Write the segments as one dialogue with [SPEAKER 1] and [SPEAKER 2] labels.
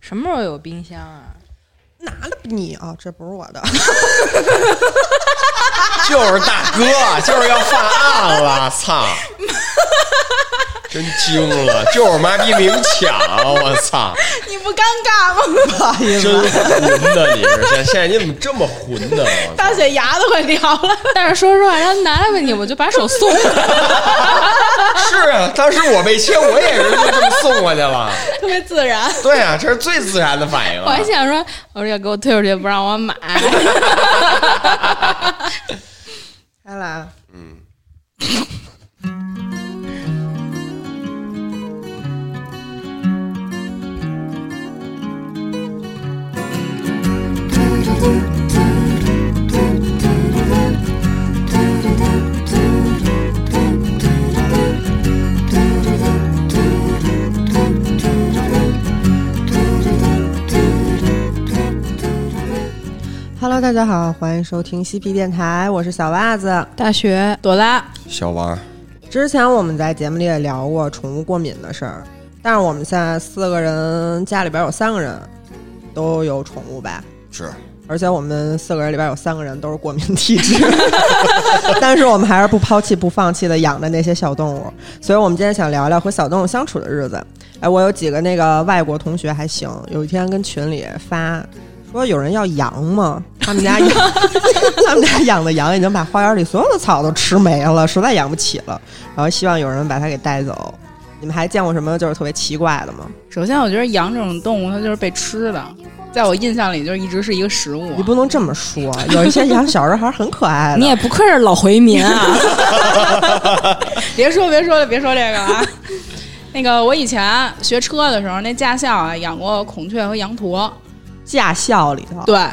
[SPEAKER 1] 什么时候有冰箱 啊？
[SPEAKER 2] 拿了你啊，这不是我的，
[SPEAKER 3] 就是大哥，就是要犯案了， 操！真惊了，就是妈逼明抢，我操！
[SPEAKER 1] 你不尴尬吗？
[SPEAKER 2] 不好
[SPEAKER 4] 哎
[SPEAKER 2] 意
[SPEAKER 3] 真
[SPEAKER 2] 思，
[SPEAKER 3] 混的你是，现现在你怎么这么混呢？我操
[SPEAKER 4] 大雪牙都快掉 了，
[SPEAKER 1] 但是说实话，他拿了你，我就把手送了。
[SPEAKER 3] 是啊，当时我被切，我也是就这么送过去了。
[SPEAKER 4] 特别自 然。
[SPEAKER 3] 对啊，这是最自然的反应啊
[SPEAKER 1] 我
[SPEAKER 3] 了
[SPEAKER 1] 还。想说，我说要给我退出去，不让我 买。
[SPEAKER 2] 来来，Hello，大家好，欢迎收听嬉皮电台，我是小袜子。
[SPEAKER 1] 大学朵拉，
[SPEAKER 3] 小王，
[SPEAKER 2] 之前我们在节目里也聊过宠物过敏的事儿，但是我们现在四个人家里边有三个人都有宠物吧，
[SPEAKER 3] 是
[SPEAKER 2] 而且我们四个人里边有三个人都是过敏体质， 但是我们还是不抛弃不放弃的养着那些小动物，所以我们今天想聊聊和小动物相处的日子。哎，我有几个那个外国同学还行，有一天跟群里发说有人要羊吗？他们家养 他们家养的羊已经把花园里所有的草都吃没了，实在养不起了，然后希望有人把它给带走。你们还见过什么就是特别奇怪的吗？
[SPEAKER 4] 首先，我觉得羊这种动物，它就是被吃的，在我印象里就是一直是一个食物。啊
[SPEAKER 2] 你不能这么说，有一些羊小时候还是很可爱的。
[SPEAKER 1] 你也不愧是老回民 啊！
[SPEAKER 4] 别说别说了，别说这个了啊。 那个，我以前学车的时候，那驾校啊养过孔雀和羊驼，
[SPEAKER 2] 驾校里头，
[SPEAKER 4] 对，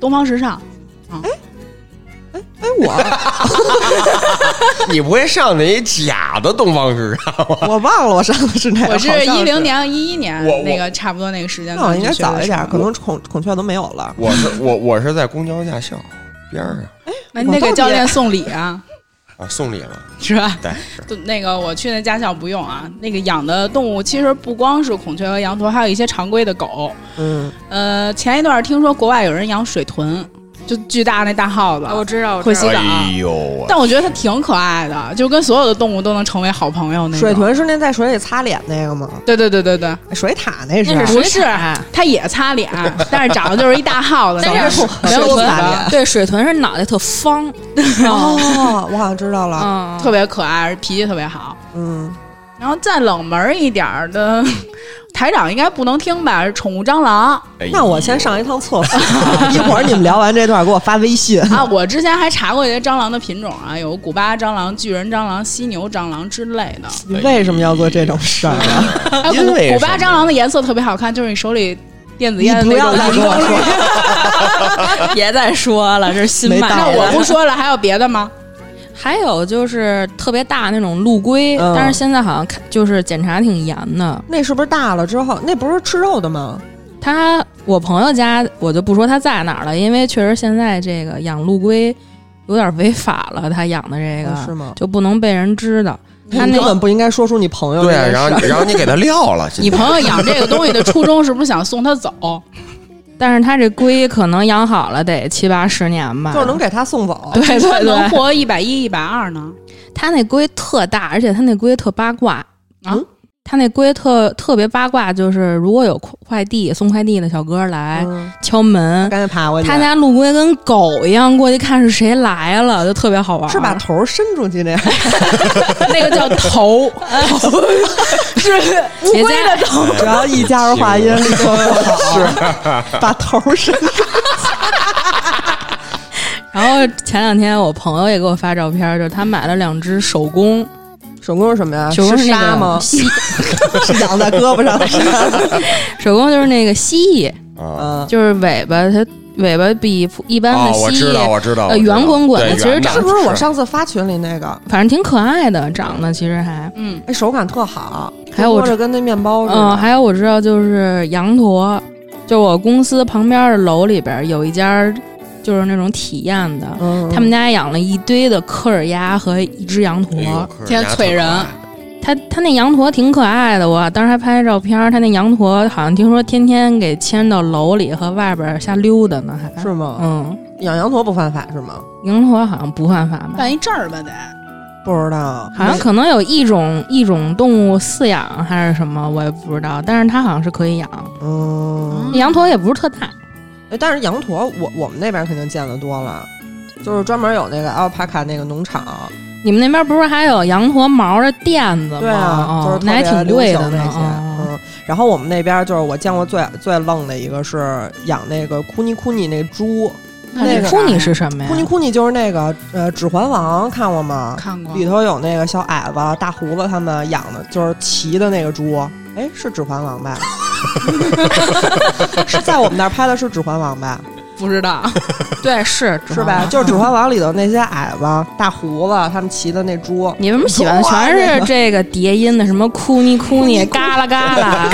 [SPEAKER 4] 东方时尚。
[SPEAKER 2] 哎，我
[SPEAKER 3] 你不会上那假的东方啊时尚吧？
[SPEAKER 2] 我忘了我上的是哪个，
[SPEAKER 4] 我是
[SPEAKER 2] 好像
[SPEAKER 4] 一零，年、一一年
[SPEAKER 3] 我我
[SPEAKER 4] 那个差不多那个时间
[SPEAKER 2] 那我
[SPEAKER 4] 段
[SPEAKER 2] 应
[SPEAKER 4] 去
[SPEAKER 2] 该
[SPEAKER 4] 学的车，
[SPEAKER 2] 早一点，可能孔孔雀都没有了。
[SPEAKER 3] 我是我我是在公交驾校边儿上
[SPEAKER 4] 那你得给教练送礼啊，
[SPEAKER 3] 啊，送礼了，
[SPEAKER 4] 是吧？
[SPEAKER 3] 对，是
[SPEAKER 4] 就那个我去那驾校不用啊，那个养的动物其实不光是孔雀和羊驼，还有一些常规的狗。
[SPEAKER 2] 嗯，
[SPEAKER 4] 呃，前一段听说国外有人养水豚，就巨大那大耗子，
[SPEAKER 1] 我知道，我
[SPEAKER 4] 会
[SPEAKER 1] 知道
[SPEAKER 4] 洗。澡。
[SPEAKER 2] 啊
[SPEAKER 3] 哎呦我
[SPEAKER 4] 但我觉得它挺可爱的，就跟所有的动物都能成为好朋友那种。
[SPEAKER 2] 水，豚是那在水里擦脸那个吗？
[SPEAKER 4] 对对对对对，
[SPEAKER 2] 水獭那
[SPEAKER 1] 那
[SPEAKER 2] 是
[SPEAKER 1] 水
[SPEAKER 4] 不是
[SPEAKER 1] 獭，
[SPEAKER 4] 它也擦脸，但是长得就是一大耗子，
[SPEAKER 1] 但是
[SPEAKER 4] 没有
[SPEAKER 2] 水
[SPEAKER 4] 头
[SPEAKER 2] 豚
[SPEAKER 4] 发，
[SPEAKER 1] 对，水豚是脑袋特 方，
[SPEAKER 2] 嗯哦，我好像知道了。
[SPEAKER 1] 嗯，
[SPEAKER 4] 特别可爱，脾气特别好。
[SPEAKER 2] 嗯，
[SPEAKER 4] 然后再冷门一点儿的， 台长应该不能听吧？是宠物蟑螂
[SPEAKER 3] 哎呦
[SPEAKER 2] 那我先上一趟厕所，一会儿你们聊完这段给我发微信。
[SPEAKER 4] 啊！我之前还查过一些蟑螂的品种啊，有古巴蟑螂、巨人蟑螂、犀牛蟑螂之类的。
[SPEAKER 2] 你为什么要做这种事儿啊？
[SPEAKER 4] 啊
[SPEAKER 3] 因为
[SPEAKER 4] 古古
[SPEAKER 3] 什么
[SPEAKER 4] 巴蟑螂的颜色特别好看，就是你手里电子
[SPEAKER 2] 你
[SPEAKER 4] 烟的
[SPEAKER 2] 不
[SPEAKER 4] 那
[SPEAKER 2] 要
[SPEAKER 4] 种
[SPEAKER 2] 再跟我说，
[SPEAKER 1] 别再说了，这是新
[SPEAKER 2] 没
[SPEAKER 1] 买
[SPEAKER 2] 道
[SPEAKER 4] 那
[SPEAKER 2] 理
[SPEAKER 4] 我不说了，还有别的吗？
[SPEAKER 1] 还有就是特别大那种陆龟，
[SPEAKER 2] 嗯
[SPEAKER 1] 但是现在好像看就是检查挺严的。
[SPEAKER 2] 那是不是大了之后，那不是吃肉的吗？
[SPEAKER 1] 他我朋友家我就不说他在哪儿了，因为确实现在这个养陆龟有点违法了，他养的这
[SPEAKER 2] 哦是
[SPEAKER 1] 个
[SPEAKER 2] 吗
[SPEAKER 1] 就不能被人知道。他
[SPEAKER 2] 你
[SPEAKER 1] 那
[SPEAKER 2] 根本不应该说出你
[SPEAKER 1] 哦
[SPEAKER 2] 朋友
[SPEAKER 3] 对
[SPEAKER 2] 这
[SPEAKER 3] 啊，
[SPEAKER 2] 件
[SPEAKER 3] 然后
[SPEAKER 2] 事
[SPEAKER 3] 你然后你给他撂了，
[SPEAKER 4] 你朋友养这个东西的初衷是不是想送它走？
[SPEAKER 1] 但是他这龟可能养好了得七八十年吧，
[SPEAKER 2] 就是能给他送走。
[SPEAKER 1] 对
[SPEAKER 4] 它
[SPEAKER 1] 对对，
[SPEAKER 4] 能活一百一、一百二呢？
[SPEAKER 1] 他那龟特大，而且他那龟特八卦
[SPEAKER 4] 啊。
[SPEAKER 2] 嗯
[SPEAKER 1] 他那龟特特别八卦，就是如果有快快递送快递的小哥来
[SPEAKER 2] 嗯，
[SPEAKER 1] 敲门，
[SPEAKER 2] 赶紧爬过去。
[SPEAKER 1] 他家陆龟跟狗一样过去看是谁来了，就特别好玩。
[SPEAKER 2] 是把？头伸出去那样，
[SPEAKER 1] 那个叫 头，
[SPEAKER 4] 是 乌
[SPEAKER 1] 别
[SPEAKER 4] 龟
[SPEAKER 1] 家
[SPEAKER 4] 的头。
[SPEAKER 2] 只要一加入话音，立刻不好，把头伸出去。
[SPEAKER 1] 然后前两天我朋友也给我发照片，就是他买了两只手工，
[SPEAKER 2] 手工是什么呀？
[SPEAKER 1] 手工
[SPEAKER 2] 啊是
[SPEAKER 1] 那个
[SPEAKER 2] 沙吗？
[SPEAKER 1] 蜥，
[SPEAKER 2] 是养在胳膊上的 沙。
[SPEAKER 1] 手工就是那个蜥蜴，
[SPEAKER 2] 嗯，
[SPEAKER 3] 啊
[SPEAKER 1] 就是尾巴它尾巴比普一般
[SPEAKER 3] 啊，
[SPEAKER 1] 的
[SPEAKER 3] 我
[SPEAKER 1] 蜥
[SPEAKER 3] 知道，
[SPEAKER 1] 蜴，
[SPEAKER 3] 我知道，
[SPEAKER 1] 呃
[SPEAKER 3] 我知道
[SPEAKER 1] 圆滚滚的
[SPEAKER 3] 对
[SPEAKER 1] 其实
[SPEAKER 3] 圆
[SPEAKER 1] 长
[SPEAKER 2] 是不是我上次发群里那个？
[SPEAKER 1] 反正挺可爱的，长得其实还。
[SPEAKER 4] 嗯，
[SPEAKER 2] 哎，手感特好，
[SPEAKER 1] 还有我
[SPEAKER 2] 摸着跟那面包似
[SPEAKER 1] 嗯，
[SPEAKER 2] 的。
[SPEAKER 1] 还有我知道就是羊驼，就我公司旁边的楼里边有一家，就是那种体验的，
[SPEAKER 2] 嗯，
[SPEAKER 1] 他们家养了一堆的科尔鸭和一只羊驼，
[SPEAKER 3] 哎呦可是
[SPEAKER 4] 天
[SPEAKER 3] 人家
[SPEAKER 4] 催人
[SPEAKER 3] 特可爱
[SPEAKER 1] 他他那羊驼挺可爱的，我当时还拍照片儿。他那羊驼好像听说天天给牵到楼里和外边儿瞎溜达呢，还
[SPEAKER 2] 是吗？
[SPEAKER 1] 嗯，
[SPEAKER 2] 养羊驼不犯法是吗？
[SPEAKER 1] 羊驼好像不犯法吧？
[SPEAKER 4] 办一证儿吧得。
[SPEAKER 2] 不知道，
[SPEAKER 1] 好像可能有一种一种动物饲养还是什么，我也不知道。但是它好像是可以养，
[SPEAKER 2] 嗯，
[SPEAKER 1] 羊驼也不是特大，
[SPEAKER 2] 哎但是羊驼，我我们那边肯定见得多了，就是专门有那个奥帕卡那个农场，
[SPEAKER 1] 你们那边不是还有羊驼毛的垫子吗？
[SPEAKER 2] 对啊，
[SPEAKER 1] 哦
[SPEAKER 2] 就是特
[SPEAKER 1] 那还
[SPEAKER 2] 别
[SPEAKER 1] 挺
[SPEAKER 2] 流
[SPEAKER 1] 贵
[SPEAKER 2] 行
[SPEAKER 1] 的
[SPEAKER 2] 那
[SPEAKER 1] 呢。
[SPEAKER 2] 些，
[SPEAKER 1] 哦
[SPEAKER 2] 嗯。然后我们那边就是我见过最最愣的一个是养那个库尼库尼那个猪，那个
[SPEAKER 1] 库尼是什么哎呀
[SPEAKER 2] 库？尼库尼就是那个呃《指环王》看过吗？
[SPEAKER 4] 看过
[SPEAKER 2] 里头有那个小矮子、大胡子他们养的，就是骑的那个猪。哎，是《指环王》吧？ 是在我们那儿拍的是《指环王》吧？
[SPEAKER 4] 不知道，
[SPEAKER 1] 对，是
[SPEAKER 2] 是吧？就是《指环王》里头那些矮子、大胡子他们骑的那猪。
[SPEAKER 1] 你为什么喜欢全是这个叠音的？什么哭尼哭 尼，嘎啦嘎啦，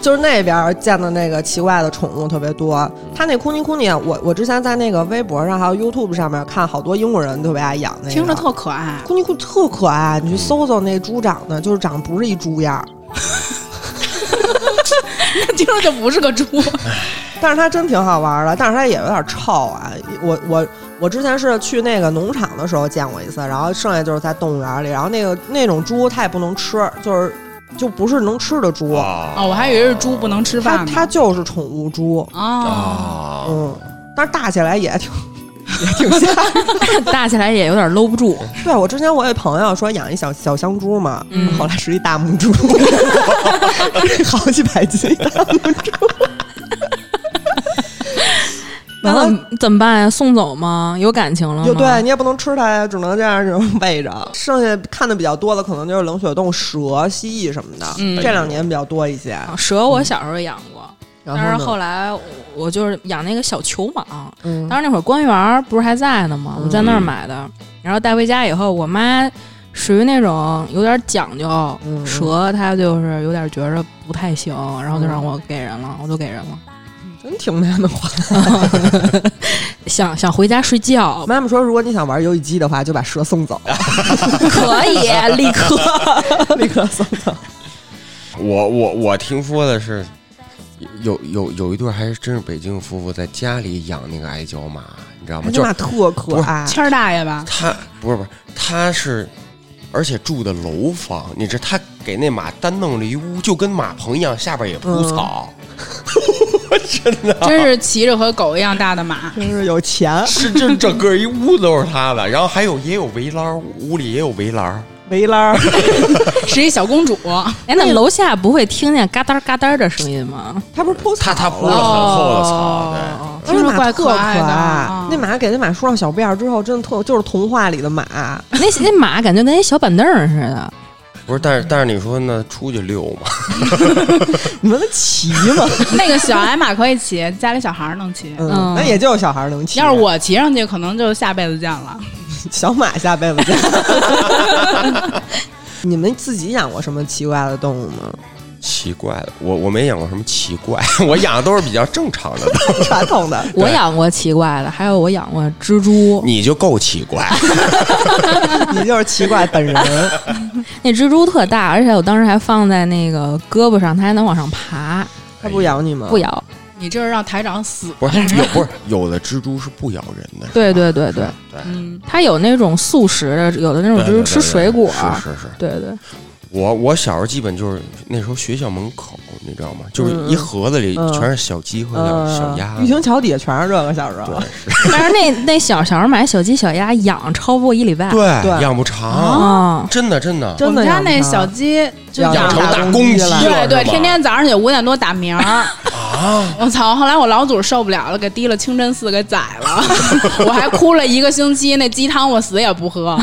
[SPEAKER 2] 就是那边儿见的那个奇怪的宠物特别多。他那库尼库尼，我我之前在那个微博上还有 YouTube 上面看，好多英国人特别爱养那个。
[SPEAKER 4] 听着特可爱。
[SPEAKER 2] 库尼库特可爱，你去搜搜那猪长得就是长得不是一猪样儿，
[SPEAKER 4] 听着就不是个猪，
[SPEAKER 2] 但是它真挺好玩儿的，但是它也有点臭啊。我我我之前是去那个农场的时候见过一次，然后剩下就是在动物园里，然后那个那种猪它也不能吃，就是就不是能吃的猪，
[SPEAKER 4] 啊，
[SPEAKER 3] 啊
[SPEAKER 4] 我还以为是猪不能吃
[SPEAKER 2] 它
[SPEAKER 4] 饭呢。
[SPEAKER 2] 它就是宠物猪，
[SPEAKER 4] 啊，
[SPEAKER 1] 哦
[SPEAKER 3] 啊，
[SPEAKER 2] 嗯，但是大起来也挺 也挺吓人。
[SPEAKER 1] 大起来也有点搂不住。
[SPEAKER 2] 对啊我之前我有朋友说养一小小香猪嘛，
[SPEAKER 1] 嗯
[SPEAKER 2] 后来是一大母猪， 好几百斤一大母猪。然
[SPEAKER 1] 那啊
[SPEAKER 2] 后
[SPEAKER 1] 怎么怎么办呀？送走吗？有感情了吗？
[SPEAKER 2] 就对你啊也不能吃它呀，只能这样这种喂着。剩下看的比较多的可能就是冷血动物、蛇、蜥蜴什么的，
[SPEAKER 4] 嗯
[SPEAKER 2] 这两年比较多一些。
[SPEAKER 1] 啊蛇我小时候养过，
[SPEAKER 2] 然
[SPEAKER 1] 但
[SPEAKER 2] 后
[SPEAKER 1] 是
[SPEAKER 2] 呢
[SPEAKER 1] 后来我我就是养那个小球蟒，
[SPEAKER 2] 嗯
[SPEAKER 1] 当时那会儿官园儿不是还在呢吗？
[SPEAKER 2] 嗯
[SPEAKER 1] 我在那儿买的，然后带回家以后，我妈属于那种有点讲究，
[SPEAKER 2] 嗯嗯
[SPEAKER 1] 蛇她就是有点觉着不太行，然后就让我给人
[SPEAKER 2] 嗯
[SPEAKER 1] 了，我就给人了，
[SPEAKER 2] 真听妈妈话。
[SPEAKER 1] 想想回家睡 觉，
[SPEAKER 2] 妈妈说，如果你想玩游戏机的话，就把蛇送走，
[SPEAKER 1] 可 以立刻。
[SPEAKER 2] 立刻送走。
[SPEAKER 3] 我我我听说的是，有有有一对儿还是真是北京夫妇在家里养那个矮脚马，你知道吗？
[SPEAKER 2] 那
[SPEAKER 3] 就是
[SPEAKER 2] 马特可爱，
[SPEAKER 4] 谦儿大 爷吧，
[SPEAKER 3] 他不是不是，他是，而且住的楼房，你知道他给那马单弄了一屋，就跟马棚一样，下边也
[SPEAKER 1] 嗯
[SPEAKER 3] 铺草，
[SPEAKER 4] 真是骑着和狗一样大 的马。
[SPEAKER 2] 真是有钱，
[SPEAKER 3] 是这整个一屋子都是他的，然后还有也有围栏，屋里也有围栏，
[SPEAKER 2] 围栏儿。
[SPEAKER 4] 是一小公主，
[SPEAKER 1] 哎，那楼下不会听见嘎噔嘎噔的声音吗？
[SPEAKER 2] 他不是铺
[SPEAKER 3] 他
[SPEAKER 2] 草
[SPEAKER 3] 他铺了
[SPEAKER 2] 了
[SPEAKER 3] 很
[SPEAKER 2] 吗。
[SPEAKER 3] 厚的草，对。
[SPEAKER 1] 哦，
[SPEAKER 2] 那马特
[SPEAKER 4] 听着怪可爱的
[SPEAKER 2] 爱
[SPEAKER 4] 啊，
[SPEAKER 2] 那马给那马梳上小辫儿之后，真的特就是童话里的马。
[SPEAKER 1] 那那马感觉跟一小板凳儿似的，
[SPEAKER 3] 不是，但是但是你说那出去遛嘛，
[SPEAKER 2] 你们能骑 吗？
[SPEAKER 4] 那个小矮马可以骑，家里小孩儿能骑。
[SPEAKER 2] 嗯，啊
[SPEAKER 1] 嗯
[SPEAKER 2] 那也就有小孩儿能骑。
[SPEAKER 4] 要是我骑上去，可能就下辈子见了。
[SPEAKER 2] 小马下辈子见。 你们自己养过什么奇怪的动物吗？
[SPEAKER 3] 奇怪的，我我没养过什么奇怪， 我养的都是比较正常的，
[SPEAKER 2] 传统的，
[SPEAKER 1] 我养过奇怪的，还有我养过蜘蛛，
[SPEAKER 3] 你就够奇怪。
[SPEAKER 2] 你就是奇怪本 人。
[SPEAKER 1] 那蜘蛛特大，而且我当时还放在那个胳膊上，它还能往上
[SPEAKER 3] 啊
[SPEAKER 1] 爬，
[SPEAKER 2] 它不咬你吗？
[SPEAKER 1] 不。咬。
[SPEAKER 4] 你这是让台长死。
[SPEAKER 3] 不是有不是有的蜘蛛是不咬人的，
[SPEAKER 1] 对对对对，
[SPEAKER 3] 对，
[SPEAKER 4] 嗯，
[SPEAKER 1] 它有那种素食的，有的那种
[SPEAKER 3] 对
[SPEAKER 1] 就是嗯
[SPEAKER 3] 对对
[SPEAKER 1] 吃
[SPEAKER 3] 对
[SPEAKER 1] 水果。
[SPEAKER 3] 是是是。
[SPEAKER 1] 对对，
[SPEAKER 3] 我我小时候基本就是那时候学校门口，你知道吗？就是一盒子里
[SPEAKER 2] 嗯
[SPEAKER 3] 全是小鸡和小、小鸭
[SPEAKER 2] 嗯，玉
[SPEAKER 3] 子。
[SPEAKER 2] 蜓桥底下全是这个小时候
[SPEAKER 3] 对，
[SPEAKER 1] 但是那那小小时候买小鸡小鸭养超过一礼拜，
[SPEAKER 3] 对
[SPEAKER 2] 对
[SPEAKER 3] 养不长，
[SPEAKER 1] 啊，
[SPEAKER 3] 真的真的。
[SPEAKER 4] 我
[SPEAKER 2] 真的
[SPEAKER 4] 们家
[SPEAKER 2] 养
[SPEAKER 4] 那
[SPEAKER 2] 它
[SPEAKER 4] 小鸡就
[SPEAKER 2] 养
[SPEAKER 3] 养
[SPEAKER 4] 养
[SPEAKER 3] 成
[SPEAKER 2] 大
[SPEAKER 3] 大
[SPEAKER 2] 公
[SPEAKER 3] 公
[SPEAKER 2] 鸡
[SPEAKER 3] 鸡
[SPEAKER 2] 了
[SPEAKER 3] 了，
[SPEAKER 4] 对对，
[SPEAKER 3] 是吧
[SPEAKER 4] 天天早上起来五点多打鸣儿。
[SPEAKER 3] 啊，
[SPEAKER 4] 我操！后来我老祖受不了了，给提了清真寺给宰了， 我还哭了一个星期，那鸡汤我死也不喝，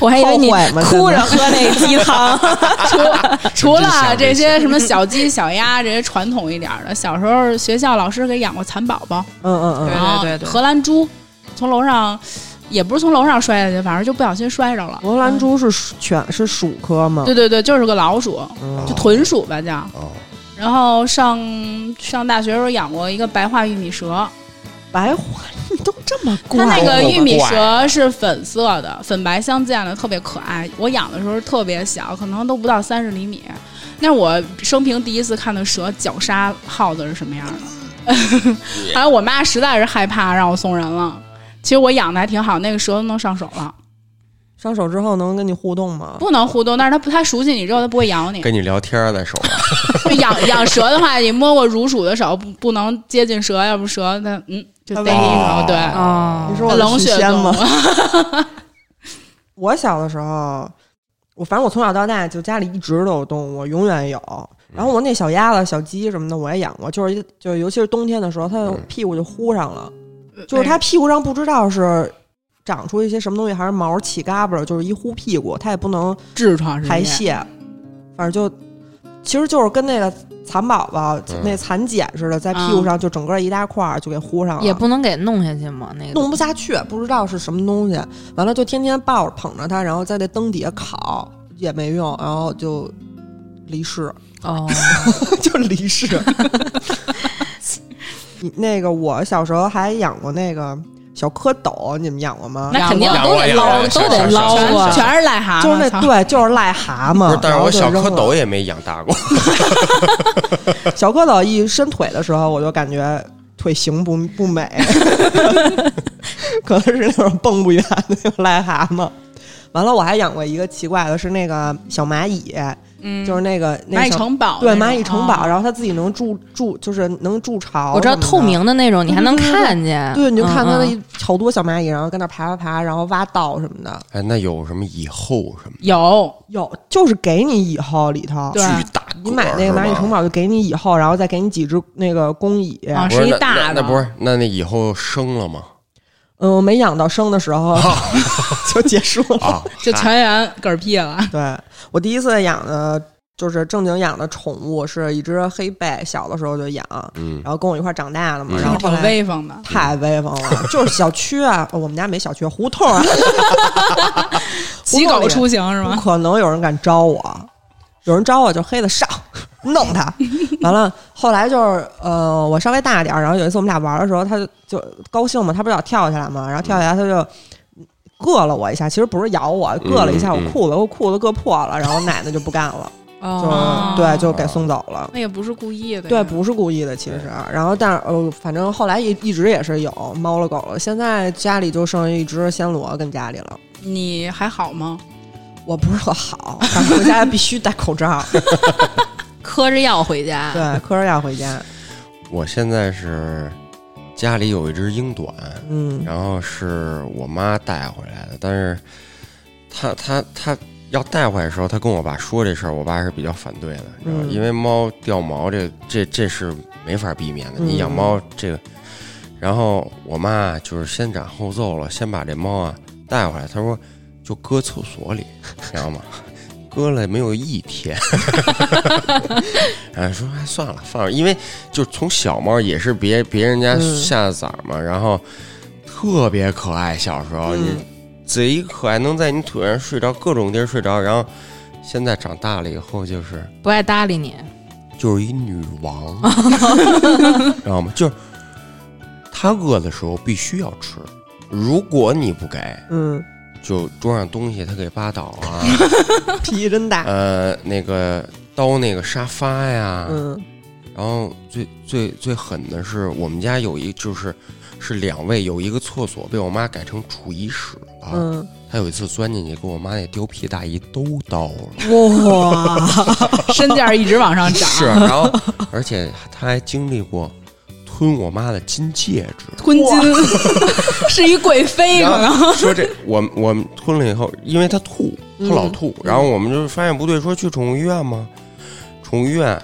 [SPEAKER 1] 我还以为你
[SPEAKER 2] 后悔吗
[SPEAKER 1] 哭着
[SPEAKER 2] 真哦
[SPEAKER 1] 喝 那鸡汤。
[SPEAKER 4] 除了
[SPEAKER 3] 这些
[SPEAKER 4] 这些什么小鸡、小鸭这些传统一点儿的，小时候学校老师给养过蚕宝宝，
[SPEAKER 2] 嗯嗯嗯，
[SPEAKER 4] 然后
[SPEAKER 1] 对对对
[SPEAKER 4] 荷兰猪从楼上也不是从楼上摔下去，反正就不小心摔着了。嗯
[SPEAKER 2] 罗兰猪是鼠犬是鼠科吗？
[SPEAKER 4] 对对对，就是个老鼠，
[SPEAKER 2] 嗯
[SPEAKER 4] 就豚鼠吧叫。
[SPEAKER 3] 哦，
[SPEAKER 4] 然后上上大学时候养过一个白化玉米蛇，
[SPEAKER 2] 白花，你都这么
[SPEAKER 4] 它那个玉米
[SPEAKER 3] 怪
[SPEAKER 4] 蛇是粉色的，粉白相间的，特别可爱。我养的时候特别小，可能都不到三十厘米。那是我生平第一次看的蛇绞杀耗子是什么样的。后来我妈实在是害怕，让我送人了。其实我养的还挺好，那个蛇都能上手了，
[SPEAKER 2] 上手之后能跟你互动吗？
[SPEAKER 4] 不能互动，但是它不它熟悉你之后，它不会咬你。
[SPEAKER 3] 跟你聊天儿再说吧。
[SPEAKER 4] 就养养蛇的话，你摸过乳鼠的手，不不能接近蛇，要不蛇它嗯就逮你一
[SPEAKER 3] 哦
[SPEAKER 4] 口，对，
[SPEAKER 1] 哦
[SPEAKER 2] 你说我的
[SPEAKER 4] 冷
[SPEAKER 2] 许
[SPEAKER 4] 血
[SPEAKER 2] 仙
[SPEAKER 4] 动
[SPEAKER 2] 吗
[SPEAKER 4] 物？？
[SPEAKER 2] 我小的时候，我反正我从小到大就家里一直都有动物，永远有。然后我那小鸭子、小鸡什么的我也养过，就是一就是尤其是冬天的时候，它的
[SPEAKER 3] 嗯
[SPEAKER 2] 屁股就糊上了，就是
[SPEAKER 4] 哎
[SPEAKER 2] 它屁股上不知道是长出一些什么东西，还是毛起嘎巴儿，就是一糊屁股，它也不能
[SPEAKER 4] 痔疮是
[SPEAKER 2] 排泄，反正就其实就是跟那个蚕宝宝、
[SPEAKER 3] 嗯
[SPEAKER 2] 那蚕茧似的，在屁股上就整个一大块儿就给糊上了，
[SPEAKER 1] 也不能给弄下去嘛，那个
[SPEAKER 2] 弄不下去，不知道是什么东西。完了就天天抱着捧着它，然后在那灯底下烤也没用，然后就离世，
[SPEAKER 1] 哦，
[SPEAKER 2] 就离世。你那个我小时候还养过那个小蝌蚪，你们养过吗？
[SPEAKER 1] 那肯定都得
[SPEAKER 3] 养过
[SPEAKER 1] 捞，
[SPEAKER 3] 养过
[SPEAKER 1] 都得
[SPEAKER 3] 是是
[SPEAKER 1] 捞
[SPEAKER 3] 是
[SPEAKER 1] 啊
[SPEAKER 3] 是是
[SPEAKER 4] 全全是癞蛤蟆，
[SPEAKER 2] 就是那
[SPEAKER 4] 操
[SPEAKER 2] 对，就是癞蛤
[SPEAKER 3] 不
[SPEAKER 2] 蟆
[SPEAKER 3] 是，。但是
[SPEAKER 2] 啊然后
[SPEAKER 3] 我
[SPEAKER 2] 就
[SPEAKER 3] 小
[SPEAKER 2] 扔
[SPEAKER 3] 蝌
[SPEAKER 2] 了
[SPEAKER 3] 蚪也没养大过。
[SPEAKER 2] 小蝌蚪一伸腿的时候，我就感觉腿型不不美， 可能是那种蹦不远的那种癞蛤蟆。完了，我还养过一个奇怪的，是那个小蚂蚁，
[SPEAKER 4] 嗯
[SPEAKER 2] 就是那个那
[SPEAKER 4] 蚂蚁
[SPEAKER 2] 小
[SPEAKER 4] 城堡
[SPEAKER 2] 对
[SPEAKER 4] 那
[SPEAKER 2] 蚂蚁
[SPEAKER 4] 种
[SPEAKER 2] 城堡，
[SPEAKER 4] 哦
[SPEAKER 2] 然后它自己能筑筑，就是能筑巢。
[SPEAKER 1] 我知道透，明的那种，你还能看见，
[SPEAKER 2] 对，你就看它的
[SPEAKER 1] 嗯
[SPEAKER 2] 一好多小蚂蚁，然后跟那爬爬爬，然后挖道什么的。
[SPEAKER 3] 哎，那有什么以后什么
[SPEAKER 4] 有
[SPEAKER 2] 有，就是给你以后里头，
[SPEAKER 4] 对
[SPEAKER 3] 巨大个儿
[SPEAKER 2] 啊你买那
[SPEAKER 3] 是
[SPEAKER 2] 个
[SPEAKER 3] 吧
[SPEAKER 2] 蚂蚁城堡就给你以后，然后再给你几只那个公蚁。
[SPEAKER 4] 啊，
[SPEAKER 3] 不
[SPEAKER 4] 是
[SPEAKER 3] 是
[SPEAKER 4] 一
[SPEAKER 3] 那
[SPEAKER 4] 大
[SPEAKER 3] 那
[SPEAKER 4] 的，
[SPEAKER 3] 那不
[SPEAKER 2] 啊
[SPEAKER 3] 是那那以后生 了吗？
[SPEAKER 2] 嗯，我没养到生的时候 就结束了。
[SPEAKER 3] 啊，
[SPEAKER 4] 就
[SPEAKER 3] 嗨
[SPEAKER 4] 全员嗝屁了。
[SPEAKER 2] 对我第一次养的，就是正经养的宠物是一只黑背，小的时候就养，
[SPEAKER 3] 嗯，
[SPEAKER 2] 然后跟我一块儿长大的嘛，
[SPEAKER 3] 嗯
[SPEAKER 2] 然后后
[SPEAKER 4] 挺
[SPEAKER 2] 来。
[SPEAKER 4] 威风的，
[SPEAKER 2] 太威风了，就是小区啊，哦我们家没小区，胡同啊，
[SPEAKER 4] 骑狗出行是
[SPEAKER 2] 不
[SPEAKER 4] 吗？
[SPEAKER 2] 可能有人敢招我，有人招我就黑的上， 弄他。完了，后来就是呃，我稍微大点儿，然后有一次我们俩玩的时候，他就高兴嘛，他不是老跳下来嘛，然后跳下来他就。硌了我一下，其实不是咬我，硌了一下我
[SPEAKER 3] 嗯嗯嗯
[SPEAKER 2] 裤子，我裤子硌破了，然后奶奶就不干了，就
[SPEAKER 1] 哦，
[SPEAKER 2] 对，就给送走了。
[SPEAKER 4] 那也不是故意的呀，
[SPEAKER 2] 对，不是故意的，其实。然后，但是呃，反正后来一一直也是有猫了狗了，现在家里就剩一只暹罗跟家里了。
[SPEAKER 4] 你还好吗？
[SPEAKER 2] 我不是特好，赶回家必须戴口罩。
[SPEAKER 1] 嗑着药回家，
[SPEAKER 2] 对，科着要回家。
[SPEAKER 3] 我现在是家里有一只英短，
[SPEAKER 2] 嗯，
[SPEAKER 3] 然后是我妈带回来的，但是她她她要带回来的时候，她跟我爸说这事儿，我爸是比较反对的，你知道吗
[SPEAKER 2] 嗯
[SPEAKER 3] 因为猫掉毛这这这是没法避免的，
[SPEAKER 2] 嗯
[SPEAKER 3] 你养猫这个。然后我妈就是先斩后奏了，先把这猫啊带回来，她说就搁厕所里，知道吗？ 搁了没有一天， 然后说哎算了放着，因为就是从小猫也是别别人家
[SPEAKER 2] 嗯
[SPEAKER 3] 下的崽儿嘛，然后特别可爱，小时候、
[SPEAKER 2] 嗯
[SPEAKER 3] 你贼可爱，能在你腿上睡着，各种地儿睡着，然后现在长大了以后就是
[SPEAKER 1] 不爱搭理你，
[SPEAKER 3] 就是一女 王，知道吗？就是它饿的时候必须要吃，如果你不给，
[SPEAKER 2] 嗯，
[SPEAKER 3] 就桌上东西它给扒倒 啊，
[SPEAKER 2] 脾气真大。
[SPEAKER 3] 呃，那个刀那个沙发呀，
[SPEAKER 2] 嗯
[SPEAKER 3] 然后最最最狠的是，我们家有一就是是两卫，有一个厕所被我妈改成储衣室了。
[SPEAKER 2] 嗯，
[SPEAKER 3] 她有一次钻进去，给我妈那貂皮大衣都刀了。
[SPEAKER 2] 哇，
[SPEAKER 4] 身价一直往上 涨，
[SPEAKER 3] 是，然后而且她还经历过吞我妈的金戒指。
[SPEAKER 4] 吞金是一贵妃可
[SPEAKER 3] 然
[SPEAKER 4] 能。
[SPEAKER 3] 后说这 嗯我们我们吞了以后，因为他吐，他老吐，然后我们就发现不对，说去宠物医院吗？宠物医院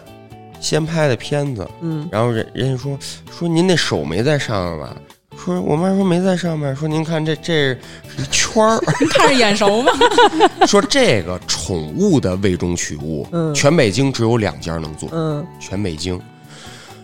[SPEAKER 3] 先拍的片子，
[SPEAKER 2] 嗯，
[SPEAKER 3] 然后人人家说说您那手没在上面吧？说我妈说没在上面，说您看这这是一圈儿，
[SPEAKER 4] 看着眼熟吗？
[SPEAKER 3] 说这个宠物的胃中取物，
[SPEAKER 2] 嗯
[SPEAKER 3] 全北京只有两家能做，
[SPEAKER 2] 嗯，
[SPEAKER 3] 全北京，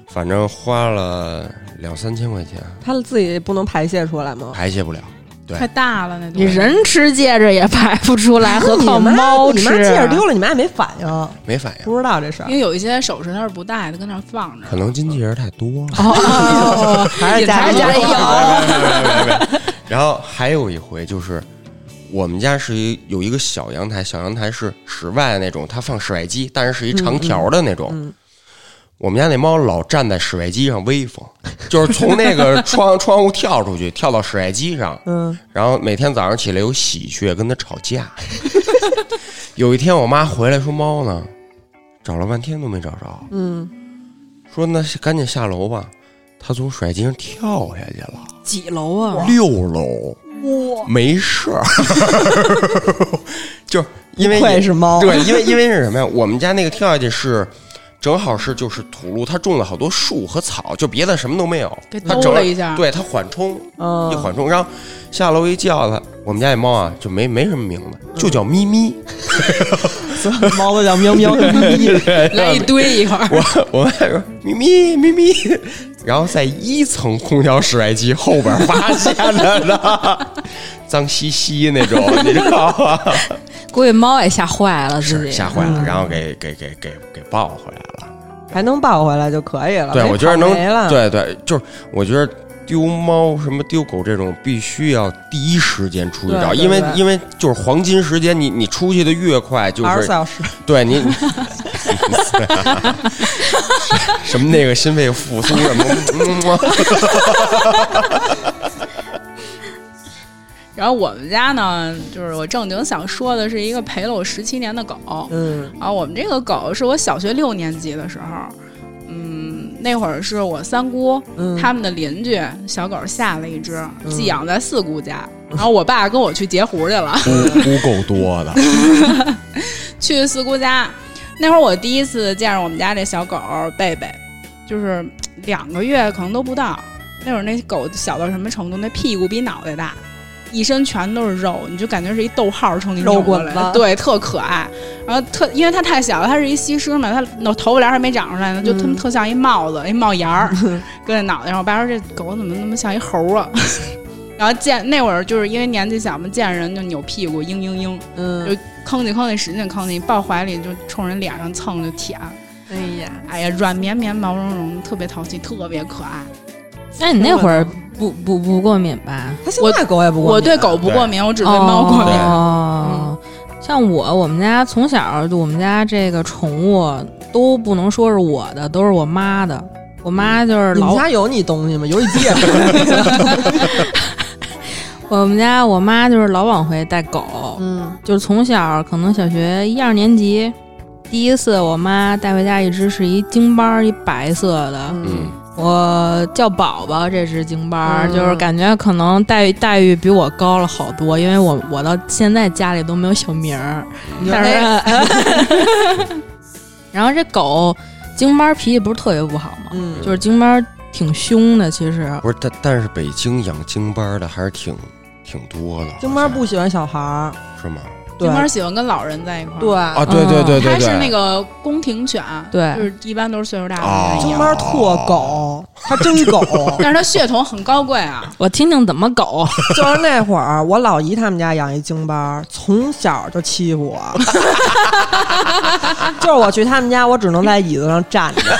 [SPEAKER 3] 反正花了两三千块钱，
[SPEAKER 2] 它自己不能排泄出来吗？
[SPEAKER 3] 排泄不了，对
[SPEAKER 4] 快大了那东
[SPEAKER 1] 你
[SPEAKER 4] 西。
[SPEAKER 1] 人吃戒指也排不出来，何
[SPEAKER 2] 你
[SPEAKER 1] 况
[SPEAKER 2] 妈
[SPEAKER 1] 猫
[SPEAKER 2] 你
[SPEAKER 1] 吃啊
[SPEAKER 2] 妈？戒指丢了，你妈也没反应，
[SPEAKER 3] 没反应，
[SPEAKER 2] 不知道这事儿
[SPEAKER 4] 因。为有一些首饰它是不戴的，跟那儿放着。
[SPEAKER 3] 可能经纪人太多了。
[SPEAKER 2] 哦还是家
[SPEAKER 1] 还
[SPEAKER 2] 里
[SPEAKER 1] 是家里
[SPEAKER 2] 有
[SPEAKER 1] 有。
[SPEAKER 3] 然后还有一回就是，我们家是一有一个小阳台，小阳台是室外的那种，它放室外机，但是是一长条的那种。
[SPEAKER 2] 嗯
[SPEAKER 3] 我们家那猫老站在室外机上威风，就是从那个窗窗户跳出去，跳到室外机上，
[SPEAKER 2] 嗯，
[SPEAKER 3] 然后每天早上起来有喜鹊跟它吵架。有一天我妈回来说猫呢，找了半天都没找着，
[SPEAKER 2] 嗯，
[SPEAKER 3] 说那赶紧下楼吧，它从室外机上跳下去了。
[SPEAKER 1] 几楼啊？
[SPEAKER 3] 六楼，没事儿， 就是因为
[SPEAKER 2] 不愧是猫，
[SPEAKER 3] 对，因为因为是什么呀？我们家那个跳下去是。正好是就是土路，它种了好多树和草，就别的什么都没有
[SPEAKER 4] 给。
[SPEAKER 3] 它
[SPEAKER 4] 兜
[SPEAKER 3] 整
[SPEAKER 4] 了一下
[SPEAKER 3] 对它缓冲
[SPEAKER 2] 嗯
[SPEAKER 3] 一缓冲，然后下楼一叫它，我们家那猫啊就没没什么名字，就叫咪咪。
[SPEAKER 2] 所有猫都叫喵 喵咪，
[SPEAKER 3] 哎
[SPEAKER 4] 来一堆一块儿，
[SPEAKER 3] 我 我妈说咪咪咪咪，然后在一层空调室外机后边发现的呢，脏兮兮那种，你知道吗？
[SPEAKER 1] 估计猫也吓坏了自己。
[SPEAKER 3] 吓坏
[SPEAKER 2] 嗯
[SPEAKER 3] 了，然后给给给给给抱回来了。
[SPEAKER 2] 还能抱回来就可以了。
[SPEAKER 3] 对，
[SPEAKER 2] 没
[SPEAKER 3] 我觉得能
[SPEAKER 2] 跑没了，
[SPEAKER 3] 对对，就是我觉得丢猫什么丢狗这种，必须要第一时间出去
[SPEAKER 2] 对
[SPEAKER 3] 找，
[SPEAKER 2] 对
[SPEAKER 3] 因为
[SPEAKER 2] 对
[SPEAKER 3] 因为就是黄金时间，你你出去的越快，就
[SPEAKER 2] 二十四
[SPEAKER 3] 是
[SPEAKER 2] 小时。
[SPEAKER 3] 对你。 你什么那个心肺复苏什么，嗯
[SPEAKER 4] 然后我们家呢，就是我正经想说的是一个陪了我十七年的狗。
[SPEAKER 2] 嗯
[SPEAKER 4] 啊，我们这个狗是我小学六年级的时候，嗯，那会儿是我三姑
[SPEAKER 2] 嗯，
[SPEAKER 4] 他们的邻居小狗下了一只，
[SPEAKER 2] 嗯
[SPEAKER 4] 寄养在四姑家。然后我爸跟我去截胡去了，
[SPEAKER 3] 污污够多的，
[SPEAKER 4] 去四姑家。那会儿我第一次见着我们家这小狗贝贝，就是两个月可能都不到。那会儿那狗小到什么程度？那屁股比脑袋大，一身全都是肉，你就感觉是一逗号冲你
[SPEAKER 2] 肉
[SPEAKER 4] 扭过
[SPEAKER 2] 滚
[SPEAKER 4] 来
[SPEAKER 2] 子
[SPEAKER 4] 的，对，特可爱。然后特因为它太小了，它是一西施嘛，它脑头发帘还没长出来呢，就特
[SPEAKER 2] 嗯
[SPEAKER 4] 特像一帽子，一帽檐 儿搁在脑袋上。我爸说这狗怎么那么像一猴啊？ 然后见那会儿就是因为年纪小嘛，见人就扭屁股，嘤嘤嘤。
[SPEAKER 2] 嗯
[SPEAKER 4] 就，吭叽吭叽使劲吭叽，抱怀里就冲人脸上蹭就舔，
[SPEAKER 1] 哎呀，
[SPEAKER 4] 哎呀，软绵绵、毛茸茸的，特别淘气，特别可爱。
[SPEAKER 1] 那你那会儿不不不过敏吧？
[SPEAKER 2] 它现在狗也不过敏，啊
[SPEAKER 4] 我对狗不过敏，我只对猫过敏。
[SPEAKER 2] 嗯
[SPEAKER 1] 哦，像我，我们家从小就我们家这个宠物都不能说是我的，都是我妈的。我妈就是
[SPEAKER 2] 你
[SPEAKER 1] 老
[SPEAKER 2] 们家有你东西吗？游戏机也不会
[SPEAKER 1] 我们家我妈就是老往回带狗，
[SPEAKER 2] 嗯
[SPEAKER 1] 就是从小可能小学一二年级，第一次我妈带回家一只是一京巴儿，一白色的，
[SPEAKER 3] 嗯，
[SPEAKER 1] 我叫宝宝这只京巴儿，
[SPEAKER 2] 嗯
[SPEAKER 1] 就是感觉可能待遇待遇比我高了好多，因为我我到现在家里都没有小名儿，
[SPEAKER 2] 你说
[SPEAKER 1] 但
[SPEAKER 2] 哎
[SPEAKER 1] 是， 然后这狗京巴儿脾气不是特别不好嘛，
[SPEAKER 2] 嗯，
[SPEAKER 1] 就是京巴儿挺凶的，其实
[SPEAKER 3] 不是，但但是北京养京巴儿的还是挺挺多的，
[SPEAKER 2] 京巴不喜欢小孩儿，
[SPEAKER 3] 好像是吗？
[SPEAKER 2] 对
[SPEAKER 4] 猫喜欢跟哎老人在一块儿，
[SPEAKER 2] 对，，
[SPEAKER 3] 啊，对对对对对，
[SPEAKER 4] 它嗯是那个宫廷犬，
[SPEAKER 1] 对
[SPEAKER 4] 就是一般都是岁数大的人
[SPEAKER 3] 哦
[SPEAKER 4] 养
[SPEAKER 2] 京巴特 狗，它真狗。
[SPEAKER 4] 但是它血统很高贵啊，
[SPEAKER 1] 我听听怎么狗，
[SPEAKER 2] 就是那会儿，我老姨他们家养一京巴儿，从小就欺负我。 就是我去他们家，我只能在椅子上站着，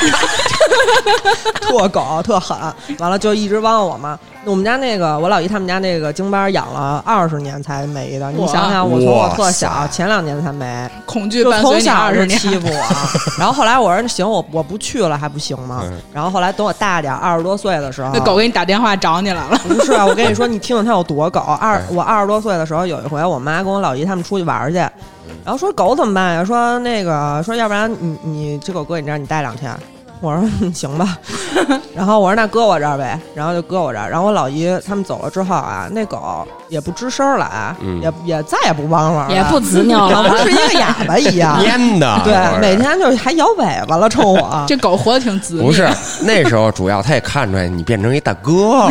[SPEAKER 2] 特狗特狠。完了就一直汪我嘛。我们家那个我老姨他们家那个京巴儿养了二十年才没的，你
[SPEAKER 4] 哇
[SPEAKER 2] 想想，我从我特
[SPEAKER 3] 哇
[SPEAKER 2] 小
[SPEAKER 3] 塞
[SPEAKER 2] 前两年才没，
[SPEAKER 4] 恐惧
[SPEAKER 2] 就
[SPEAKER 4] 伴
[SPEAKER 2] 从
[SPEAKER 4] 随你
[SPEAKER 2] 小
[SPEAKER 4] 二
[SPEAKER 2] 就
[SPEAKER 4] 十年。
[SPEAKER 2] 欺负 我。然后后来我说行，我我不去了还不行吗
[SPEAKER 3] 嗯？
[SPEAKER 2] 然后后来等我大点儿，二十多岁的时候，
[SPEAKER 4] 那狗给你打电话找你来了，
[SPEAKER 2] 不是，啊我跟你说，你听听它有多 狗。二
[SPEAKER 3] 哎
[SPEAKER 2] 我二十多岁的时候，有一回我妈跟我老姨他们出去玩儿去，然
[SPEAKER 3] 嗯
[SPEAKER 2] 后说狗怎么办呀？说那个说要不然你你这狗搁你这儿你待两天。我说嗯行 吧，然后我说那搁我这儿呗，然后就搁我这儿。然后我老姨他们走了之后啊，那狗也不吱声儿了，啊
[SPEAKER 3] 嗯。
[SPEAKER 2] 也也再也不汪汪了，
[SPEAKER 1] 也不滋尿
[SPEAKER 2] 好
[SPEAKER 1] 了。
[SPEAKER 2] 像是一个哑巴一样
[SPEAKER 3] 蔫的，
[SPEAKER 2] 对，
[SPEAKER 3] 那会
[SPEAKER 2] 每
[SPEAKER 3] 儿
[SPEAKER 2] 天就是还摇尾巴了，冲 我。
[SPEAKER 4] 这狗活得挺滋味。
[SPEAKER 3] 不是那时候主要他也看出来你变成一大哥了，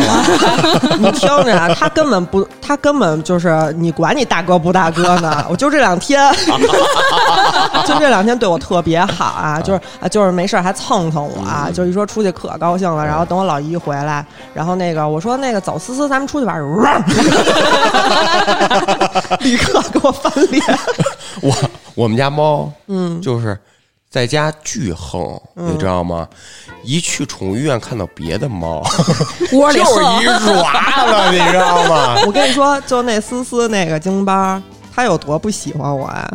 [SPEAKER 2] 你听着啊，他根本不，他根本就是你管你大哥不大哥呢。我就这两天， 就这两天对我特别好啊，就是啊，就是没事儿还蹭蹭我啊，就一说出去可高兴了。然后等我老姨一回来，然后那个我说那个走思思，咱们出去玩儿， 立刻给我翻脸。
[SPEAKER 3] 我我们家猫
[SPEAKER 2] 嗯，
[SPEAKER 3] 就是在家巨横，你知道吗？一去宠物医院看到别的猫，
[SPEAKER 1] 窝里
[SPEAKER 3] 就 是
[SPEAKER 1] 横
[SPEAKER 3] 一爪子，你知道吗？
[SPEAKER 2] 我跟你说，就那思思那个京巴，他有多不喜欢我呀？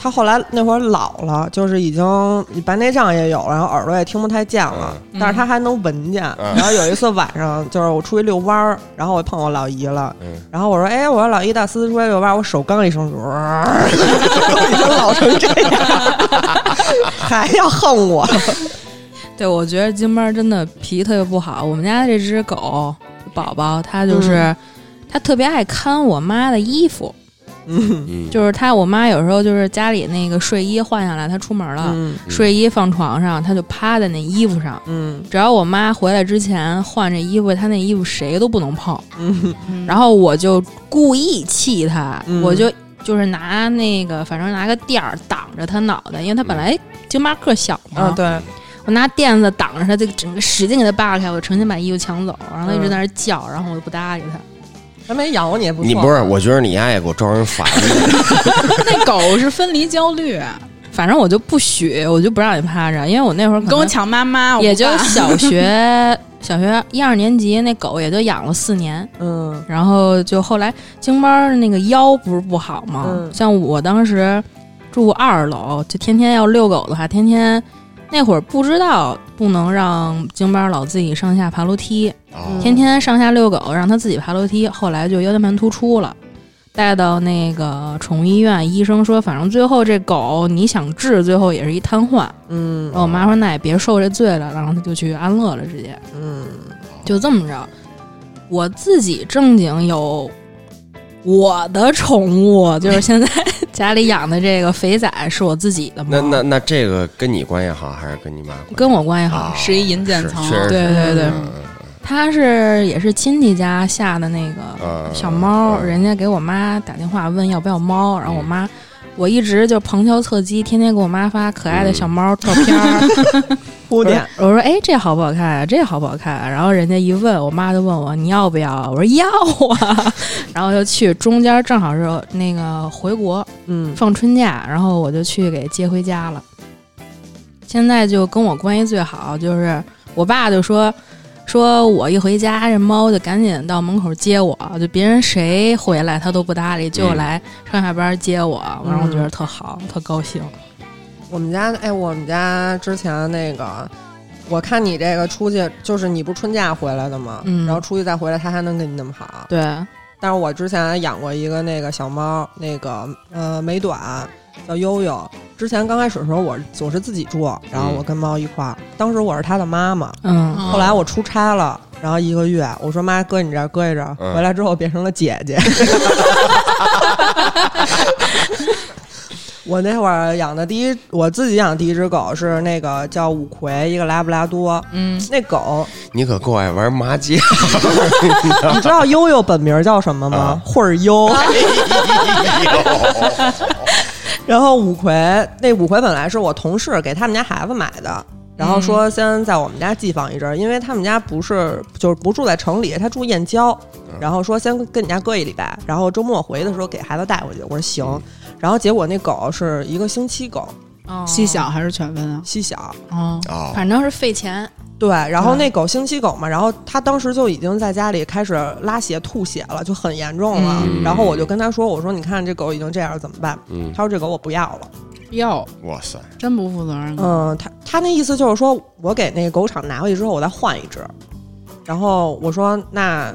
[SPEAKER 2] 他后来那会儿老了，就是已经白内障也有，然后耳朵也听不太见了，但是他还能闻见。
[SPEAKER 3] 嗯
[SPEAKER 2] 然后有一次晚上，就是我出去遛弯儿，然后我碰我老姨了，
[SPEAKER 3] 嗯
[SPEAKER 2] 然后我说：“哎，我说老姨大思思出来遛弯儿，我手刚一伸， 已经老成这样，还要恨我。
[SPEAKER 1] 对，我觉得京巴真的脾气特别不好。我们家这只狗宝宝，它就是、
[SPEAKER 2] 嗯
[SPEAKER 1] 它特别爱看我妈的衣服，
[SPEAKER 3] 嗯，
[SPEAKER 1] 就是它我妈有时候就是家里那个睡衣换下来，它出门了，
[SPEAKER 2] 嗯
[SPEAKER 1] 睡衣放床上，它就趴在那衣服上。
[SPEAKER 2] 嗯
[SPEAKER 1] 只要我妈回来之前换这衣服，她那衣服谁都不能碰。
[SPEAKER 2] 嗯
[SPEAKER 4] 嗯
[SPEAKER 1] 然后我就故意气他，
[SPEAKER 2] 嗯
[SPEAKER 1] 我就就是拿那个，反正拿个垫儿挡着他脑袋，因为他本
[SPEAKER 2] 嗯
[SPEAKER 1] 来京巴个小嘛，
[SPEAKER 2] 啊，对，
[SPEAKER 1] 我拿垫子挡着他，就整个使劲给他扒开，我成心把衣服抢走，然后他一直在那
[SPEAKER 4] 嗯
[SPEAKER 1] 儿叫，然后我就不搭理他。
[SPEAKER 2] 还没咬你也不错。
[SPEAKER 3] 嗯你不是？我觉得你丫也给我招人烦。
[SPEAKER 4] 那狗是分离焦虑，
[SPEAKER 1] 反正我就不许，我就不让你趴着，因为我那会儿可能
[SPEAKER 4] 跟我抢妈妈，我不
[SPEAKER 1] 也就
[SPEAKER 4] 干
[SPEAKER 1] 小学小学一二年级，那狗也就养了四年，
[SPEAKER 2] 嗯
[SPEAKER 1] 然后就后来京巴儿那个腰不是不好吗？
[SPEAKER 2] 嗯
[SPEAKER 1] 像我当时住二楼，就天天要遛狗的话，天天那会儿不知道不能让京巴儿老自己上下爬楼梯，
[SPEAKER 3] 哦
[SPEAKER 1] 天天上下遛狗，让他自己爬楼梯。后来就腰间盘突出了，带到那个宠物医院，医生说，反正最后这狗你想治，最后也是一瘫痪。
[SPEAKER 2] 嗯
[SPEAKER 1] 然后我妈说，那也别受这罪了，然后他就去安乐了，直接。
[SPEAKER 2] 嗯
[SPEAKER 1] 就这么着，我自己正经有我的宠物，就是现在家里养的这个肥仔是我自己的猫，
[SPEAKER 3] 那那那这个跟你关系好还是跟你妈关系好？
[SPEAKER 1] 跟我关系好。
[SPEAKER 3] 啊
[SPEAKER 4] 是一银渐
[SPEAKER 3] 是
[SPEAKER 4] 层
[SPEAKER 3] 确实是
[SPEAKER 1] 对对对，
[SPEAKER 3] 嗯
[SPEAKER 1] 它是也是亲戚家下的那个
[SPEAKER 3] 嗯
[SPEAKER 1] 小猫，
[SPEAKER 3] 嗯
[SPEAKER 1] 人家给我妈打电话问要不要猫，然后我妈。我一直就旁敲侧击，天天给我妈发可爱的小猫照片儿。
[SPEAKER 2] 铺
[SPEAKER 1] 我说
[SPEAKER 2] 垫，
[SPEAKER 1] 我说：“哎，这好不好看啊？这好不好看啊？”然后人家一问，我妈就问我：“你要不要啊？”我说：“要啊。” 然后就去，中间正好是那个回国
[SPEAKER 2] 嗯
[SPEAKER 1] 放春假，然后我就去给接回家了。现在就跟我关系最好，就是我爸就说说我一回家，这猫就赶紧到门口接我，就别人谁回来他都不搭理，就
[SPEAKER 3] 嗯
[SPEAKER 1] 来上下班接我，然后我觉得
[SPEAKER 2] 嗯
[SPEAKER 1] 特好，特高兴。
[SPEAKER 2] 我们家哎，我们家之前那个，我看你这个出去，就是你不是春假回来的吗？
[SPEAKER 1] 嗯
[SPEAKER 2] 然后出去再回来，它还能跟你那么好。
[SPEAKER 1] 对，
[SPEAKER 2] 但是我之前养过一个那个小猫，那个呃美短叫悠悠。之前刚开始的时候我，我是自己住，然后我跟猫一块儿，当时我是它的妈妈。
[SPEAKER 1] 嗯，
[SPEAKER 4] 嗯
[SPEAKER 2] 后来我出差了，然后一个月，我说妈，搁你这儿搁一阵儿，
[SPEAKER 3] 嗯
[SPEAKER 2] 回来之后变成了姐姐。 我那会儿养的第一，我自己养的第一只狗是那个叫五魁，一个拉布拉多。
[SPEAKER 1] 嗯，
[SPEAKER 2] 那狗，
[SPEAKER 3] 你可够爱玩麻将，
[SPEAKER 2] 你知道悠悠本名叫什么吗
[SPEAKER 3] 啊？
[SPEAKER 2] 慧儿悠。
[SPEAKER 3] 哎
[SPEAKER 2] 然后五魁，那五魁本来是我同事给他们家孩子买的，然后说先在我们家寄放一阵儿，因为他们家不是就是不住在城里，他住燕郊，然后说先跟你家搁一礼拜，然后周末回的时候给孩子带回去。我说行，然后结果那狗是一个星期狗，
[SPEAKER 4] 细小还是犬瘟啊？
[SPEAKER 2] 稀小。
[SPEAKER 1] 哦，
[SPEAKER 3] 呦哦，
[SPEAKER 1] 反正是费钱。
[SPEAKER 2] 对，然后那狗星期狗嘛，然后它当时就已经在家里开始拉血、吐血了，就很严重了。
[SPEAKER 3] 嗯
[SPEAKER 2] 然后我就跟他说：“我说你看这狗已经这样怎么办？”
[SPEAKER 3] 嗯，
[SPEAKER 2] 他说：“这狗我不要了。”
[SPEAKER 4] 哟，
[SPEAKER 3] 哇塞，
[SPEAKER 4] 真不负责任啊。
[SPEAKER 2] 嗯，他他那意思就是说，我给那个狗场拿回去之后，我再换一只。然后我说，那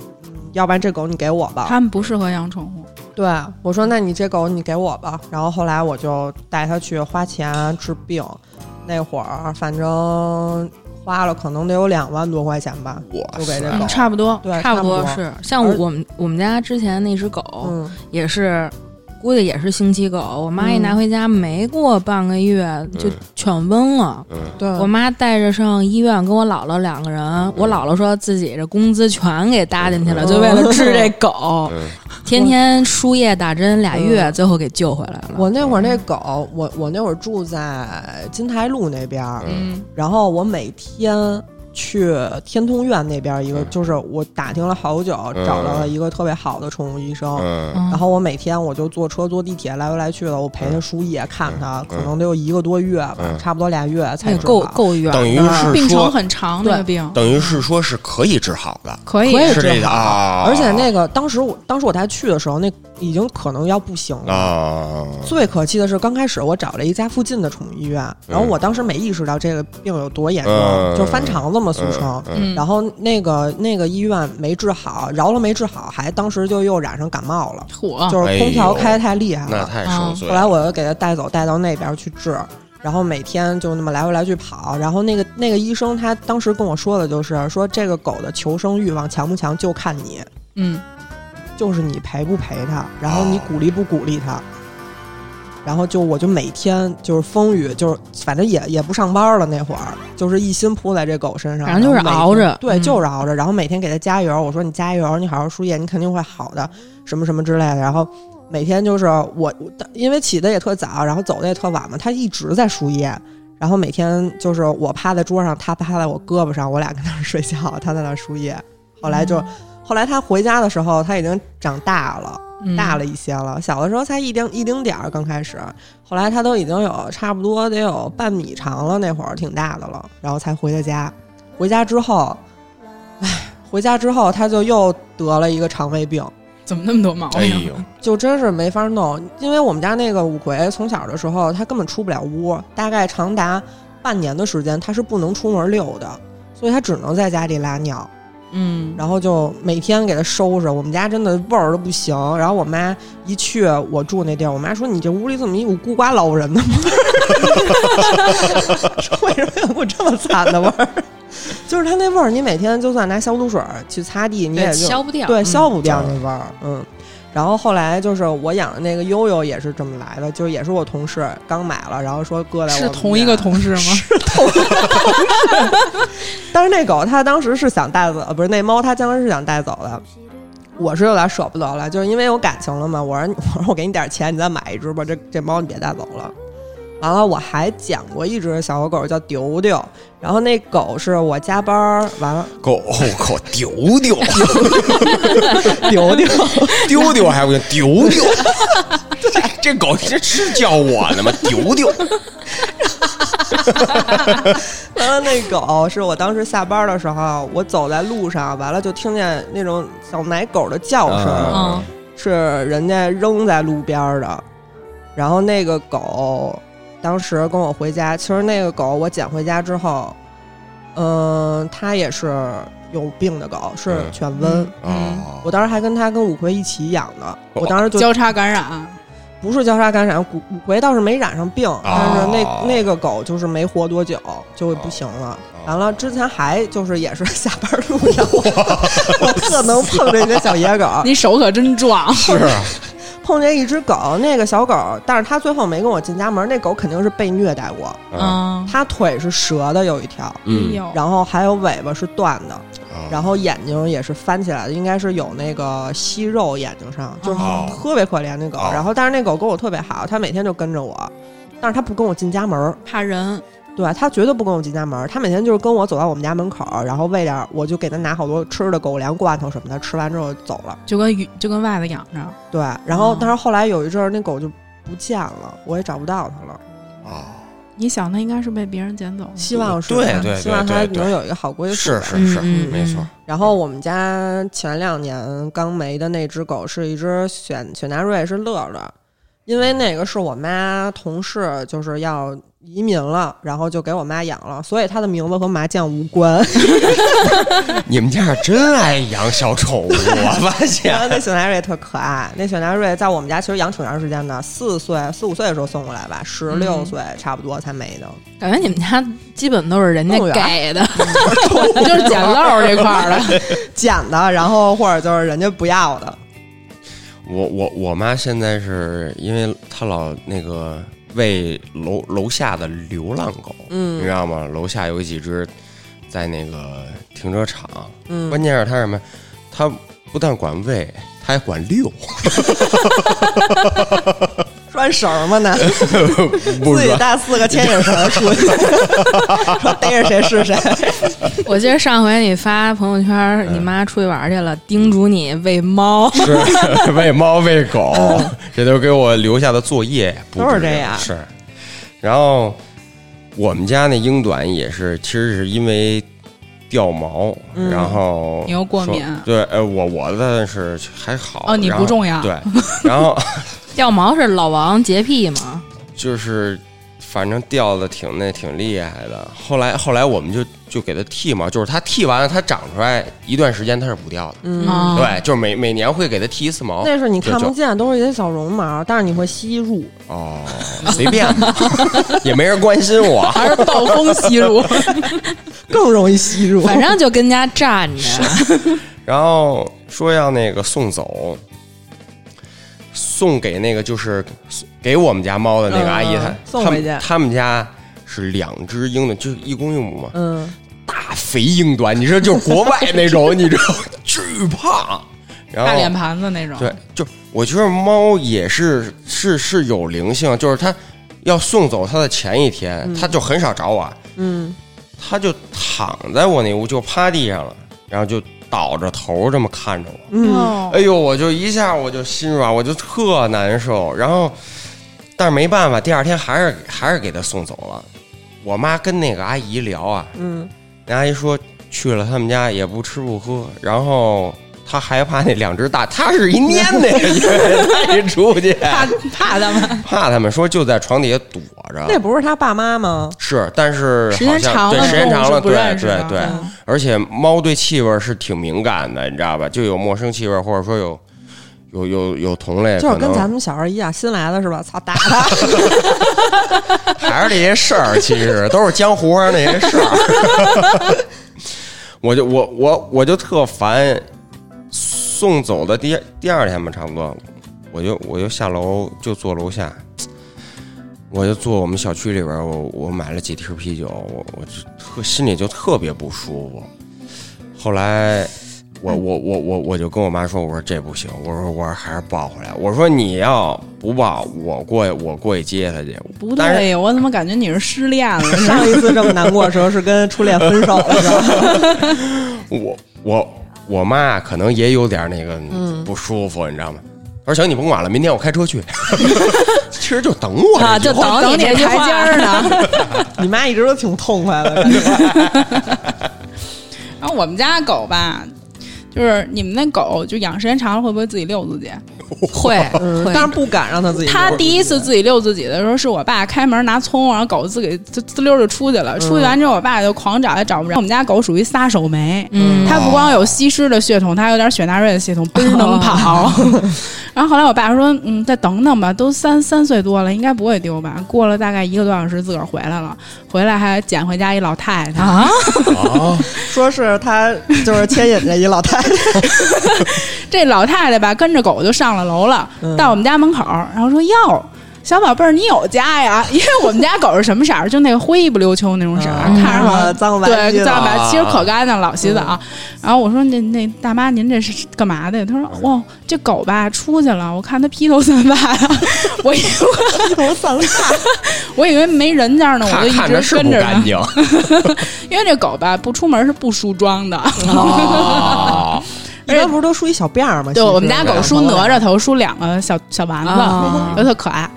[SPEAKER 2] 嗯要不然这狗你给我吧。
[SPEAKER 4] 他们不适合养宠物，
[SPEAKER 2] 对，啊我说那你这狗你给我吧。然后后来我就带它去花钱治病，那会儿啊反正花了可能得有两万多块钱吧。
[SPEAKER 3] 哇
[SPEAKER 2] 就给这
[SPEAKER 3] 塞
[SPEAKER 2] 狗，
[SPEAKER 4] 嗯差不多。
[SPEAKER 2] 对，
[SPEAKER 1] 差
[SPEAKER 2] 差
[SPEAKER 1] 不
[SPEAKER 2] 多
[SPEAKER 1] 多。是像
[SPEAKER 2] 而
[SPEAKER 1] 我们我们家之前那只狗、
[SPEAKER 2] 嗯，
[SPEAKER 1] 也是，估计也是星期狗。我妈一
[SPEAKER 2] 嗯
[SPEAKER 1] 拿回家，没过半个月就
[SPEAKER 3] 嗯
[SPEAKER 1] 犬瘟了。
[SPEAKER 3] 嗯，
[SPEAKER 2] 对，
[SPEAKER 1] 我妈带着上医院，跟我姥姥两个人。我姥姥说自己这工资全给搭进去了，
[SPEAKER 2] 嗯
[SPEAKER 1] 就为了治 这狗，
[SPEAKER 3] 嗯
[SPEAKER 1] 天天输液打针俩
[SPEAKER 2] 嗯
[SPEAKER 1] 月，最后给救回来了。
[SPEAKER 2] 我那会儿那狗，我我那会儿住在金台路那边儿，
[SPEAKER 3] 嗯
[SPEAKER 2] 然后我每天去天通苑那边一个，
[SPEAKER 3] 嗯
[SPEAKER 2] 就是我打听了好久，
[SPEAKER 3] 嗯
[SPEAKER 2] 找到了一个特别好的宠物医生。
[SPEAKER 3] 嗯，
[SPEAKER 1] 嗯
[SPEAKER 2] 然后我每天我就坐车坐地铁来回来去的，我陪他输液看他，可能得有一个多月吧，
[SPEAKER 3] 嗯
[SPEAKER 2] 差不多俩月才
[SPEAKER 1] 那
[SPEAKER 2] 治
[SPEAKER 1] 哎够
[SPEAKER 2] 好
[SPEAKER 1] 够远的，
[SPEAKER 3] 等于
[SPEAKER 4] 病
[SPEAKER 3] 是
[SPEAKER 4] 程
[SPEAKER 3] 说，
[SPEAKER 4] 很长那个病，
[SPEAKER 3] 等于是说是可以治好的，
[SPEAKER 4] 可以
[SPEAKER 2] 可以
[SPEAKER 3] 是这
[SPEAKER 2] 治
[SPEAKER 3] 个
[SPEAKER 2] 好。
[SPEAKER 3] 啊。
[SPEAKER 2] 而且那个当时我当时我带他去的时候，那已经可能要不行了。
[SPEAKER 3] 啊，
[SPEAKER 2] 最可气的是，刚开始我找了一家附近的宠物医院，然后我当时没意识到这个病有多严重，
[SPEAKER 3] 嗯
[SPEAKER 2] 就翻肠子嘛，俗称。
[SPEAKER 3] 嗯
[SPEAKER 4] 嗯，
[SPEAKER 2] 然后那个那个医院没治好，饶了没治好，还当时就又染上感冒了，
[SPEAKER 4] 火
[SPEAKER 2] 就是空调
[SPEAKER 3] 哎呦
[SPEAKER 2] 开得太厉害
[SPEAKER 3] 那
[SPEAKER 2] 了。
[SPEAKER 3] 太受
[SPEAKER 2] 嗯
[SPEAKER 3] 罪
[SPEAKER 2] 后
[SPEAKER 3] 了。
[SPEAKER 2] 来我又给他带走，带到那边去治，然后每天就那么来回来去跑。然后那个那个医生他当时跟我说的就是说，这个狗的求生欲望强不强就看你，
[SPEAKER 4] 嗯，
[SPEAKER 2] 就是你陪不陪它，然后你鼓励不鼓励它。然后就我就每天就是风雨，就是反正也也不上班了那会儿，就是一心扑在这狗身上，
[SPEAKER 1] 反正就是
[SPEAKER 2] 然后每
[SPEAKER 1] 熬着
[SPEAKER 2] 天对，
[SPEAKER 1] 嗯
[SPEAKER 2] 就是熬着。然后每天给它加油，我说你加油，你好好输液，你肯定会好的，什么什么之类的。然后每天就是我，我因为起的也特早，然后走的也特晚嘛，它一直在输液。然后每天就是我趴在桌上，它趴在我胳膊上，我俩跟那儿睡觉，它在那儿输液。后来就，后来它回家的时候，它已经长大了。
[SPEAKER 4] 嗯
[SPEAKER 2] 大了一些了，小的时候才一丁一丁点儿，刚开始，后来它都已经有差不多得有半米长了，那会儿挺大的了，然后才回的家。回家之后，唉，回家之后它就又得了一个肠胃病，
[SPEAKER 4] 怎么那么多毛
[SPEAKER 3] 哎
[SPEAKER 4] 病？
[SPEAKER 3] 呦，
[SPEAKER 2] 就真是没法弄。因为我们家那个五魁从小的时候，它根本出不了屋，大概长达半年的时间，它是不能出门溜的，所以它只能在家里拉尿。
[SPEAKER 4] 嗯，
[SPEAKER 2] 然后就每天给它收拾。我们家真的味儿都不行。然后我妈一去我住那地儿，我妈说：“你这屋里怎么一股孤寡老人的味儿？” 说为什么有股这么惨的味儿？ 就是它那味儿，你每天就算拿消毒水儿去擦地，你也
[SPEAKER 1] 对
[SPEAKER 2] 就
[SPEAKER 1] 消不掉，
[SPEAKER 2] 对，
[SPEAKER 1] 嗯
[SPEAKER 2] 消不掉那味儿，嗯。然后后来就是我养的那个悠悠也是这么来的，就也是我同事刚买了，然后说搁来我
[SPEAKER 4] 是
[SPEAKER 2] 们
[SPEAKER 4] 同一个
[SPEAKER 2] 家
[SPEAKER 4] 同事 吗？
[SPEAKER 2] 但是那狗它当时是想带走，呃不是那猫它当时是想带走的。我是有点舍不得了，就是因为有感情了嘛。我说你 我说我给你点钱，你再买一只吧，这这猫你别带走了。完了，我还捡过一只小狗狗叫丢丢，然后那狗是我加班儿完 了
[SPEAKER 3] 狗狗哦丢丢
[SPEAKER 2] 丢丢，
[SPEAKER 3] 丢丢还不行，丢丢， 这这狗这是叫我呢吗？丢丢，
[SPEAKER 2] 完了那狗是我当时下班的时候，啊我走在路上，完了就听见那种小奶狗的叫声，
[SPEAKER 3] 嗯
[SPEAKER 1] 嗯，
[SPEAKER 2] 是人家扔在路边儿的，然后那个狗当时跟我回家，其实那个狗我捡回家之后，嗯、它也是有病的狗，是
[SPEAKER 3] 嗯
[SPEAKER 2] 犬瘟。
[SPEAKER 4] 嗯，
[SPEAKER 3] 哦
[SPEAKER 2] 我当时还跟它跟五魁一起养的，我当时就
[SPEAKER 4] 交叉感染，
[SPEAKER 2] 不是交叉感染，五五魁倒是没染上病，但是那、
[SPEAKER 3] 哦
[SPEAKER 2] 那个狗就是没活多久就不行了。完了，之前还就是也是下班路 上，我我特能碰见一个小野狗，
[SPEAKER 4] 你手可真壮，
[SPEAKER 3] 是啊
[SPEAKER 2] 碰见一只狗，那个小狗，但是它最后没跟我进家门，那狗肯定是被虐待过，
[SPEAKER 4] 嗯，
[SPEAKER 2] 它腿是折的有一条，
[SPEAKER 4] 哎
[SPEAKER 3] 啊嗯，
[SPEAKER 4] 呦，
[SPEAKER 2] 然后还有尾巴是断的，
[SPEAKER 3] 啊
[SPEAKER 2] 嗯然后眼睛也是翻起来的，应该是有那个息肉，眼睛上就是
[SPEAKER 3] 哦
[SPEAKER 2] 特别可怜那狗。
[SPEAKER 3] 哦
[SPEAKER 2] 然后但是那狗跟我特别好，它每天就跟着我，但是它不跟我进家门儿，
[SPEAKER 1] 怕人，
[SPEAKER 2] 对，它绝对不跟我进家门儿，它每天就是跟我走到我们家门口儿，然后喂点儿，我就给它拿好多吃的狗粮、罐头什么的，吃完之后走了。
[SPEAKER 4] 就跟鱼就跟外头养着，
[SPEAKER 2] 对，啊然后
[SPEAKER 4] 哦
[SPEAKER 2] 但是后来有一阵儿那狗就不见了，我也找不到它了。
[SPEAKER 3] 啊，
[SPEAKER 4] 你想它应该是被别人捡走了，
[SPEAKER 2] 希望是
[SPEAKER 3] 对
[SPEAKER 2] 吧
[SPEAKER 3] 对
[SPEAKER 2] 希望
[SPEAKER 3] 对
[SPEAKER 2] 它
[SPEAKER 3] 对对
[SPEAKER 2] 能有一个好归宿
[SPEAKER 3] 是
[SPEAKER 2] 吧。
[SPEAKER 3] 是是，
[SPEAKER 1] 嗯嗯
[SPEAKER 3] 没错，
[SPEAKER 2] 然后我们家前两年刚没的那只狗是一只雪雪纳瑞，是乐乐，因为那个是我妈同事就是要移民了，然后就给我妈养了，所以它的名字和麻将无关。
[SPEAKER 3] 你们家真爱养小宠物，我发 现
[SPEAKER 2] 然后那雪纳瑞特可爱，那雪纳瑞在我们家其实养挺长时间的，四岁四五岁的时候送过来吧，十六
[SPEAKER 4] 嗯
[SPEAKER 2] 岁差不多才没的。
[SPEAKER 1] 感觉你们家基本都是人家
[SPEAKER 2] 动物园
[SPEAKER 1] 给的，
[SPEAKER 4] 就是捡漏儿这块儿的，
[SPEAKER 2] 捡的，然后或者就是人家不要的。
[SPEAKER 3] 我我我妈现在是因为她老那个喂楼楼下的流浪狗，你
[SPEAKER 2] 嗯
[SPEAKER 3] 知道吗？楼下有几只在那个停车场，
[SPEAKER 2] 嗯，
[SPEAKER 3] 关键是它什么？它不但管喂，它还管遛。
[SPEAKER 2] 说拴绳吗？呢，
[SPEAKER 3] 不
[SPEAKER 2] 自己
[SPEAKER 3] 是吧
[SPEAKER 2] 带四个牵引绳出去， 说逮着谁是谁。
[SPEAKER 1] 我记得上回你发朋友圈，你
[SPEAKER 3] 嗯
[SPEAKER 1] 妈出去玩去了，叮嘱你喂猫。
[SPEAKER 3] 是 喂猫喂狗，这都是给我留下的作业，布置
[SPEAKER 2] 都是这
[SPEAKER 3] 的
[SPEAKER 2] 样
[SPEAKER 3] 是，然后我们家那英短也是，其实是因为掉毛，
[SPEAKER 2] 嗯
[SPEAKER 3] 然后
[SPEAKER 4] 你又过
[SPEAKER 3] 说
[SPEAKER 4] 敏
[SPEAKER 3] 对，呃，我我的是还好
[SPEAKER 4] 哦你
[SPEAKER 3] 然
[SPEAKER 4] 不
[SPEAKER 3] 后
[SPEAKER 4] 重要
[SPEAKER 3] 对，然后
[SPEAKER 1] 掉毛是老王洁癖嘛？
[SPEAKER 3] 就是反正掉的挺那挺厉害的。后来后来我们就就给它剃嘛，就是它剃完了，它长出来一段时间它是不掉的。
[SPEAKER 2] 嗯，
[SPEAKER 1] 啊，
[SPEAKER 3] 对，就是每每年会给它剃一次毛。
[SPEAKER 2] 那是你看
[SPEAKER 3] 就
[SPEAKER 2] 不见，都是一些小绒毛，但是你会吸入。
[SPEAKER 3] 哦，随便吧， 也没人关心我。
[SPEAKER 4] 还是暴风吸入，
[SPEAKER 2] 更容易吸 入
[SPEAKER 1] 反正就跟家站着。
[SPEAKER 3] 然后说要那个送走，送给那个就是给我们家猫的那个阿姨，
[SPEAKER 2] 嗯
[SPEAKER 3] 她
[SPEAKER 2] 送
[SPEAKER 3] 他
[SPEAKER 2] 回去
[SPEAKER 3] 们他们家是两只英的，就是一公一母嘛，
[SPEAKER 2] 嗯，
[SPEAKER 3] 大肥英短，你说就是国外那种，你知道吗，巨胖，然后
[SPEAKER 4] 大脸盘子那种。
[SPEAKER 3] 对，就我觉得猫也是是是有灵性，就是它要送走它的前一天，它就很少找我，
[SPEAKER 2] 嗯，
[SPEAKER 3] 它就躺在我那屋，就趴地上了，然后就倒着头这么看着我。
[SPEAKER 2] 嗯，
[SPEAKER 4] 哦
[SPEAKER 3] 哎呦，我就一下我就心软，我就特难受。然后，但是没办法，第二天还是还是给他送走了。我妈跟那个阿姨聊啊，
[SPEAKER 2] 嗯，
[SPEAKER 3] 那阿姨说去了他们家也不吃不喝，然后她害怕那两只大，她是一蔫 的，她一出去
[SPEAKER 4] 怕怕他们，
[SPEAKER 3] 怕他们说就在床底下躲
[SPEAKER 2] 那
[SPEAKER 3] 着。
[SPEAKER 2] 不是他爸妈吗？
[SPEAKER 3] 是，但是
[SPEAKER 4] 时间
[SPEAKER 3] 好像
[SPEAKER 4] 长了
[SPEAKER 3] 对时间
[SPEAKER 4] 动物
[SPEAKER 3] 长
[SPEAKER 4] 是
[SPEAKER 3] 了，
[SPEAKER 4] 不
[SPEAKER 3] 对
[SPEAKER 4] 认识
[SPEAKER 3] 对
[SPEAKER 4] 的
[SPEAKER 3] 对
[SPEAKER 4] 嗯，
[SPEAKER 3] 而且猫对气味是挺敏感的，你知道吧？就有陌生气味，或者说有有有有同类，
[SPEAKER 2] 就是
[SPEAKER 3] 哎可
[SPEAKER 2] 跟
[SPEAKER 3] 能
[SPEAKER 2] 咱们小时候一样，新来的是吧？操，打他！
[SPEAKER 3] 还是这些事儿，其实都是江湖上那些事儿。我就我我我就特烦，送走的第第二天吧，差不多，我就我就下楼就坐楼下，我就坐我们小区里边儿，我我买了几瓶啤酒，我我就特心里就特别不舒服。后来我我我我我就跟我妈说，我说这不行，我说我说还是抱回来，我说你要不抱，我过去我过去接她去。
[SPEAKER 4] 不
[SPEAKER 3] 但是
[SPEAKER 4] 对，我怎么感觉你是失恋 了？
[SPEAKER 2] 上一次这么难过的时候是跟初恋分手了，是吧？
[SPEAKER 3] 我我我妈可能也有点那个
[SPEAKER 4] 嗯
[SPEAKER 3] 不舒服，你知道吗？她说：“行，你甭管了，明天我开车去。” 其实就等我
[SPEAKER 1] 啊，
[SPEAKER 3] 这
[SPEAKER 1] 就
[SPEAKER 3] 句话
[SPEAKER 1] 等
[SPEAKER 4] 等
[SPEAKER 1] 你
[SPEAKER 4] 你
[SPEAKER 1] 这句
[SPEAKER 4] 台阶
[SPEAKER 1] 话
[SPEAKER 4] 儿呢。
[SPEAKER 2] 你妈一直都挺痛快的， 感觉
[SPEAKER 4] 然后我们家狗吧，就是你们那狗就养时间长了，会不会自己遛自己？
[SPEAKER 1] 会
[SPEAKER 2] 嗯
[SPEAKER 1] 会
[SPEAKER 2] 但是不敢让她自己。
[SPEAKER 4] 他第一次
[SPEAKER 2] 嗯
[SPEAKER 4] 自己遛自己的时候，是我爸开门拿葱，然后狗自己就滋溜就出去
[SPEAKER 2] 嗯
[SPEAKER 4] 了。出去完之后，我爸就狂找也找不着。我们家狗属于撒手没，
[SPEAKER 1] 嗯
[SPEAKER 4] 它不光有西施的血统，它有点雪纳瑞的血统，倍儿能跑。
[SPEAKER 2] 哦
[SPEAKER 4] 然后后来我爸说：“嗯，再等等吧，都三三岁多了，应该不会丢吧？”过了大概一个多小时，自个儿回来了，回来还捡回家一老太太。
[SPEAKER 1] 啊，
[SPEAKER 3] 啊，
[SPEAKER 2] 说是他就是牵引着一老太太，
[SPEAKER 4] 这老太太吧，跟着狗就上了楼了，
[SPEAKER 2] 嗯
[SPEAKER 4] 到我们家门口，然后说：“哟，小宝贝儿，你有家呀？” 因为我们家狗是什么色儿，就那个灰不溜秋那种色儿，
[SPEAKER 2] 嗯
[SPEAKER 4] 啊看着好像
[SPEAKER 2] 脏了吧唧
[SPEAKER 4] 对
[SPEAKER 2] 的
[SPEAKER 4] 脏白，
[SPEAKER 3] 啊
[SPEAKER 4] 其实可干净，老洗澡。然后我说：“那那大妈，您这是干嘛的呀？”她说：“哇，这狗吧出去了，我看它披头散发 的，我以为
[SPEAKER 2] 披头散发。
[SPEAKER 4] 我以为没人家呢，我
[SPEAKER 3] 看
[SPEAKER 4] 就
[SPEAKER 3] 看
[SPEAKER 4] 一
[SPEAKER 3] 着是
[SPEAKER 4] 直
[SPEAKER 3] 不
[SPEAKER 4] 跟着
[SPEAKER 3] 干
[SPEAKER 4] 呢。
[SPEAKER 3] 净
[SPEAKER 4] 因为这狗吧不出门是不梳妆的。”哦
[SPEAKER 3] 啊，
[SPEAKER 2] 一般不是都梳一小辫儿吗？
[SPEAKER 4] 对，
[SPEAKER 2] 其实
[SPEAKER 4] 我们家狗梳哪吒头，梳两个小小丸子，
[SPEAKER 1] 啊
[SPEAKER 4] 有特可爱。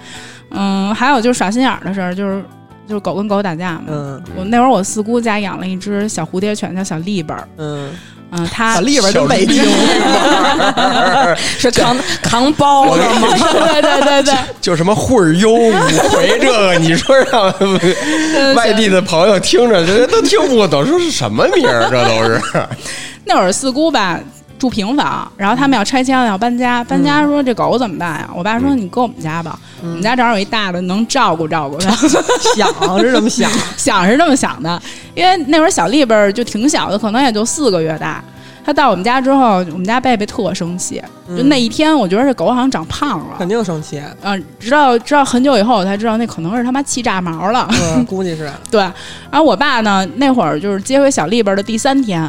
[SPEAKER 4] 嗯，还有就是耍心眼儿的事儿，就是就是狗跟狗打架嘛。
[SPEAKER 2] 嗯
[SPEAKER 4] 我那会儿我四姑家养了一只小蝴蝶犬，叫小丽本儿。
[SPEAKER 2] 嗯，
[SPEAKER 4] 嗯，它
[SPEAKER 2] 小立边真没听过。
[SPEAKER 1] 是扛扛包
[SPEAKER 3] 我
[SPEAKER 1] 了吗？
[SPEAKER 4] 对对对对
[SPEAKER 3] 就什么会儿优五回这个，你说 让
[SPEAKER 4] 对，
[SPEAKER 3] 外地的朋友听着，这都听不懂，说是什么名儿？啊这都 是
[SPEAKER 4] 那会儿四姑吧住平房，然后他们要拆迁了，要搬家。搬
[SPEAKER 2] 嗯
[SPEAKER 4] 家说这狗怎么办呀？我爸说你搁我们家吧，我们家正好有一大的，能照顾照顾它。
[SPEAKER 2] 想是这么想，
[SPEAKER 4] 想是这么想的，因为那会儿小丽贝儿就挺小的，可能也就四个月大。她到我们家之后，我们家贝贝特生气，就那一天，我觉得这狗好像长胖了
[SPEAKER 2] 嗯 肯。定生气。
[SPEAKER 4] 嗯，直到直到很久以后，我才知道那可能是他妈气炸毛了。
[SPEAKER 2] 嗯，估计是
[SPEAKER 4] 对，然后我爸呢，那会儿就是接回小丽贝儿的第三天，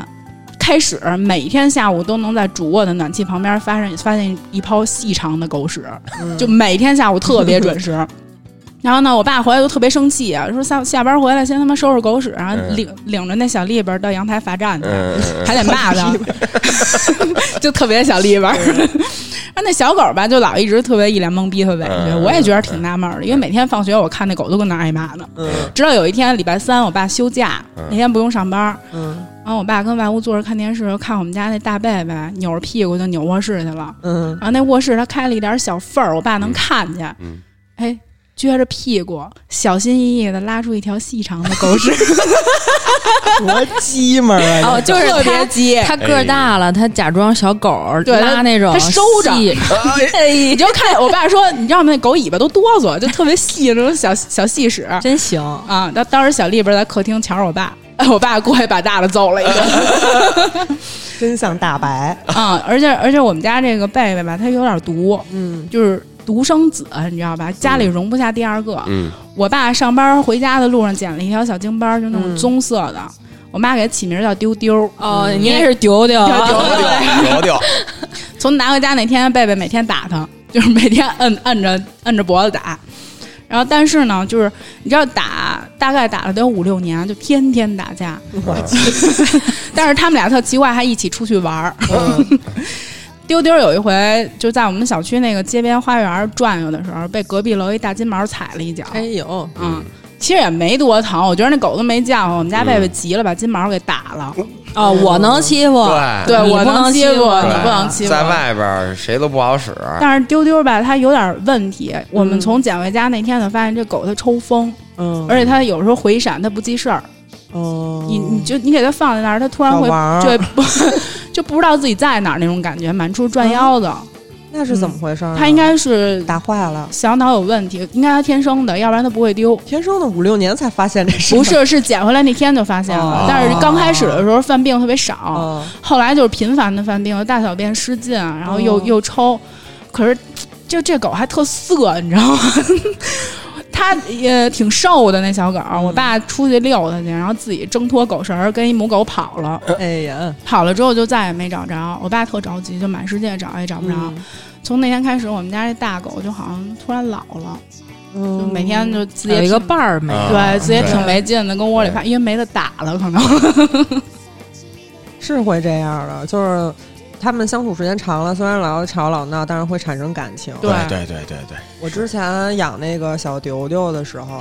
[SPEAKER 4] 开始每天下午都能在主卧的暖气旁边发现发现一泡细长的狗屎，
[SPEAKER 2] 嗯
[SPEAKER 4] 就每天下午特别准时。然后呢，我爸回来就特别生气啊，说下下班回来先他妈收拾狗屎，然后
[SPEAKER 3] 嗯
[SPEAKER 4] 领、领着那小立本到阳台罚站去，
[SPEAKER 3] 嗯，嗯
[SPEAKER 4] 还得 骂他， 就特别小立本。然后 那小狗吧，就老一直特别一脸懵逼，特委屈。
[SPEAKER 3] 嗯
[SPEAKER 4] 我也觉得挺纳闷儿的，因为每天放学我看那狗都跟那儿挨骂呢。
[SPEAKER 2] 嗯
[SPEAKER 4] 直到有一天礼拜三，我爸休假，
[SPEAKER 3] 嗯
[SPEAKER 4] 那天不用上班儿，
[SPEAKER 2] 嗯
[SPEAKER 4] 然后我爸跟外屋坐着看电视，看我们家那大贝贝扭着屁股就扭卧室去了。
[SPEAKER 2] 嗯，
[SPEAKER 4] 然后那卧室它开了一点小缝儿，我爸能
[SPEAKER 3] 嗯
[SPEAKER 4] 看见，
[SPEAKER 3] 嗯
[SPEAKER 4] 哎，撅着屁股，小心翼翼的拉出一条细长的狗屎，
[SPEAKER 2] 多鸡门儿啊！
[SPEAKER 1] 哦，就是
[SPEAKER 4] 特别
[SPEAKER 1] 他
[SPEAKER 4] 急。
[SPEAKER 1] 他个儿大了，他假装小狗儿
[SPEAKER 4] 对
[SPEAKER 1] 拉那种
[SPEAKER 4] 他收着
[SPEAKER 1] 细，
[SPEAKER 4] 你就看我爸说，你知道吗？那狗尾巴都哆嗦，就特别细那种小小细屎
[SPEAKER 1] 真行。哦
[SPEAKER 4] 啊。当当时小丽不是在客厅瞧着我爸， 我爸过去把大的揍了一顿
[SPEAKER 2] 真像大白，
[SPEAKER 4] 啊。而且而且我们家这个贝贝吧，它有点毒，
[SPEAKER 2] 嗯，
[SPEAKER 4] 就是独生子，你知道吧？家里容不下第二个。
[SPEAKER 3] 嗯，
[SPEAKER 4] 我爸上班回家的路上捡了一条小京巴儿，就那种
[SPEAKER 2] 嗯
[SPEAKER 4] 棕色的，我妈给它起名叫丢丢。
[SPEAKER 1] 哦，
[SPEAKER 4] 嗯
[SPEAKER 1] 你 也是丢丢啊，
[SPEAKER 4] 丢丢
[SPEAKER 3] 调调，
[SPEAKER 4] 从拿回家那天，贝贝每天打他， 就是每天摁摁着摁着脖子打。然后，但是呢，就是你知道打，大概打了得有五六年，就天天打架。
[SPEAKER 2] 我
[SPEAKER 4] 但是他们俩特奇怪，还一起出去玩儿。
[SPEAKER 2] 嗯
[SPEAKER 4] 丢丢有一回就在我们小区那个街边花园转悠的时候，被隔壁楼一大金毛踩了一脚。
[SPEAKER 2] 哎呦，
[SPEAKER 4] 嗯，其实也没多疼，我觉得那狗都没叫唤。我们家贝贝急了，把金毛给打了。
[SPEAKER 3] 嗯
[SPEAKER 1] 哦，我能欺负，
[SPEAKER 3] 对
[SPEAKER 4] 对
[SPEAKER 1] 你
[SPEAKER 4] 我
[SPEAKER 1] 不
[SPEAKER 4] 能
[SPEAKER 1] 能
[SPEAKER 4] 欺负，
[SPEAKER 1] 我
[SPEAKER 4] 你
[SPEAKER 3] 对
[SPEAKER 4] 不能欺负。
[SPEAKER 3] 在外边儿谁都不好使，啊
[SPEAKER 4] 但是丢丢吧，它有点问题。我们
[SPEAKER 2] 嗯
[SPEAKER 4] 从捡回家那天就发现这狗它抽风，
[SPEAKER 2] 嗯，
[SPEAKER 4] 而且它有时候回闪它不记事儿。
[SPEAKER 2] 哦，
[SPEAKER 4] 你你就你给它放在那儿，它突然
[SPEAKER 2] 小
[SPEAKER 4] 会
[SPEAKER 2] 玩儿
[SPEAKER 4] 就会不 就不知道自己在哪儿那种感觉，满处转腰子。
[SPEAKER 2] 那是怎么回事儿呢？
[SPEAKER 4] 嗯它应该是
[SPEAKER 2] 打坏了，
[SPEAKER 4] 小脑有问题，应该它天生的，要不然它不会丢。
[SPEAKER 2] 天生的五六年才发现这事，
[SPEAKER 4] 不是，是捡回来那天就发现了
[SPEAKER 2] 哦，
[SPEAKER 4] 但是刚开始的时候犯病特别少。
[SPEAKER 2] 哦，
[SPEAKER 4] 后来就是频繁的犯病，大小便失禁，然后又、
[SPEAKER 2] 哦
[SPEAKER 4] 又抽，可是就这狗还特色，你知道吗？ 它也挺瘦的那小狗，我爸出去遛它去，然后自己挣脱狗绳儿跟一母狗跑了，
[SPEAKER 2] 哎呀，
[SPEAKER 4] 跑了之后就再也没找着。我爸特着急，就满世界找嗯也找不着。
[SPEAKER 2] 嗯
[SPEAKER 4] 从那天开始，我们家这大狗就好像突然老了，
[SPEAKER 2] 嗯，
[SPEAKER 4] 就
[SPEAKER 2] 就
[SPEAKER 4] 每天就自己
[SPEAKER 1] 有
[SPEAKER 4] 也
[SPEAKER 1] 一个
[SPEAKER 4] 挺
[SPEAKER 1] 伴儿没
[SPEAKER 3] 啊
[SPEAKER 4] 嗯对自己也
[SPEAKER 3] 对
[SPEAKER 4] 挺没劲的，跟窝里发，因为没得打了，可能。
[SPEAKER 2] 是会这样的，就是他们相处时间长了，虽然老吵老闹，但是会产生感情。
[SPEAKER 4] 对
[SPEAKER 3] 对对对对，
[SPEAKER 2] 我之前养那个小丢丢的时 候，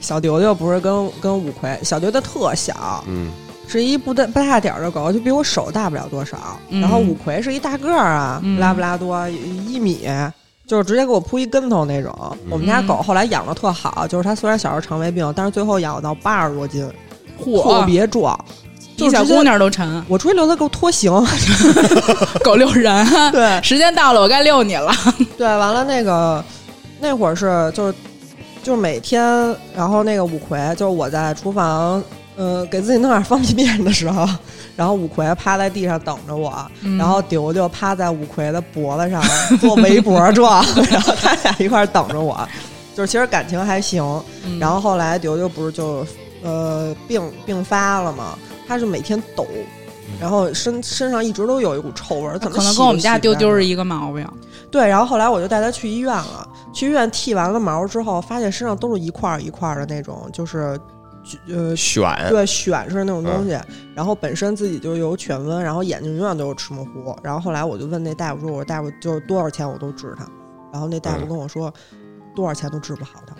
[SPEAKER 2] 小丢丢不是跟跟五魁，小丢丢特小，
[SPEAKER 3] 嗯
[SPEAKER 2] 是一不大不大点儿的狗，就比我手大不了多少。
[SPEAKER 4] 嗯
[SPEAKER 2] 然后五魁是一大个儿啊，
[SPEAKER 4] 嗯
[SPEAKER 2] 拉布拉多一米。就是直接给我扑一跟头那种。
[SPEAKER 4] 嗯
[SPEAKER 2] 我们家狗后来养的特好，就是它虽然小时候肠胃病，但是最后养到八十多斤，特
[SPEAKER 4] 嚯，
[SPEAKER 2] 别壮。
[SPEAKER 4] 比
[SPEAKER 2] 就
[SPEAKER 4] 小
[SPEAKER 2] 直接
[SPEAKER 4] 姑娘都沉，
[SPEAKER 2] 我出去遛它给我拖 行，
[SPEAKER 4] 狗遛人。
[SPEAKER 2] 对，
[SPEAKER 4] 时间到了，我该遛你了。
[SPEAKER 2] 对，完了那个那会儿是就是就是每天，然后那个五魁就是我在厨房。呃，给自己弄点方便面的时候，然后五魁趴在地上等着我，
[SPEAKER 4] 嗯
[SPEAKER 2] 然后丢丢趴在五魁的脖子上做围脖状， 然后他俩一块儿等着我，就是其实感情还行。
[SPEAKER 4] 嗯，
[SPEAKER 2] 然后后来丢丢不是就呃病病发了嘛，他是每天抖，然后身身上一直都有一股臭味儿，怎么
[SPEAKER 4] 嗯可能
[SPEAKER 2] 洗
[SPEAKER 4] 跟
[SPEAKER 2] 都
[SPEAKER 4] 我们家
[SPEAKER 2] 洗不
[SPEAKER 4] 丢
[SPEAKER 2] 干
[SPEAKER 4] 丢
[SPEAKER 2] 净
[SPEAKER 4] 是一个毛病。
[SPEAKER 2] 对，然后后来我就带它去医院了。去医院剃完了毛之后，发现身上都是一块儿一块儿的那种，就是呃，
[SPEAKER 3] 选
[SPEAKER 2] 对，癣似的那种东西。然后本身自己就有犬瘟，然后眼睛永远都有赤目糊。然后后来我就问那大夫说：“我说大夫就是多少钱我都治它。”然后那大夫
[SPEAKER 3] 嗯
[SPEAKER 2] 跟我说：“多少钱都治不好它。”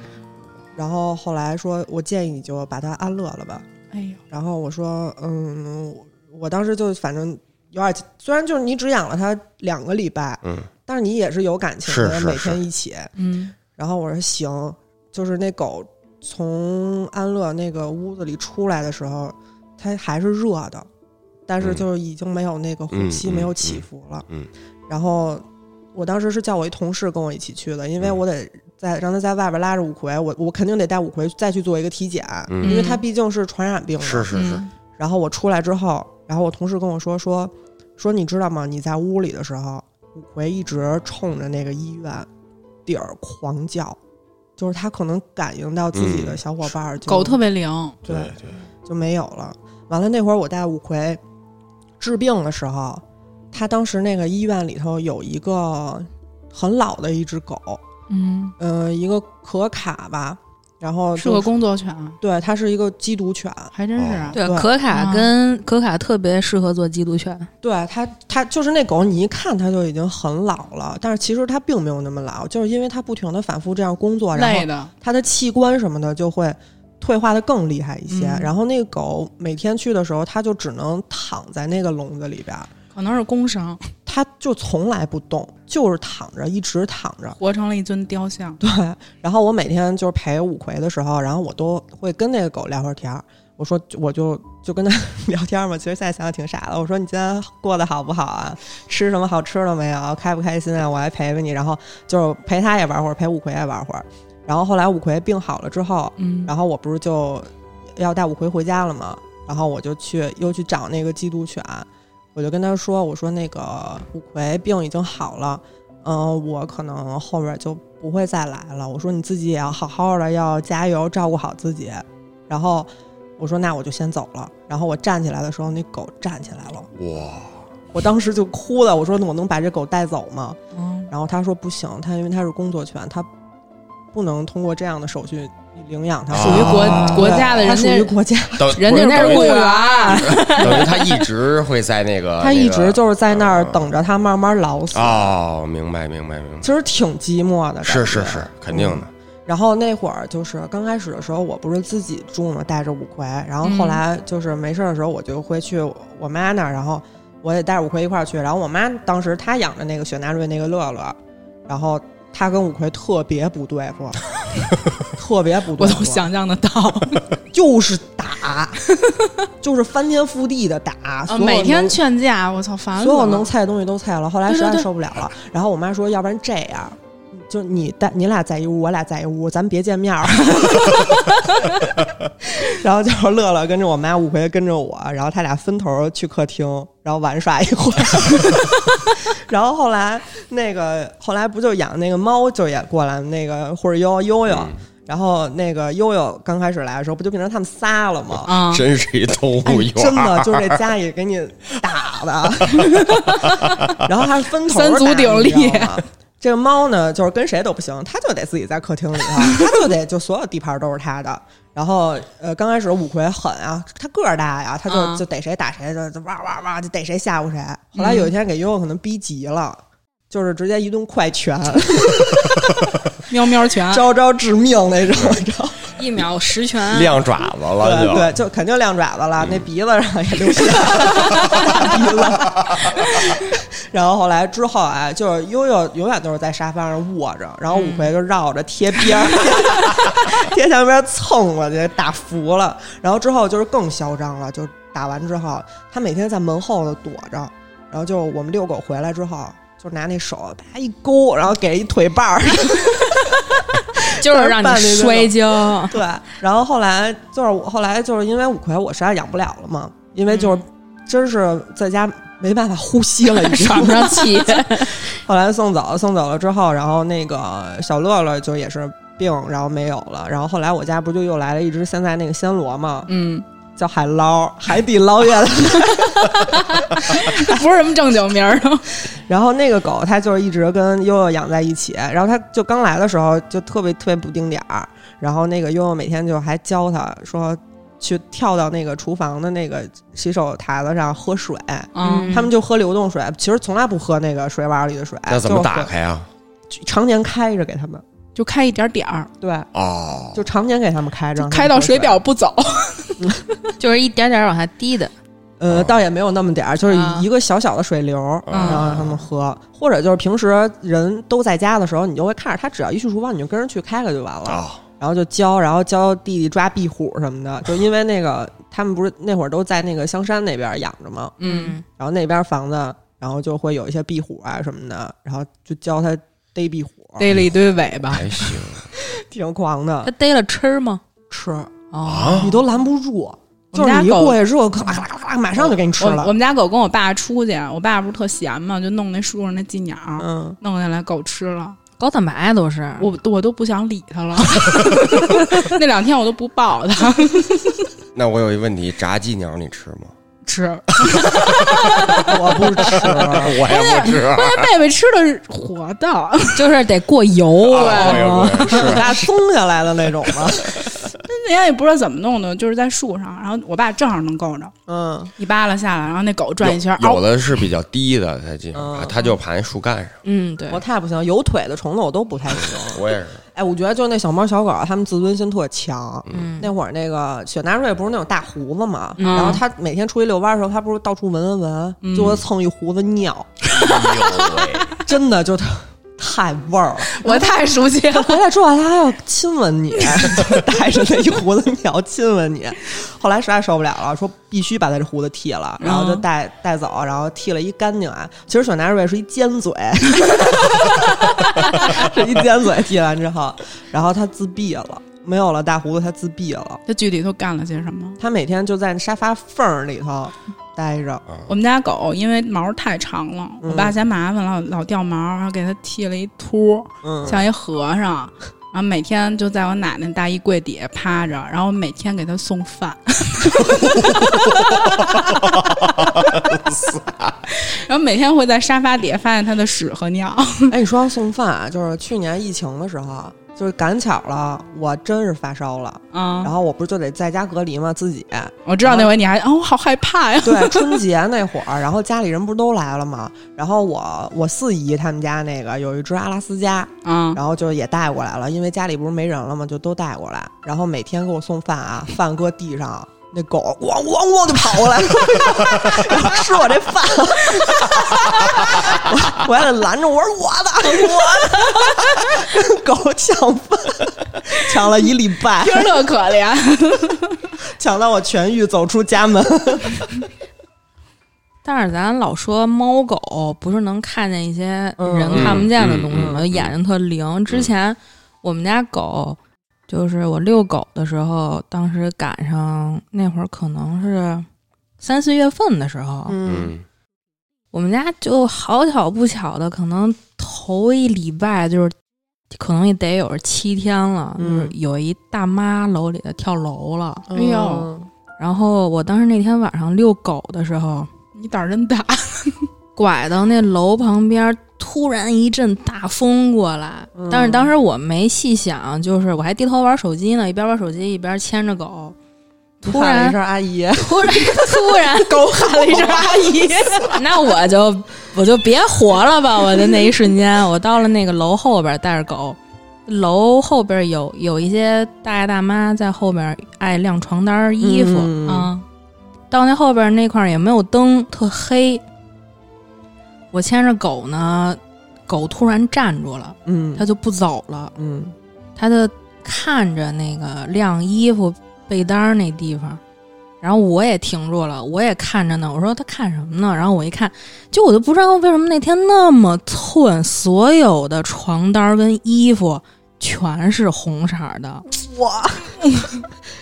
[SPEAKER 2] 然后后来说：“我建议你就把它安乐了吧。”
[SPEAKER 4] 哎呦，
[SPEAKER 2] 然后我说，嗯，我我当时就反正有点，虽然就是你只养了它两个礼拜，
[SPEAKER 3] 嗯，
[SPEAKER 2] 但是你也是有感情
[SPEAKER 3] 是
[SPEAKER 2] 的，
[SPEAKER 3] 是
[SPEAKER 2] 每
[SPEAKER 3] 是
[SPEAKER 2] 天一起。
[SPEAKER 4] 嗯，
[SPEAKER 2] 然后我说行，就是那狗从安乐那个屋子里出来的时候，它还是热的，但是
[SPEAKER 3] 嗯
[SPEAKER 2] 就是已经没有那个呼吸，
[SPEAKER 3] 嗯嗯
[SPEAKER 2] 没有
[SPEAKER 3] 嗯
[SPEAKER 2] 起伏了。
[SPEAKER 3] 嗯
[SPEAKER 2] 然后我当时是叫我一同事跟我一起去的，因为
[SPEAKER 3] 嗯
[SPEAKER 2] 我得在让他在外边拉着五魁，我我肯定得带五魁再去做一个体检，
[SPEAKER 3] 嗯
[SPEAKER 2] 因为它毕竟是传染病嘛。
[SPEAKER 3] 是是是，
[SPEAKER 4] 嗯，
[SPEAKER 2] 然后我出来之后，然后我同事跟我说说说你知道吗？你在屋里的时候，五魁一直冲着那个医院底儿狂叫，就是他可能感应到自己的小伙伴
[SPEAKER 4] 嗯
[SPEAKER 2] 儿就、
[SPEAKER 4] 狗特别灵，
[SPEAKER 2] 对
[SPEAKER 3] 对，
[SPEAKER 2] 就没有了。完了那会儿我带五魁治病的时候，他当时那个医院里头有一个很老的一只狗，
[SPEAKER 1] 嗯，
[SPEAKER 2] 嗯、一个可卡吧，然后
[SPEAKER 4] 是
[SPEAKER 2] 哦就
[SPEAKER 4] 个
[SPEAKER 2] 是
[SPEAKER 4] 工作犬，
[SPEAKER 2] 对，它是一个缉毒犬，
[SPEAKER 4] 还真是。
[SPEAKER 3] 哦
[SPEAKER 1] 对，
[SPEAKER 2] 对
[SPEAKER 1] 可卡跟可卡特别适合做缉毒犬，
[SPEAKER 2] 对它，它就是那狗，你一看它就已经很老了，但是其实它并没有那么老，就是因为它不停的反复这样工作，然后
[SPEAKER 4] 累的，
[SPEAKER 2] 它的器官什么的就会退化的更厉害一些。
[SPEAKER 4] 嗯
[SPEAKER 2] 然后那个狗每天去的时候，它就只能躺在那个笼子里边儿，
[SPEAKER 4] 可能是工伤，
[SPEAKER 2] 它就从来不动，就是躺着，一直躺着。
[SPEAKER 4] 活成了一尊雕像。
[SPEAKER 2] 对，然后我每天就是陪五魁的时候，然后我都会跟那个狗聊会儿天儿。我说我就就跟它聊天儿嘛，其实现在想想挺傻的。我说你今天过得好不好啊？吃什么好吃的没有？开不开心啊？我来陪陪你，然后就是陪它也玩会儿，陪五魁也玩会儿。然后后来五魁病好了之后，
[SPEAKER 4] 嗯，
[SPEAKER 2] 然后我不是就要带五魁回家了嘛，然后我就去又去找那个缉毒犬，我就跟他说，我说那个五魁病已经好了，嗯、我可能后边就不会再来了。我说你自己也要好好的，要加油，照顾好自己。然后我说那我就先走了。然后我站起来的时候，那狗站起来了，
[SPEAKER 3] 哇，
[SPEAKER 2] 我当时就哭了，我说我能把这狗带走吗？
[SPEAKER 1] 嗯，
[SPEAKER 2] 然后他说不行，他因为他是工作犬，他不能通过这样的手续领养它，
[SPEAKER 3] 啊
[SPEAKER 4] 属于国、
[SPEAKER 1] 啊
[SPEAKER 4] 国家的，
[SPEAKER 2] 它
[SPEAKER 4] 人
[SPEAKER 2] 属
[SPEAKER 4] 家
[SPEAKER 2] 于国家，
[SPEAKER 3] 等
[SPEAKER 1] 人家是
[SPEAKER 3] 不等于
[SPEAKER 1] 雇员，
[SPEAKER 3] 等于他一直会在啊那 个，
[SPEAKER 2] 它一直就是在那儿
[SPEAKER 3] 啊
[SPEAKER 2] 等着它慢慢老死，
[SPEAKER 3] 哦，明白明白明白，嗯
[SPEAKER 2] 其实挺寂寞的，
[SPEAKER 3] 是是是。，肯定的，
[SPEAKER 2] 然后那会儿就是刚开始的时候，我不是自己住嘛，带着五魁，然后
[SPEAKER 4] 嗯
[SPEAKER 2] 后来就是没事儿的时候，我就会去我妈那儿，然后我也带着五魁一块儿去。然后我妈当时她养的那个雪纳瑞那个乐乐，然后她跟五魁特别不对付， 特别不
[SPEAKER 4] 我
[SPEAKER 2] 对付，
[SPEAKER 4] 都想 象得到，
[SPEAKER 2] 就是打， 就是翻天覆地的打，所有
[SPEAKER 4] 啊每天
[SPEAKER 2] 能
[SPEAKER 4] 劝架，我操，烦死
[SPEAKER 2] 所有
[SPEAKER 4] 了。
[SPEAKER 2] 能菜的东西都菜了，后来实
[SPEAKER 4] 对
[SPEAKER 2] 在
[SPEAKER 4] 对对
[SPEAKER 2] 受不了了，然后我妈说，要不然这样。就你带你俩在一屋，我俩在一屋，咱别见面儿。 然后就是乐乐跟着我妈，五回跟着我，然后他俩分头去客厅，然后玩耍一会儿。 然后后来那个后来不就养那个猫就也过来，那个或者悠悠悠，然后那个悠悠刚开始来的时候，不就变成他们仨了吗？
[SPEAKER 4] 啊，
[SPEAKER 1] 嗯
[SPEAKER 3] 真是一动
[SPEAKER 2] 哎
[SPEAKER 3] 物园，
[SPEAKER 2] 真的就是这家里给你打的，然后还是分头
[SPEAKER 4] 三足
[SPEAKER 2] 打
[SPEAKER 4] 鼎立。
[SPEAKER 2] 你知道吗这个猫呢，就是跟谁都不行，它就得自己在客厅里头，它就得就所有地盘都是它的。然后呃，刚开始五魁狠啊，它个儿大呀，它就、
[SPEAKER 4] 嗯
[SPEAKER 2] 就逮谁打谁，就就哇哇哇就逮谁吓唬谁。后
[SPEAKER 4] 嗯
[SPEAKER 2] 来有一天给悠悠可能逼急了。就是直接一顿快 拳，
[SPEAKER 4] 喵喵拳，
[SPEAKER 2] 招招致命那种，你知道吗？
[SPEAKER 1] 一秒十全，
[SPEAKER 3] 亮爪子了
[SPEAKER 2] 对
[SPEAKER 3] 就，
[SPEAKER 2] 对，就肯定亮爪子了，那鼻子上也流血了，大鼻子。 然后后来之后啊，就是悠悠永远都是在沙发上卧着，然后五魁就绕着贴边儿、贴墙边儿 蹭过去打服了。然后之后就是更嚣张了，就打完之后，他每天在门后头躲着，然后就我们遛狗回来之后。就拿那手啪一勾，然后给一腿绊儿，
[SPEAKER 1] 就是让你摔跤，
[SPEAKER 2] 对，然后后来就是我后来就是因为五魁我实在养不了了嘛，因为就是真是在家没办法呼吸 了，已经。
[SPEAKER 1] 喘不上气，
[SPEAKER 2] 后来送走，送走了之后，然后那个小乐乐就也是病，然后没有了。然后后来我家不就又来了一只现在那个暹罗嘛，
[SPEAKER 4] 嗯，
[SPEAKER 2] 叫海 捞，海底捞月亮。
[SPEAKER 4] 不是什么正经名儿，
[SPEAKER 2] 然后那个狗它就是一直跟悠悠养在一起，然后它就刚来的时候就特别特别不丁点儿，然后那个悠悠每天就还教它说去跳到那个厨房的那个洗手台子上喝水，
[SPEAKER 4] 嗯，
[SPEAKER 2] 他们就喝流动水，其实从来不喝那个水碗里的水，
[SPEAKER 3] 那怎么
[SPEAKER 2] 就
[SPEAKER 3] 打
[SPEAKER 2] 喝？
[SPEAKER 3] 开啊？
[SPEAKER 2] 常年开着给他们，
[SPEAKER 4] 就开一点点儿，
[SPEAKER 2] 对，
[SPEAKER 3] 哦，
[SPEAKER 2] 就常年给他们开着，让他们
[SPEAKER 4] 开到
[SPEAKER 2] 喝
[SPEAKER 4] 水表。不走，
[SPEAKER 1] 就是一点点往下滴的，
[SPEAKER 2] 呃，倒也没有那么点儿，就是
[SPEAKER 1] 啊
[SPEAKER 2] 一个小小的水流，然后让他们喝，或者就是平时人都在家的时候，你就会看着他，只要一去厨房，你就跟着去开开就完了。
[SPEAKER 3] 哦，
[SPEAKER 2] 然后就教，然后教弟弟抓壁虎什么的，就因为那个他们不是那会儿都在那个香山那边养着嘛，
[SPEAKER 4] 嗯，
[SPEAKER 2] 然后那边房子，然后就会有一些壁虎啊什么的，然后就教他逮壁虎，
[SPEAKER 4] 逮了一堆尾巴，
[SPEAKER 3] 还行
[SPEAKER 2] 挺狂的
[SPEAKER 1] 它，逮了吃儿吗？
[SPEAKER 2] 吃
[SPEAKER 1] 哦，
[SPEAKER 3] 啊
[SPEAKER 2] 你，都拦不住，
[SPEAKER 4] 我
[SPEAKER 2] 就
[SPEAKER 4] 们
[SPEAKER 2] 是
[SPEAKER 4] 家
[SPEAKER 2] 你一
[SPEAKER 4] 狗
[SPEAKER 2] 过去之后，咔咔咔咔，马上就给你吃
[SPEAKER 4] 我我
[SPEAKER 2] 了，
[SPEAKER 4] 们家狗跟我爸出去，我爸不是特闲嘛，就弄那树上那鸡鸟，
[SPEAKER 2] 嗯，
[SPEAKER 4] 弄下来狗吃了，
[SPEAKER 1] 高蛋白都是，
[SPEAKER 4] 我我都不想理 它了。 那两天我都不抱它，
[SPEAKER 3] 那我有一问题，炸鸡鸟你吃吗？
[SPEAKER 4] 吃，
[SPEAKER 2] 我不 吃。
[SPEAKER 3] 我也不吃。
[SPEAKER 4] 关键贝贝吃的是活 的，
[SPEAKER 1] 就是得过油，
[SPEAKER 3] 啊我也不吃
[SPEAKER 2] 大松下来的那种 吗？
[SPEAKER 4] 人家也不知道怎么弄的，就是在树上，然后我爸正好能够着，
[SPEAKER 2] 嗯，
[SPEAKER 4] 一扒拉下来，然后那狗转一圈，哦
[SPEAKER 3] 有
[SPEAKER 4] 嗷
[SPEAKER 3] 有的是比较低的，它经常爬，
[SPEAKER 2] 嗯
[SPEAKER 3] 它就爬那树干上。
[SPEAKER 1] 嗯，对
[SPEAKER 2] 我，太不行，有腿的虫子我都不太行。
[SPEAKER 3] 我也是，
[SPEAKER 2] 哎，我觉得就那小猫小狗，它们自尊心特强。
[SPEAKER 1] 嗯，
[SPEAKER 2] 那会儿那个雪纳瑞不是那种大胡子嘛，
[SPEAKER 1] 嗯
[SPEAKER 2] 然后它每天出去遛弯的时候，它不是到处闻闻闻，
[SPEAKER 4] 嗯
[SPEAKER 2] 就会蹭一胡子尿，
[SPEAKER 3] 哎呦喂
[SPEAKER 2] 真的就特太味儿了。
[SPEAKER 4] 我太熟悉 了。
[SPEAKER 2] 回来之后，它还要亲吻你， 就带着那一胡子鸟亲吻你。后来实在受不了了，说必须把它这胡子剃了，然后就带带走，然后剃了一干净啊。其实雪纳瑞是一尖嘴， 是一尖嘴剃完之后，然后它自闭了，没有了大胡子，它自闭了。
[SPEAKER 4] 这具体都干了些什么？
[SPEAKER 2] 它每天就在沙发缝儿里头待着，
[SPEAKER 3] 嗯
[SPEAKER 4] 我们家狗因为毛太长了，
[SPEAKER 2] 嗯
[SPEAKER 4] 我爸嫌麻烦了，老掉毛，然后给它剃了一秃，
[SPEAKER 2] 嗯，
[SPEAKER 4] 像一和尚。然后每天就在我奶奶大衣柜底下趴着，然后每天给它送 饭， 然后每天会在沙发底下发现它的屎和尿。
[SPEAKER 2] 哎，你说到送饭啊，就是去年疫情的时候，就是赶巧了，我真是发烧了，
[SPEAKER 4] 嗯
[SPEAKER 2] 然，后我不是就得在家隔离嘛，自己。
[SPEAKER 4] 我知道那回你还啊，我好害怕呀。
[SPEAKER 2] 对， 春节那会儿，然后家里人不是都来了嘛，然后我我四姨他们家那个有一只阿拉斯加，
[SPEAKER 4] 啊，
[SPEAKER 2] 然后就也带过来了，因为家里不是没人了嘛，就都带过来，然后每天给我送饭啊，饭搁地上。那狗汪汪汪就跑过来了， 然后吃我这饭， 我我还得拦着，我说我的我的， 跟狗抢饭，抢了一礼拜
[SPEAKER 4] 听，着特可怜。
[SPEAKER 2] 抢到我痊愈走出家门。
[SPEAKER 1] 但是咱老说猫狗不是能看见一些人看不见的东西吗？
[SPEAKER 3] 嗯嗯嗯嗯
[SPEAKER 1] 就眼睛特灵。之前我们家狗，就是我遛狗的时候，当时赶上那会儿可能是三四月份的时候，
[SPEAKER 2] 嗯
[SPEAKER 3] 嗯，
[SPEAKER 1] 我们家就好巧不巧的，可能头一礼拜就是。可能也得有七天了，
[SPEAKER 2] 嗯
[SPEAKER 1] 就是有一大妈楼里的跳楼了。
[SPEAKER 4] 哎
[SPEAKER 3] 嗯
[SPEAKER 4] 呦，
[SPEAKER 2] 嗯
[SPEAKER 1] 然后我当时那天晚上遛狗的时候，
[SPEAKER 4] 你胆儿真大，
[SPEAKER 1] 拐到那楼旁边，突然一阵大风过来。
[SPEAKER 2] 嗯
[SPEAKER 1] 但是当时我没细想，就是我还低头玩手机呢，一边玩手机一边牵着狗。突
[SPEAKER 2] 喊
[SPEAKER 1] 然
[SPEAKER 2] 了一，声阿 姨，
[SPEAKER 1] 突然，突然，
[SPEAKER 2] 狗喊了 一声阿姨，
[SPEAKER 1] 那我就我就别活了吧！我的那一瞬间，我到了那个楼后边，带着狗。楼后边有有一些大爷大妈在后边爱晾床单儿、衣服啊、
[SPEAKER 2] 嗯
[SPEAKER 1] 到那后边那块儿也没有灯，特黑。我牵着狗呢，狗突然站住了，
[SPEAKER 2] 嗯
[SPEAKER 1] 它就不走了，
[SPEAKER 2] 嗯
[SPEAKER 1] 它就看着那个晾衣服被单儿那地方，然后我也停住了，我也看着呢。我说他看什么呢？然后我一看，就我就不知道为什么那天那么寸，所有的床单儿跟衣服全是红色儿的。
[SPEAKER 2] 哇，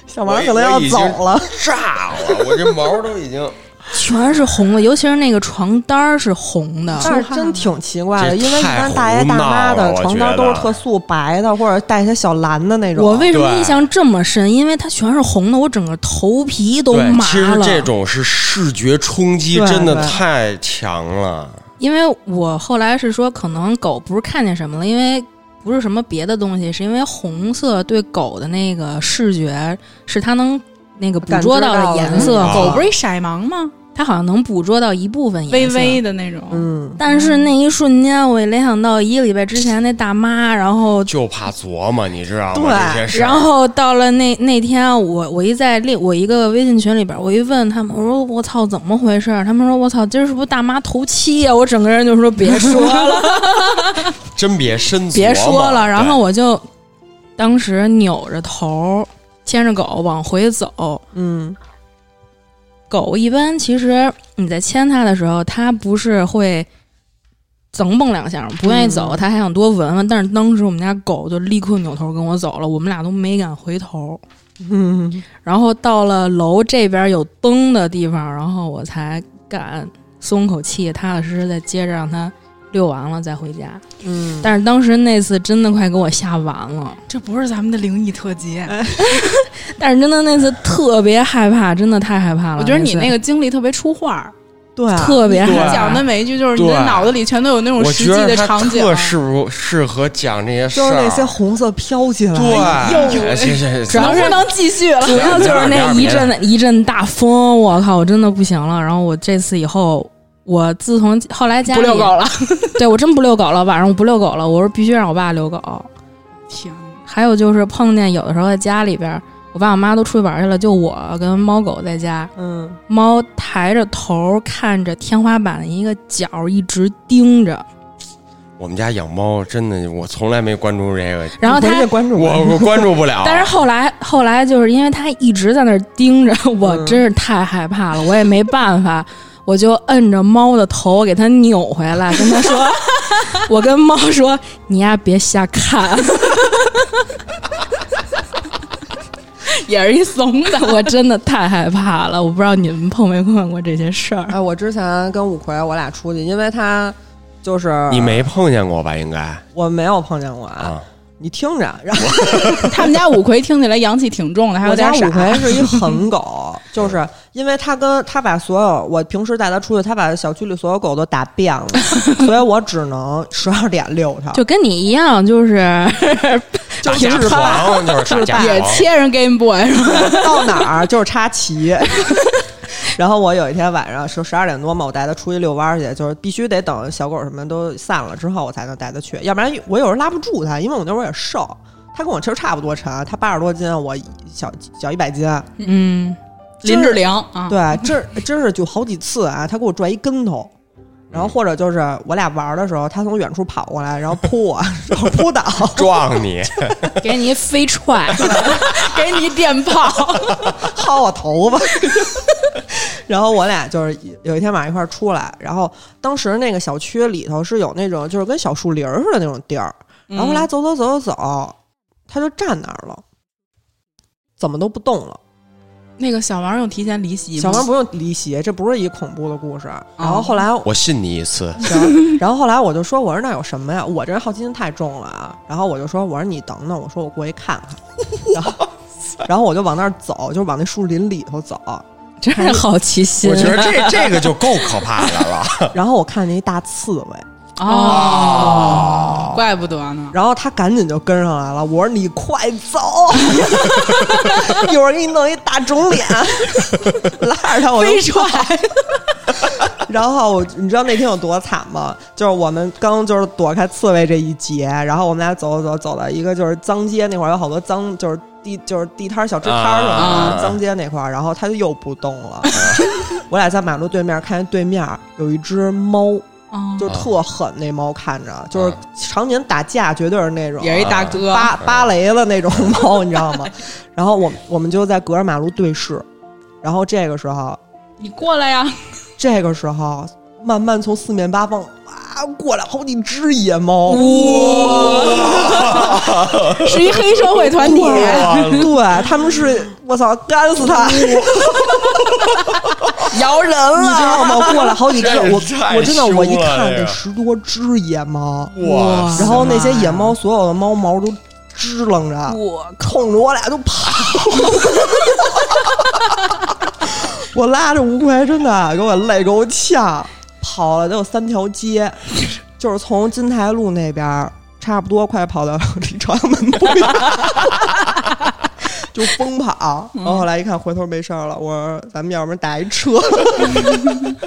[SPEAKER 2] 小
[SPEAKER 3] 王
[SPEAKER 2] 王
[SPEAKER 3] 可
[SPEAKER 2] 可能
[SPEAKER 3] 能要
[SPEAKER 2] 要
[SPEAKER 3] 走
[SPEAKER 2] 走了。
[SPEAKER 3] 炸了！我这毛都已经，
[SPEAKER 1] 全是红的，尤其是那个床单儿是红的，
[SPEAKER 2] 但是真挺奇怪的，
[SPEAKER 3] 这
[SPEAKER 2] 因为一
[SPEAKER 3] 太
[SPEAKER 2] 般大爷
[SPEAKER 3] 胡
[SPEAKER 2] 大
[SPEAKER 3] 闹
[SPEAKER 2] 妈
[SPEAKER 3] 了
[SPEAKER 2] 的
[SPEAKER 3] 我
[SPEAKER 2] 床
[SPEAKER 3] 觉
[SPEAKER 2] 单都是
[SPEAKER 3] 得
[SPEAKER 2] 特素白的，或者带一些小蓝的那种。
[SPEAKER 1] 我为什么
[SPEAKER 3] 对
[SPEAKER 1] 印象这么深？因为它全是红的，我整个头皮 都
[SPEAKER 3] 对，
[SPEAKER 1] 麻
[SPEAKER 3] 其实
[SPEAKER 1] 了。
[SPEAKER 3] 这种是视觉冲击，
[SPEAKER 2] 对
[SPEAKER 3] 真的
[SPEAKER 2] 对
[SPEAKER 3] 太强了。
[SPEAKER 1] 因为我后来是说，可能狗不是看见什么了，因为不是什么别的东西，是因为红色对狗的那个视觉是它能那个捕捉的颜色，
[SPEAKER 2] 感知到
[SPEAKER 1] 狗
[SPEAKER 2] 的
[SPEAKER 4] 狗不是一色盲吗？
[SPEAKER 1] 它好像能捕捉到一部分
[SPEAKER 4] 微
[SPEAKER 1] 颜色。
[SPEAKER 4] 微的那种。
[SPEAKER 2] 嗯，
[SPEAKER 1] 但是那一瞬间，我也联想到一个礼拜之前那大妈，然后
[SPEAKER 3] 就怕琢磨，你知道吗？
[SPEAKER 2] 对
[SPEAKER 3] 这些事儿
[SPEAKER 1] 然后到了那那天，我我一在另我一个微信群里边，我一问他们，我说我操，怎么回事儿？他们说我操，今儿是不是大妈头七呀、我整个人就说别说了，
[SPEAKER 3] 真别深琢磨，
[SPEAKER 1] 别说了。然后
[SPEAKER 3] 对
[SPEAKER 1] 我就当时扭着头，牵着狗往回走。
[SPEAKER 2] 嗯
[SPEAKER 1] 狗一般其实你在牵它的时候，它不是会。噌蹦两下，不愿意走，它还想多闻闻。但是当时我们家狗就立刻扭头跟我走了，我们俩都没敢回头。
[SPEAKER 2] 嗯，
[SPEAKER 1] 然后到了楼这边有灯的地方，然后我才敢松口气，踏踏实实再接着让它遛完了再回家。
[SPEAKER 2] 嗯，
[SPEAKER 1] 但是当时那次真的快给我吓完了，
[SPEAKER 4] 这不是咱们的灵异特辑，
[SPEAKER 1] 但是真的那次特别害怕，真的太害怕了。
[SPEAKER 4] 哎我觉得你那
[SPEAKER 1] 个
[SPEAKER 4] 个经历特别出画儿，
[SPEAKER 2] 对啊，
[SPEAKER 1] 特别害
[SPEAKER 4] 你
[SPEAKER 1] 怕，
[SPEAKER 4] 讲的每一句就是你的
[SPEAKER 3] 对
[SPEAKER 4] 脑子里全都有那种
[SPEAKER 3] 我
[SPEAKER 4] 实
[SPEAKER 3] 觉
[SPEAKER 4] 际
[SPEAKER 3] 得
[SPEAKER 4] 的
[SPEAKER 3] 他
[SPEAKER 4] 场景。
[SPEAKER 3] 特适不适合讲这些事
[SPEAKER 2] 就是
[SPEAKER 3] 儿
[SPEAKER 2] 那，些红色飘起来，
[SPEAKER 3] 对，哎行行
[SPEAKER 1] 主要
[SPEAKER 3] 行，
[SPEAKER 1] 是
[SPEAKER 4] 能继续了？
[SPEAKER 1] 主要就是那一阵一阵大风，我靠，我真的不行了。然后我这次以后，我自从后来家里
[SPEAKER 4] 不遛狗了，
[SPEAKER 1] 对我真不遛狗了，晚上我不遛狗了，我说必须让我爸遛狗。
[SPEAKER 4] 天哪！
[SPEAKER 1] 还有就是碰见有的时候在家里边，我爸我妈都出去玩去了，就我跟猫狗在家，
[SPEAKER 2] 嗯，
[SPEAKER 1] 猫抬着头看着天花板的一个角一直盯着，
[SPEAKER 3] 我们家养猫真的，我从来没关 注这个，
[SPEAKER 1] 然后
[SPEAKER 2] 回
[SPEAKER 1] 它
[SPEAKER 2] 去关注嗯
[SPEAKER 3] 我 我关注不了。
[SPEAKER 1] 但是后来，后来就是因为他一直在那儿盯着 我，
[SPEAKER 2] 嗯
[SPEAKER 1] 真是太害怕了，我也没办法， 我就摁着猫的头给它扭回来，跟它 说，我跟猫说，你呀别瞎看，
[SPEAKER 4] 也是一怂的，
[SPEAKER 1] 我真的太害怕了，我不知道你们碰没碰过这些事儿。
[SPEAKER 3] 啊
[SPEAKER 2] 哎，我之前跟五魁我俩出去，因为他就是
[SPEAKER 3] 你，没碰见过吧？应该啊
[SPEAKER 2] 我没有碰见过啊。你听着，然后
[SPEAKER 4] 他们家五魁听起来阳气挺重的，还有
[SPEAKER 2] 我家
[SPEAKER 4] 点
[SPEAKER 2] 五
[SPEAKER 4] 傻。
[SPEAKER 2] 魁 是一狠狗，就是因为他跟他把所有我平时带他出去，他把小区里所有狗都打遍了，所以我只能 十二点遛它。
[SPEAKER 1] 就跟你一样，就是
[SPEAKER 3] 打
[SPEAKER 2] 平
[SPEAKER 3] 架
[SPEAKER 2] 时
[SPEAKER 3] 狂就是打架
[SPEAKER 4] 也
[SPEAKER 3] 狂，
[SPEAKER 4] 切人 Game Boy 是吧？
[SPEAKER 2] 到哪儿就是插旗。 然后我有一天晚上是十二点多嘛，我带它出去遛弯儿去，就是必须得等小狗什么都散了之后，我才能带它去，要不然我有时候拉不住它，因为我那会儿也瘦，它跟我其实差不多沉，它八十多斤，我小小一百斤，
[SPEAKER 1] 嗯，
[SPEAKER 2] 就是
[SPEAKER 4] 林志玲啊，
[SPEAKER 2] 对，这真是就好几次啊，他给我拽一跟头，然后或者就是我俩玩儿的时候，他从远处跑过来，然后扑我， 然后扑倒，
[SPEAKER 3] 撞你，
[SPEAKER 1] 给你一飞 踹，
[SPEAKER 4] 给你一电炮，
[SPEAKER 2] 薅我头发。 然后我俩就是有一天晚上一块儿出来，然后当时那个小区里头是有那种就是跟小树林儿似的那种地儿，然后我俩走走走走走，他就站那儿了，怎么都不动了。
[SPEAKER 4] 那个小王有提前离席吗？
[SPEAKER 2] 小王不用离席，这不是一恐怖的故事。啊然后后来
[SPEAKER 3] 我信你一次。
[SPEAKER 2] 行，然后后来我就说，我说那有什么呀？我这人好奇心太重了啊。然后我就说，我说你等等，我说我过去看看。然后，然后我就往那儿走，就往那树林里头走。
[SPEAKER 1] 真是好奇心
[SPEAKER 3] 我觉得这这个就够可怕的了。
[SPEAKER 2] 然后我看见一大刺猬，
[SPEAKER 1] 哦
[SPEAKER 3] 啊
[SPEAKER 4] 哦，怪不得
[SPEAKER 3] 嗯
[SPEAKER 4] 呢。
[SPEAKER 2] 然后他赶紧就跟上来了。我说你快走， 一会儿给你弄一大肿脸， 拉着他我就
[SPEAKER 4] 飞踹，
[SPEAKER 2] 然后我你知道那天有多惨吗？就是我们刚就是躲开刺猬这一劫，然后我们俩走走走走到一个就是脏街那块儿，有好多脏就是地就是地摊儿小吃摊儿什么的，
[SPEAKER 3] 啊
[SPEAKER 2] 脏街那块儿，然后它就又不动了。 我俩在马路对面看见对面有一只猫，
[SPEAKER 4] 哦
[SPEAKER 3] 啊
[SPEAKER 2] 就特狠，那猫看着就是常年打架，绝对是那种
[SPEAKER 4] 也是一大哥，
[SPEAKER 3] 啊
[SPEAKER 2] 芭芭蕾的那种猫，你知道吗？ 然后我们我们就在隔着马路对视，然后这个时候
[SPEAKER 4] 你过来呀！
[SPEAKER 2] 这个时候，慢慢从四面八方哇过来好几只野猫，
[SPEAKER 4] 是一黑社会团体，
[SPEAKER 2] 对，对，他们是我操，干死他，你
[SPEAKER 4] 摇人
[SPEAKER 2] 知
[SPEAKER 4] 了。
[SPEAKER 2] 道吗？过来好几只，
[SPEAKER 3] 这
[SPEAKER 2] 我
[SPEAKER 3] 太
[SPEAKER 2] 我真的我一
[SPEAKER 3] 凶了
[SPEAKER 2] 看
[SPEAKER 3] 这
[SPEAKER 2] 得
[SPEAKER 3] 个
[SPEAKER 2] 十多只野猫，
[SPEAKER 3] 哇塞
[SPEAKER 2] 然后那些野猫所有的猫毛都支棱着，
[SPEAKER 1] 我
[SPEAKER 2] 冲着我俩就跑。 我拉着吴奎，真的给我累够呛，跑了得有三条街，就是从金台路那边儿，差不多快跑到 离朝阳门不远，就疯跑。然后后来一看，回头没事儿了，我说咱们要不然打一车。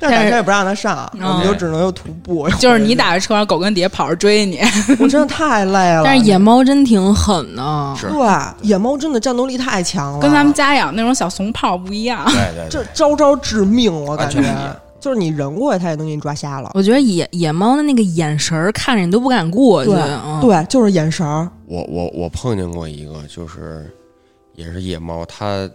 [SPEAKER 2] 但是打车也不让他上，
[SPEAKER 4] 嗯
[SPEAKER 2] 我们就只能又徒步。
[SPEAKER 4] 就是你打着车，狗跟底下跑着 追你，
[SPEAKER 2] 我真的太累了。
[SPEAKER 1] 但是野猫真挺狠的，
[SPEAKER 3] 是
[SPEAKER 2] 对野猫真的战斗力太强了，
[SPEAKER 4] 跟咱们家养那种小怂炮不一 样。
[SPEAKER 3] 对对
[SPEAKER 2] 这招招致命，我感
[SPEAKER 3] 完全不一样
[SPEAKER 2] 觉就是你人过去，它也能给你抓瞎了。
[SPEAKER 1] 我觉得野野猫的那个眼神儿看着你都不敢过去，
[SPEAKER 2] 对
[SPEAKER 1] 嗯、
[SPEAKER 2] 对，就是眼神儿，
[SPEAKER 3] 我我我碰见过一个，就是也是野猫，它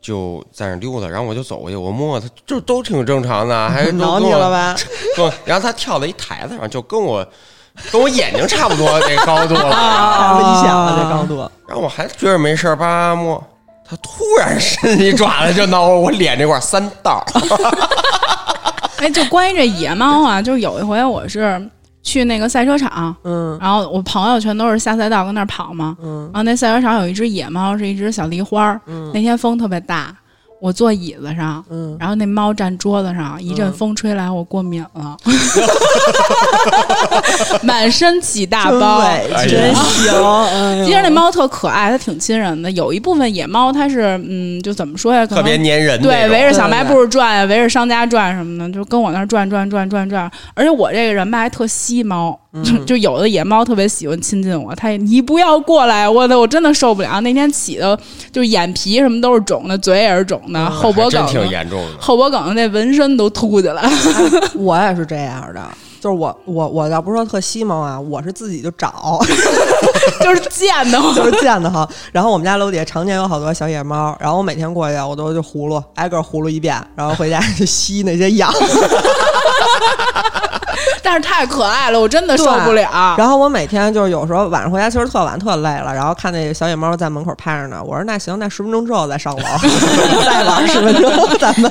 [SPEAKER 3] 就在那溜达，然后我就走过去，我摸它，就都挺正常的，还都
[SPEAKER 2] 挠
[SPEAKER 3] 跟
[SPEAKER 2] 你
[SPEAKER 3] 我
[SPEAKER 2] 了吧？
[SPEAKER 3] 跟我然后它跳到一台子上，就跟我跟我眼睛差不多这高度了，
[SPEAKER 2] 太 危险了，这高度。
[SPEAKER 3] 然后我还觉得没事儿，叭摸，它突然伸一爪子就挠我，我脸这块儿三道儿，
[SPEAKER 4] 哎，就关于这野猫啊，就是有一回我是去那个赛车场，
[SPEAKER 2] 嗯
[SPEAKER 4] 然后我朋友全都是下赛道跟那儿跑嘛，
[SPEAKER 2] 嗯
[SPEAKER 4] 然后那赛车场有一只野猫，是一只小狸花儿，
[SPEAKER 2] 嗯
[SPEAKER 4] 那天风特别大，我坐椅子上。
[SPEAKER 2] 嗯，
[SPEAKER 4] 然后那猫站桌子上，一阵
[SPEAKER 2] 嗯
[SPEAKER 4] 风吹来，我过敏 了，满身起大包。
[SPEAKER 3] 哎呀
[SPEAKER 2] 真 行。哎呦
[SPEAKER 4] 其实那猫特可爱，它挺亲人的。有一部分野猫，它是嗯，就怎么说呀？
[SPEAKER 3] 特
[SPEAKER 4] 可能
[SPEAKER 3] 别粘人那
[SPEAKER 4] 对，
[SPEAKER 3] 种。
[SPEAKER 4] 围着小卖
[SPEAKER 2] 对对
[SPEAKER 4] 部转呀，围着商家转什么的，就跟我那儿转转转转转。而且我这个人吧，还特吸猫， 就有的野猫特别喜欢亲近我，它也你不要过来，我的我真的受不了。那天起的，就是眼皮什么都是肿的，嘴也是肿的，后脖
[SPEAKER 3] 还真
[SPEAKER 4] 梗
[SPEAKER 3] 挺
[SPEAKER 4] 子
[SPEAKER 3] 严重的。
[SPEAKER 4] 后脖梗子那纹身都凸起来了。
[SPEAKER 2] 我也是这样的，就是我我我要不是说特吸猫啊，我是自己就找，
[SPEAKER 4] 就是贱的慌。
[SPEAKER 2] 就是见的哈。然后我们家楼底下常年有好多小野猫，然后我每天过去啊，我都就葫芦挨个葫芦一遍，然后回家 就吸那些痒。
[SPEAKER 4] 但是太可爱了，我真的受不了。
[SPEAKER 2] 然后我每天就是有时候晚上回家其实特晚特累了，然后看那小野猫在门口趴着呢，我说那行，那十分钟之后再上楼， 再玩十分钟， 咱们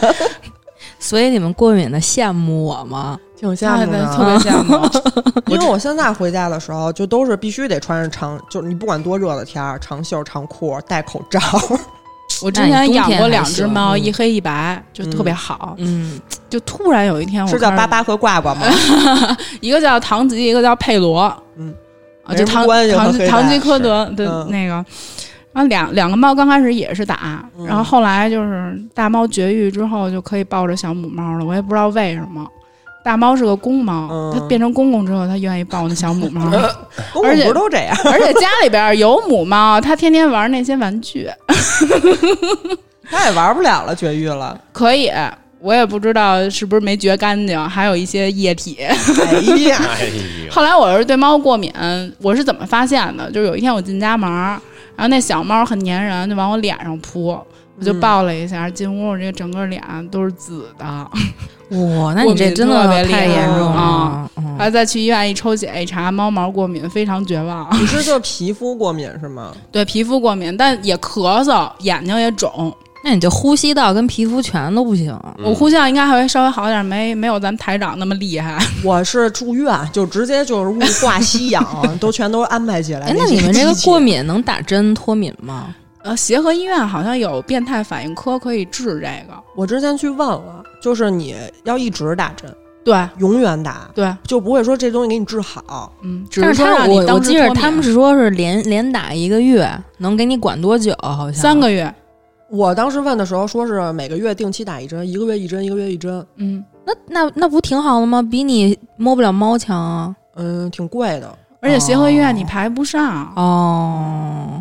[SPEAKER 1] 所以你们过敏的羡慕我吗？
[SPEAKER 2] 挺
[SPEAKER 4] 太哎特别羡慕，
[SPEAKER 2] 因为我现在回家的时候，就都是必须得穿着长，就是你不管多热的天儿，长袖长裤，戴口 罩。
[SPEAKER 4] 我之
[SPEAKER 1] 那
[SPEAKER 4] 前
[SPEAKER 1] 你冬
[SPEAKER 4] 养
[SPEAKER 1] 天
[SPEAKER 4] 过
[SPEAKER 1] 还
[SPEAKER 4] 两只
[SPEAKER 1] 行
[SPEAKER 4] 猫，
[SPEAKER 2] 嗯
[SPEAKER 4] 一黑一白，就特别好。
[SPEAKER 1] 嗯，
[SPEAKER 4] 就突然有一天我，
[SPEAKER 2] 是叫巴，巴和挂 挂吗？
[SPEAKER 4] 一个叫唐吉，一个叫佩罗，
[SPEAKER 2] 嗯，
[SPEAKER 4] 啊，就
[SPEAKER 2] 没什么
[SPEAKER 4] 唐
[SPEAKER 2] 关系
[SPEAKER 4] 唐
[SPEAKER 2] 和黑白
[SPEAKER 4] 唐吉诃德的
[SPEAKER 2] 嗯
[SPEAKER 4] 那个，然后两两个猫刚开始也是打，
[SPEAKER 2] 嗯
[SPEAKER 4] 然后后来就是大猫绝育之后就可以抱着小母猫了，我也不知道为什么。大猫是个公猫，
[SPEAKER 2] 嗯
[SPEAKER 4] 它变成公公之后，它愿意抱那小 母猫，
[SPEAKER 2] 公公
[SPEAKER 4] 而
[SPEAKER 2] 不
[SPEAKER 4] 且
[SPEAKER 2] 是都这样？
[SPEAKER 4] 而且家里边有母猫，它天天玩那些玩具，
[SPEAKER 2] 他也玩不了了，绝育了。
[SPEAKER 4] 可以，我也不知道是不是没绝干净，还有一些液体。
[SPEAKER 2] 哎呀，
[SPEAKER 3] 哎呀，
[SPEAKER 4] 后来我是对猫过敏，我是怎么发现的？就是有一天我进家门儿，然后那小猫很粘人，就往我脸上扑。我就抱了一下，进屋我这个整个脸都是紫的，
[SPEAKER 1] 哇，那你这真的
[SPEAKER 4] 过敏特别厉害
[SPEAKER 1] 太严重
[SPEAKER 4] 啊
[SPEAKER 1] 了。
[SPEAKER 4] 后
[SPEAKER 1] 嗯
[SPEAKER 4] 来再去医院一抽血一查，猫毛过敏，非常 绝望。
[SPEAKER 2] 你是就是皮肤过敏是吗？
[SPEAKER 4] 对皮肤过敏，但也咳嗽，眼睛也肿。
[SPEAKER 1] 那你这呼吸道跟皮肤全都不行。
[SPEAKER 4] 我呼吸道应该还会稍微好点，没没有咱们台长那么厉害。
[SPEAKER 2] 我是住院，就直接就是雾化吸氧， 都全都安排起来。
[SPEAKER 1] 哎，那你们这个
[SPEAKER 2] 些
[SPEAKER 1] 过敏能打针脱敏吗？
[SPEAKER 4] 呃，协和医院好像有变态反应科可以治这个。
[SPEAKER 2] 我之前去问了，就是你要一直打针，
[SPEAKER 4] 对
[SPEAKER 2] 永远打，
[SPEAKER 4] 对，
[SPEAKER 2] 就不会说这东西给你治好。
[SPEAKER 4] 嗯，只
[SPEAKER 1] 但
[SPEAKER 4] 是
[SPEAKER 1] 是
[SPEAKER 4] 说
[SPEAKER 1] 他
[SPEAKER 4] 让
[SPEAKER 1] 我
[SPEAKER 4] 你
[SPEAKER 1] 我
[SPEAKER 4] 当时
[SPEAKER 1] 记着
[SPEAKER 4] 脱敏
[SPEAKER 1] 他们是说是连连打一个月，能给你管多久？好像
[SPEAKER 4] 三个月，
[SPEAKER 2] 我当时问的时候，说是每个月定期打一针，一个月一针，一个月一针，
[SPEAKER 4] 嗯，
[SPEAKER 1] 那那那不挺好的吗？比你摸不了猫强啊！
[SPEAKER 2] 嗯，挺贵的。
[SPEAKER 4] 而且协和医
[SPEAKER 1] 哦
[SPEAKER 4] 院你排不上，
[SPEAKER 1] 哦，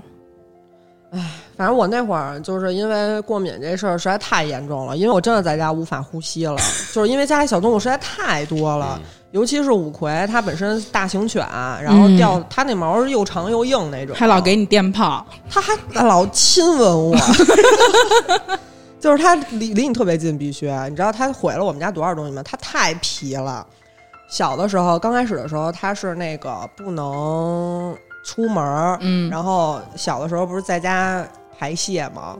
[SPEAKER 2] 反正我那会儿就是因为过敏这事儿实在太严重了，因为我真的在家无法呼吸了，就是因为家里小动物实在太多了，尤其是五魁，它本身大型犬，啊然后掉、它那毛是又长又硬那种，
[SPEAKER 4] 嗯还老给你电炮，
[SPEAKER 2] 它还老亲吻我， 就是它离离你特别近，必须。啊你知道它毁了我们家多少东西吗？它太皮了。小的时候，刚开始的时候，它是那个不能出门儿，
[SPEAKER 4] 嗯，
[SPEAKER 2] 然后小的时候不是在家排泄吗？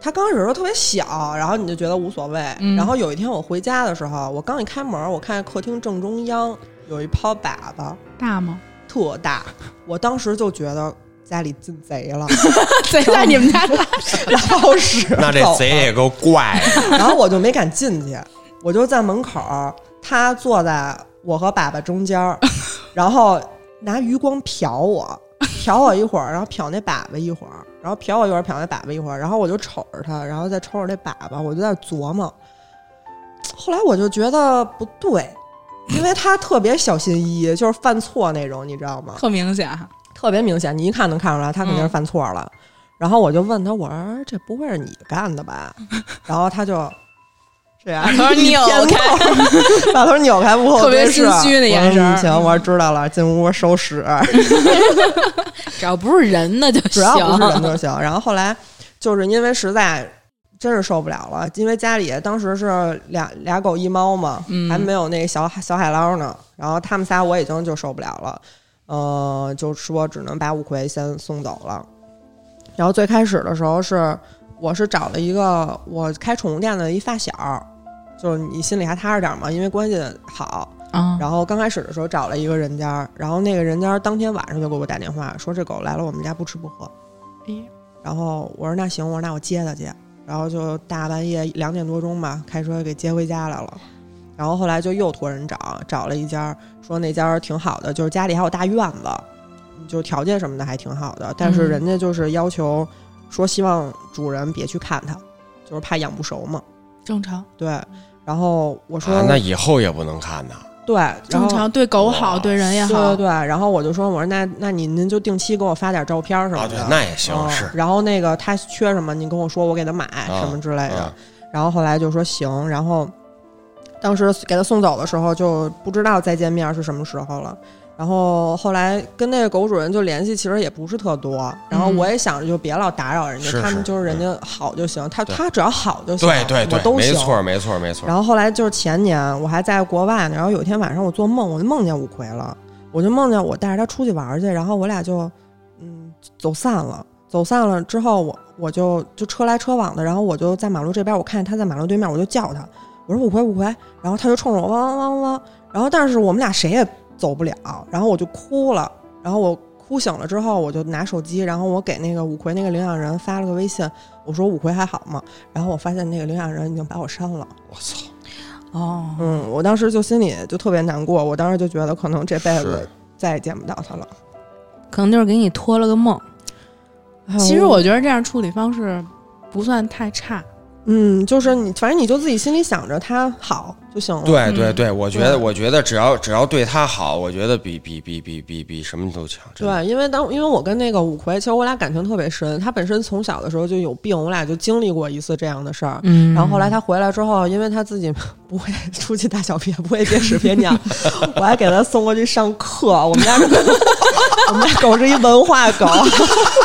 [SPEAKER 2] 它刚开始的时候特别小，然后你就觉得无所谓。
[SPEAKER 4] 嗯
[SPEAKER 2] 然后有一天我回家的时候，我刚一开门，我看见客厅正中央有一泡粑粑，
[SPEAKER 4] 大 吗？
[SPEAKER 2] 特大，我当时就觉得家里进贼了。
[SPEAKER 4] 谁在你们家打？
[SPEAKER 2] 然后是
[SPEAKER 3] 那这贼也够怪 的，
[SPEAKER 2] 然后我就没敢进去，我就在门口儿，他坐在我和粑粑中间 儿，然后拿余光瞟我，瞟我一会儿，然后瞟那粑粑一会儿，然后瞟我一会儿，瞟那粑粑一会儿，然后我就瞅着他，然后再瞅着那粑粑，我就在琢磨。后来我就觉得不对，因为他特别小心翼翼，就是犯错那种，你知道吗？
[SPEAKER 4] 特明显，啊
[SPEAKER 2] 特别明显，你一看能看出来，他肯
[SPEAKER 4] 嗯
[SPEAKER 2] 定是犯错了。然后我就问他，我说这不会是你干的 吧？然后他就这样，
[SPEAKER 4] 头扭
[SPEAKER 2] 开， 把头扭开，不后
[SPEAKER 4] 特别
[SPEAKER 2] 真是
[SPEAKER 4] 心虚的眼神儿
[SPEAKER 2] 我说嗯行，我说知道了，进屋收拾，
[SPEAKER 1] 只要不是人的就
[SPEAKER 2] 只
[SPEAKER 1] 行。
[SPEAKER 2] 要不是人就行。然后后来就是因为实在。真是受不了了，因为家里当时是俩俩狗一猫嘛，
[SPEAKER 4] 嗯
[SPEAKER 2] 还没有那小海小海捞呢。然后他们仨我已经就受不了了，呃，就说只能把五魁先送走了。然后最开始的时候是，我是找了一个我开宠物店的一发小，就是你心里还踏实点嘛，因为关系好。
[SPEAKER 1] 啊，
[SPEAKER 2] 然后刚开始的时候找了一个人家儿，然后那个人家儿当天晚上就给我打电话说这狗来了我们家不吃不喝。
[SPEAKER 4] 哎
[SPEAKER 2] 然后我说那行，我说那我接它去。然后就大半夜两点多钟吧，开车给接回家来了。然后后来就又托人找，找了一家儿，说那家儿挺好的，就是家里还有大院子，就条件什么的还挺好的。但是
[SPEAKER 1] 嗯
[SPEAKER 2] 人家就是要求说希望主人别去看它，就是怕养不熟嘛。
[SPEAKER 4] 正常，
[SPEAKER 2] 对。然后我说、
[SPEAKER 3] 啊，那以后也不能看呐。
[SPEAKER 2] 对，然
[SPEAKER 4] 正
[SPEAKER 2] 后
[SPEAKER 4] 常，对狗好，
[SPEAKER 3] 哇
[SPEAKER 4] 对人也
[SPEAKER 2] 对
[SPEAKER 4] 好
[SPEAKER 2] 对。对，然后我就说，我说那那你您就定期给我发点照片儿什
[SPEAKER 3] 啊，
[SPEAKER 2] 么
[SPEAKER 3] 对
[SPEAKER 2] 的，，
[SPEAKER 3] 那也行，
[SPEAKER 2] 嗯
[SPEAKER 3] 是
[SPEAKER 2] 然后那个他缺什么，你跟我说，我给他买什么之类的。
[SPEAKER 3] 啊
[SPEAKER 2] 然后后来就说行，然后当时给他送走的时候就不知道再见面是什么时候了。然后后来跟那个狗主人就联系，其实也不是特多。然后
[SPEAKER 1] 嗯
[SPEAKER 2] 我也想着就别老打扰人家，
[SPEAKER 3] 是
[SPEAKER 2] 他们
[SPEAKER 3] 是
[SPEAKER 2] 就是人家好就行，他
[SPEAKER 3] 对
[SPEAKER 2] 他只要好就行，
[SPEAKER 3] 对对
[SPEAKER 2] 我
[SPEAKER 3] 对，
[SPEAKER 2] 都
[SPEAKER 3] 没
[SPEAKER 2] 行。
[SPEAKER 3] 错没错没错。
[SPEAKER 2] 然后后来就是前年，我还在国外呢。然后有一天晚上我做梦，我就梦见五魁了，我就梦见我带着他出去玩儿去，然后我俩就嗯走散了。走散了之后我，我就就车来车往的，然后我就在马路这边，我看见他在马路对面，我就叫他，我说五魁五魁，然后他就冲着我汪汪汪汪，然后但是我们俩谁也走不了，然后我就哭了，然后我哭醒了之后，我就拿手机，然后我给那个五魁那个领养人发了个微信，我说五魁还好吗？然后我发现那个领养人已经把我删了。
[SPEAKER 3] 我操，
[SPEAKER 1] 哦，
[SPEAKER 2] 嗯，我当时就心里就特别难过，我当时就觉得可能这辈子
[SPEAKER 3] 是
[SPEAKER 2] 再也见不到他了。
[SPEAKER 1] 可能就是给你托了个梦，
[SPEAKER 4] 其实我觉得这样处理方式不算太差。
[SPEAKER 2] 嗯，就是你，反正你就自己心里想着他好就行了。，
[SPEAKER 3] 对对
[SPEAKER 4] 嗯
[SPEAKER 3] 对，我觉得
[SPEAKER 2] 对
[SPEAKER 3] 我觉得只要只要对他好，我觉得比比比比比比什么都强。真的
[SPEAKER 2] 对，因为当因为我跟那个五魁，其实我俩感情特别深。他本身从小的时候就有病，我俩就经历过一次这样的事儿。
[SPEAKER 1] 嗯，
[SPEAKER 2] 然后后来他回来之后，因为他自己 不会出去大小便，不会憋屎憋尿，我还给他送过去上课。我们家狗， 我们家狗是一文化狗，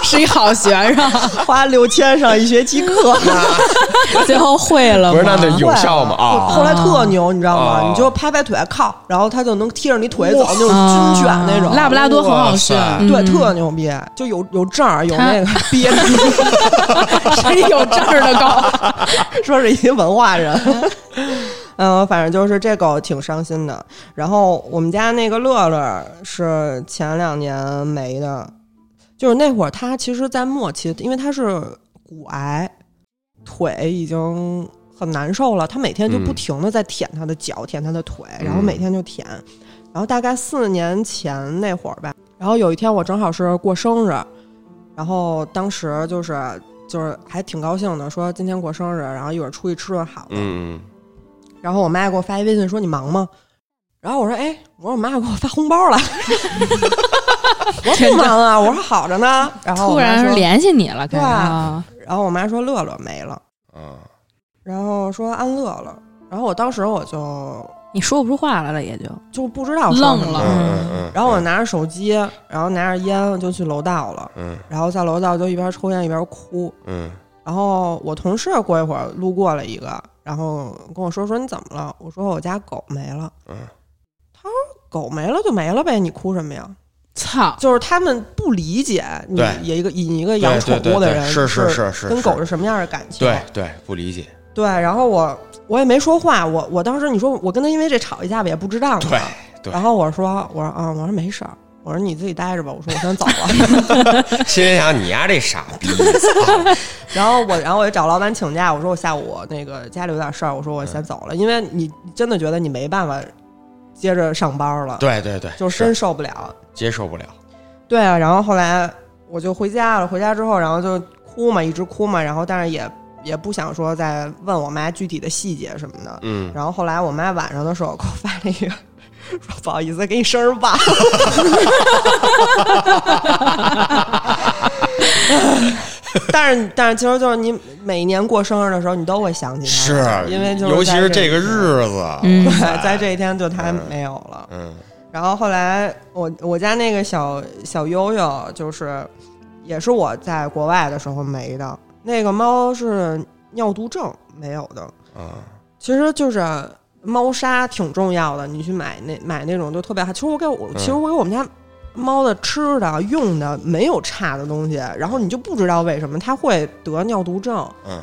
[SPEAKER 4] 是一好学生，
[SPEAKER 2] 花六千上一学期课。
[SPEAKER 1] 最后会了吗，
[SPEAKER 3] 不是那得有效吗？
[SPEAKER 2] 对
[SPEAKER 3] 啊，
[SPEAKER 2] 后来特牛，你知道吗？
[SPEAKER 3] 啊
[SPEAKER 2] 你就拍拍腿，靠，然后它就能踢着你腿走，那种军犬那种，
[SPEAKER 4] 拉布拉多很好训，
[SPEAKER 3] 哇塞
[SPEAKER 2] 对，
[SPEAKER 1] 嗯
[SPEAKER 2] 特牛逼，就有有证儿，有
[SPEAKER 1] 它
[SPEAKER 2] 那个憋着，
[SPEAKER 4] 是有证儿的狗。
[SPEAKER 2] 说是一文化 人。嗯，反正就是这狗挺伤心的。然后我们家那个乐乐是前两年没的，就是那会儿它其实，在末期，因为它是骨癌，腿已经很难受了，它每天就不
[SPEAKER 3] 嗯
[SPEAKER 2] 停的在舔它的脚，舔它的腿，然后
[SPEAKER 3] 嗯
[SPEAKER 2] 每天就舔。然后大概四年前那会儿吧，然后有一天我正好是过生日，然后当时就是就是还挺高兴的，说今天过生日，然后一会儿出去吃顿好的。
[SPEAKER 3] 嗯，
[SPEAKER 2] 然后我妈给我发一微信说你忙吗？然后我说哎，我说我妈给我发红包了， 我说不忙啊，我说好着呢。然后我
[SPEAKER 1] 突
[SPEAKER 2] 妈
[SPEAKER 1] 然
[SPEAKER 2] 说，
[SPEAKER 1] 联系你了，感
[SPEAKER 2] 对
[SPEAKER 1] 觉
[SPEAKER 2] 啊然后我妈说乐乐没了，
[SPEAKER 3] 嗯啊，
[SPEAKER 2] 然后说安乐了，然后我当时我就
[SPEAKER 1] 你说不出话来了，也就
[SPEAKER 4] 哦
[SPEAKER 2] 就不知道说什么
[SPEAKER 4] 愣了
[SPEAKER 3] 嗯嗯嗯。
[SPEAKER 2] 然后我拿着手机，然后拿着烟就去楼道了，
[SPEAKER 3] 嗯
[SPEAKER 2] 然后在楼道就一边抽烟一边哭，
[SPEAKER 3] 嗯
[SPEAKER 2] 然后我同事过一会儿路过了一个，然后跟我说说你怎么了？我说我家狗没了。
[SPEAKER 3] 嗯，
[SPEAKER 2] 他说狗没了就没了呗，你哭什么呀？
[SPEAKER 4] 操，
[SPEAKER 2] 就是他们不理解你
[SPEAKER 3] 对
[SPEAKER 2] 一个以你一个
[SPEAKER 3] 对
[SPEAKER 2] 养宠
[SPEAKER 3] 对对
[SPEAKER 2] 物的
[SPEAKER 3] 对
[SPEAKER 2] 人
[SPEAKER 3] 是是是是
[SPEAKER 2] 跟狗
[SPEAKER 3] 是
[SPEAKER 2] 是什么样的感情？
[SPEAKER 3] 对对不理解，
[SPEAKER 2] 对然后我我也没说话，我我当时你说我跟他因为这吵一架吧，也不值当的。
[SPEAKER 3] 对对
[SPEAKER 2] 然后我说我说啊、我说没事儿，我说你自己待着吧，我说我先走了。
[SPEAKER 3] 心想你丫这傻逼，
[SPEAKER 2] 然后我，然后我就找老板请假，我说我下午那个家里有点事儿，我说我先走了，因为你你真的觉得你没办法接着上班了，，
[SPEAKER 3] 对对对，
[SPEAKER 2] 就是真受不了。
[SPEAKER 3] 接受不了，
[SPEAKER 2] 对啊，然后后来我就回家了，回家之后，然后就哭嘛，一直哭嘛，然后但是也也不想说再问我妈具体的细节什么的。
[SPEAKER 3] 嗯，
[SPEAKER 2] 然后后来我妈晚上的时候给我发了一个， 说不好意思，给你生日吧。 但是但是其实就是你每年过生日的时候，你都会想起
[SPEAKER 3] 是
[SPEAKER 2] 他，因为就是
[SPEAKER 3] 尤其
[SPEAKER 2] 在
[SPEAKER 3] 是
[SPEAKER 2] 这
[SPEAKER 3] 这个日子，
[SPEAKER 1] 嗯
[SPEAKER 2] 对，在这一天就他没有了。
[SPEAKER 3] 嗯
[SPEAKER 2] 然后后来我我家那个小小悠悠，就是也是我在国外的时候没的，那个猫是尿毒症没有的，
[SPEAKER 3] 啊
[SPEAKER 2] 其实就是猫砂挺重要的，你去买那买那种就特别好。其实我给我，
[SPEAKER 3] 嗯
[SPEAKER 2] 其实我给我们家猫的吃的、用的没有差的东西，然后你就不知道为什么它会得尿毒症。
[SPEAKER 3] 嗯，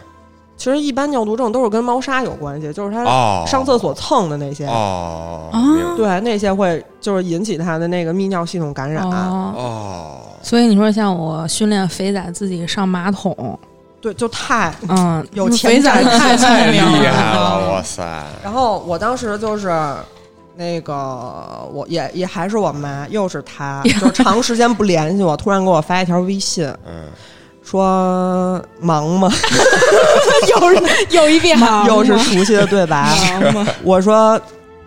[SPEAKER 2] 其实一般尿毒症都是跟猫砂有关系，就是它
[SPEAKER 3] 哦，
[SPEAKER 2] 上厕所蹭的那些，
[SPEAKER 3] 哦，
[SPEAKER 4] 啊
[SPEAKER 3] 明
[SPEAKER 2] 对
[SPEAKER 3] 白
[SPEAKER 2] 那些会就是引起它的那个泌尿系统感染。
[SPEAKER 1] 哦，
[SPEAKER 3] 哦，
[SPEAKER 1] 所以你说像我训练肥仔自己上马 桶，
[SPEAKER 2] 对，就太
[SPEAKER 1] 嗯，
[SPEAKER 2] 有
[SPEAKER 1] 肥
[SPEAKER 2] 钱
[SPEAKER 1] 仔
[SPEAKER 2] 赚
[SPEAKER 1] 太聪
[SPEAKER 3] 太厉
[SPEAKER 1] 明
[SPEAKER 3] 害
[SPEAKER 2] 嗯
[SPEAKER 3] 了，哇塞！
[SPEAKER 2] 然后我当时就是。那个，我也也还是我妈，又是她，就是长时间不联系我，突然给我发一条微信，
[SPEAKER 3] 嗯，
[SPEAKER 2] 说忙 吗？
[SPEAKER 1] 又是又一遍，
[SPEAKER 2] 又是熟悉的对白。我说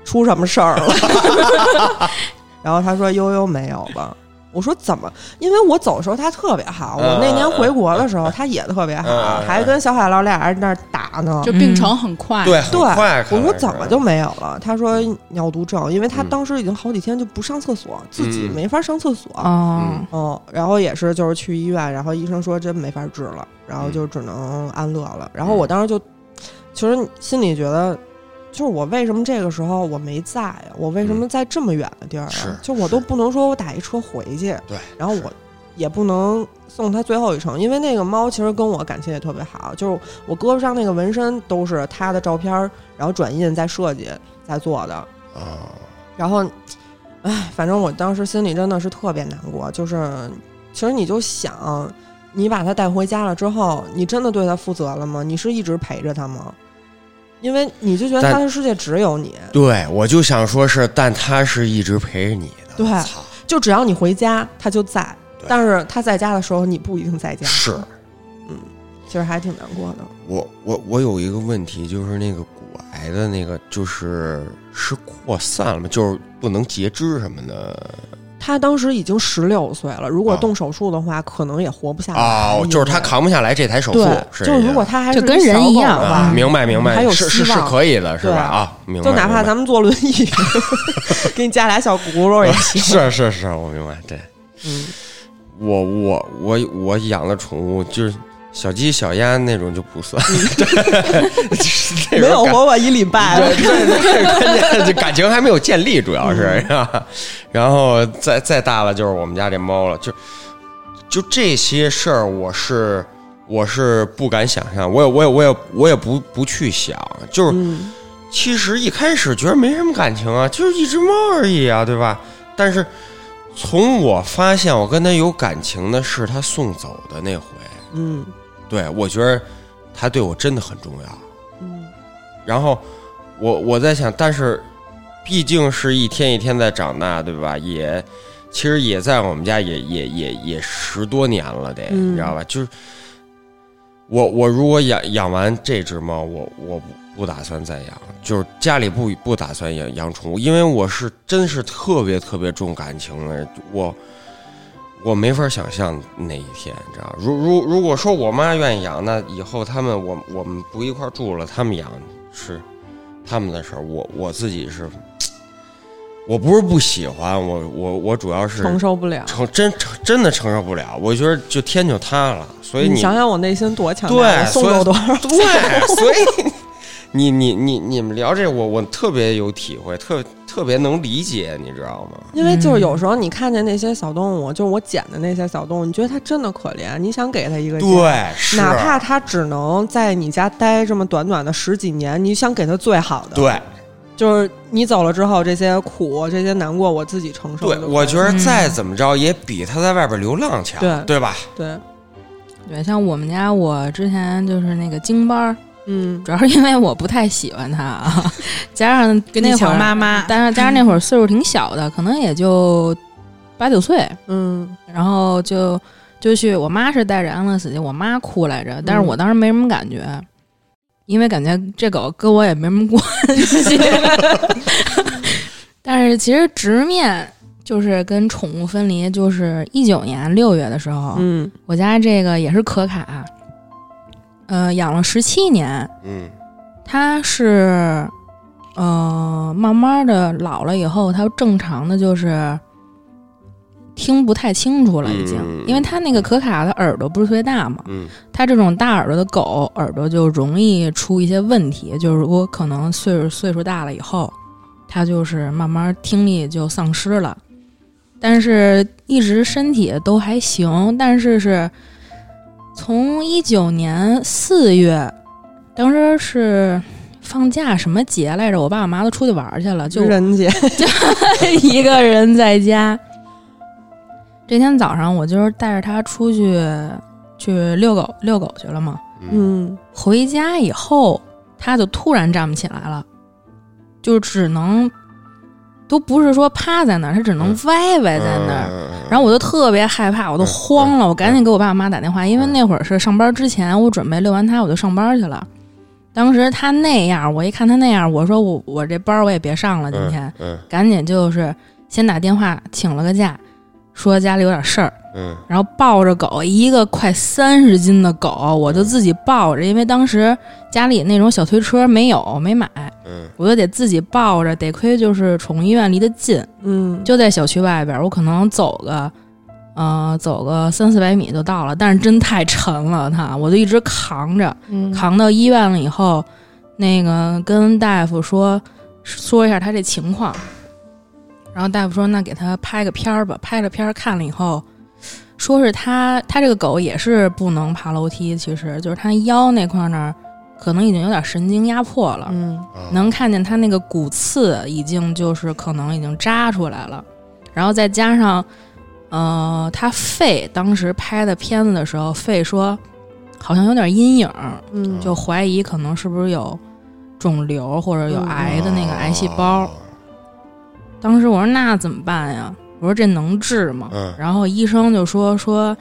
[SPEAKER 2] 出什么事儿了？ 然后他说悠悠没有吧。我说怎么？因为我走的时候他特别好，我那年回国的时
[SPEAKER 3] 嗯
[SPEAKER 2] 候他也特别好，
[SPEAKER 3] 嗯嗯嗯
[SPEAKER 2] 还跟小海捞俩人在那儿打呢
[SPEAKER 4] 就。病程很快，
[SPEAKER 3] 对，很
[SPEAKER 2] 对，
[SPEAKER 3] 快看
[SPEAKER 2] 我
[SPEAKER 3] 来
[SPEAKER 2] 说
[SPEAKER 3] 是
[SPEAKER 2] 怎么就没有了？他说尿毒症，因为他
[SPEAKER 3] 嗯
[SPEAKER 2] 当时已经好几天就不上厕所，自己
[SPEAKER 3] 嗯
[SPEAKER 2] 没法上厕所。
[SPEAKER 1] 哦，
[SPEAKER 2] 嗯，然后也是就是去医院，然后医生说真没法治了，
[SPEAKER 3] 嗯
[SPEAKER 2] 然后就只能安乐了。然后我当时就，其实心里觉得，就是我为什么这个时候我没在啊？我为什么在这么远的地儿啊？
[SPEAKER 3] 嗯是
[SPEAKER 2] 就我都不能说我打一车回去，
[SPEAKER 3] 对，
[SPEAKER 2] 然后我也不能送它最后一程，因为那个猫其实跟我感情也特别好，就是我胳膊上那个纹身都是它的照片儿，然后转印再设计再做的，
[SPEAKER 3] 哦，
[SPEAKER 2] 然后，唉，反正我当时心里真的是特别难过。就是，其实你就想，你把它带回家了之后，你真的对它负责了吗？你是一直陪着它吗？因为你就觉得
[SPEAKER 3] 但
[SPEAKER 2] 它的世界只有你，
[SPEAKER 3] 对，我就想说是，但他是一直陪着你的，
[SPEAKER 2] 对
[SPEAKER 3] 操，
[SPEAKER 2] 就只要你回家，它就在
[SPEAKER 3] 对。
[SPEAKER 2] 但是它在家的时候，你不一定在家。
[SPEAKER 3] 是
[SPEAKER 2] 其实还挺难过的。
[SPEAKER 3] 我我我有一个问题，就是那个骨癌的那个，就是是扩散了吗？就是不能截肢什么的
[SPEAKER 2] 它当时已经十六岁了，如果
[SPEAKER 3] 啊
[SPEAKER 2] 动手术的话，可能也活不下来。
[SPEAKER 3] 哦，就是他
[SPEAKER 2] 因为
[SPEAKER 3] 扛不下来这台手术
[SPEAKER 2] 啊对，，
[SPEAKER 3] 是
[SPEAKER 2] 就是
[SPEAKER 3] 这
[SPEAKER 2] 如
[SPEAKER 3] 样
[SPEAKER 2] 果它还是
[SPEAKER 1] 就跟
[SPEAKER 2] 一
[SPEAKER 1] 人
[SPEAKER 2] 小
[SPEAKER 1] 一
[SPEAKER 2] 狗
[SPEAKER 1] 样
[SPEAKER 2] 的
[SPEAKER 1] 啊
[SPEAKER 2] 话
[SPEAKER 3] 啊，明白明白，
[SPEAKER 2] 还有
[SPEAKER 3] 是
[SPEAKER 2] 希
[SPEAKER 3] 是是
[SPEAKER 2] 望
[SPEAKER 3] 可以的，是吧？
[SPEAKER 2] 对
[SPEAKER 3] 啊，明白，
[SPEAKER 2] 就哪怕
[SPEAKER 3] 明白
[SPEAKER 2] 咱们坐轮椅，给你加俩小轱辘也行。
[SPEAKER 3] 是是是，我明白，对。
[SPEAKER 2] 嗯，
[SPEAKER 3] 我我我我养的宠物就是小鸡小鸭那种就不算， 对
[SPEAKER 2] 嗯没有活过一礼拜
[SPEAKER 3] 对对对，关键就感情还没有建立，主要是，然后再再大了就是我们家这猫了，就就这些事儿，我是我是不敢想象，我也我也我也我也不不去想，就是、
[SPEAKER 2] 嗯
[SPEAKER 3] 其实一开始觉得没什么感情啊，就是一只猫而已啊，对吧？但是从我发现我跟它有感情的是它送走的那回，
[SPEAKER 2] 嗯
[SPEAKER 3] 对我觉得它对我真的很重要。
[SPEAKER 2] 嗯，
[SPEAKER 3] 然后我我在想，但是毕竟是一天一天在长大，对吧？也其实也在我们家也也也也十多年了得，
[SPEAKER 2] 嗯
[SPEAKER 3] 你知道吧？就是我我如果养养完这只猫，我我不不打算再养，就是家里不不打算养养宠物，因为我是真是特别特别重感情的人，我。我没法想象那一天，你知道？如如如果说我妈愿意养，那以后他们我我们不一块儿住了，他们养是他们的事儿，我我自己是，我不是不喜欢，我我我主要是
[SPEAKER 2] 承受不了。
[SPEAKER 3] 承真承真的承受不了，我觉得就天就塌了，所以
[SPEAKER 2] 你
[SPEAKER 3] 你
[SPEAKER 2] 想想我内心多强大，
[SPEAKER 3] 对
[SPEAKER 2] 我送
[SPEAKER 3] 所以
[SPEAKER 2] 走多少？
[SPEAKER 3] 对，所 以你你你你们聊这我我特别有体会，特特别能理解，你知道吗？
[SPEAKER 2] 因为就是有时候你看见那些小动物，就是我捡的那些小动物，你觉得它真的可怜，你想给它一个家，
[SPEAKER 3] 对，是
[SPEAKER 2] 哪怕它只能在你家待这么短短的十几年，你想给它最好的，，
[SPEAKER 3] 对
[SPEAKER 2] 就是你走了之后，这些苦、这些难过，我自己承受就
[SPEAKER 3] 对，
[SPEAKER 2] 可以了。
[SPEAKER 3] 我觉得再怎么着也比他在外边流浪强，
[SPEAKER 2] 对
[SPEAKER 3] 对吧？
[SPEAKER 2] 对，
[SPEAKER 1] 对，像我们家我之前就是那个京班儿，
[SPEAKER 2] 嗯
[SPEAKER 1] 主要是因为我不太喜欢它啊， 加上
[SPEAKER 4] 跟
[SPEAKER 1] 那
[SPEAKER 4] 你
[SPEAKER 1] 会
[SPEAKER 4] 抢
[SPEAKER 1] 儿，
[SPEAKER 4] 妈妈，
[SPEAKER 1] 但是加上那会儿岁数挺小的，可能也就八九岁，
[SPEAKER 2] 嗯
[SPEAKER 1] 然后就就去我妈是带着安乐死去，我妈哭来着，但是我当时没什么感觉，因为感觉这狗跟我也没什么关系。 但是其实直面就是跟宠物分离，就是一九年六月的时候，
[SPEAKER 2] 嗯
[SPEAKER 1] 我家这个也是可卡，呃，养了十七年，
[SPEAKER 3] 嗯，
[SPEAKER 1] 它是，呃，慢慢的老了以后，它正常的就是听不太清楚了，已经，
[SPEAKER 3] 嗯
[SPEAKER 1] 因为它那个可卡的耳朵不是特别大嘛，
[SPEAKER 3] 嗯，
[SPEAKER 1] 它这种大耳朵的狗耳朵就容易出一些问题，就是如果可能岁数岁数大了以后，它就是慢慢听力就丧失了，但是一直身体都还行，但是是从一九年四月当时是放假什么节来着，我爸我妈都出去玩儿去了，就哎
[SPEAKER 2] 愚人节，
[SPEAKER 1] 一个人在家。这天早上，我就是带着它出去去遛狗遛狗去了嘛。
[SPEAKER 3] 嗯，
[SPEAKER 2] 嗯，
[SPEAKER 1] 回家以后，它就突然站不起来了，就只能都不是说趴在那儿，它只能
[SPEAKER 3] 嗯
[SPEAKER 1] 歪歪在那儿。
[SPEAKER 3] 儿
[SPEAKER 1] 然后我就特别害怕，我都慌
[SPEAKER 3] 嗯
[SPEAKER 1] 了，我赶紧给我爸妈打电话，因为那会儿是上班之前，我准备遛完它我就上班去了。当时它那样，我一看它那样，我说我我这班儿我也别上了，今天。
[SPEAKER 3] 嗯
[SPEAKER 1] 赶紧就是先打电话请了个假，说家里有点事儿，
[SPEAKER 3] 嗯
[SPEAKER 1] 然后抱着狗，一个快三十斤的狗，我就自己抱着，因为当时家里那种小推车没有没买，
[SPEAKER 3] 嗯
[SPEAKER 1] 我就得自己抱着。得亏就是宠物医院离得近，
[SPEAKER 2] 嗯，
[SPEAKER 1] 就在小区外边，我可能走个。呃，走个三四百米就到了，但是真太沉了它，我就一直扛着，
[SPEAKER 2] 嗯
[SPEAKER 1] 扛到医院了以后，那个跟大夫说说一下他这情况，然后大夫说那给他拍个片儿吧，拍了片儿看了以后，说是他他这个狗也是不能爬楼梯，其实就是他腰那块儿那儿可能已经有点神经压迫了，
[SPEAKER 2] 嗯
[SPEAKER 3] 嗯，
[SPEAKER 1] 能看见它那个骨刺已经就是可能已经扎出来了，然后再加上，呃，它肺当时拍的片子的时候，肺说好像有点阴影儿，
[SPEAKER 2] 嗯
[SPEAKER 1] 就怀疑可能是不是有肿瘤或者有
[SPEAKER 3] 嗯
[SPEAKER 1] 癌的那个癌细
[SPEAKER 3] 哦
[SPEAKER 1] 胞。当时我说那怎么办呀？我说这能治吗？
[SPEAKER 3] 嗯
[SPEAKER 1] 然后医生就说说。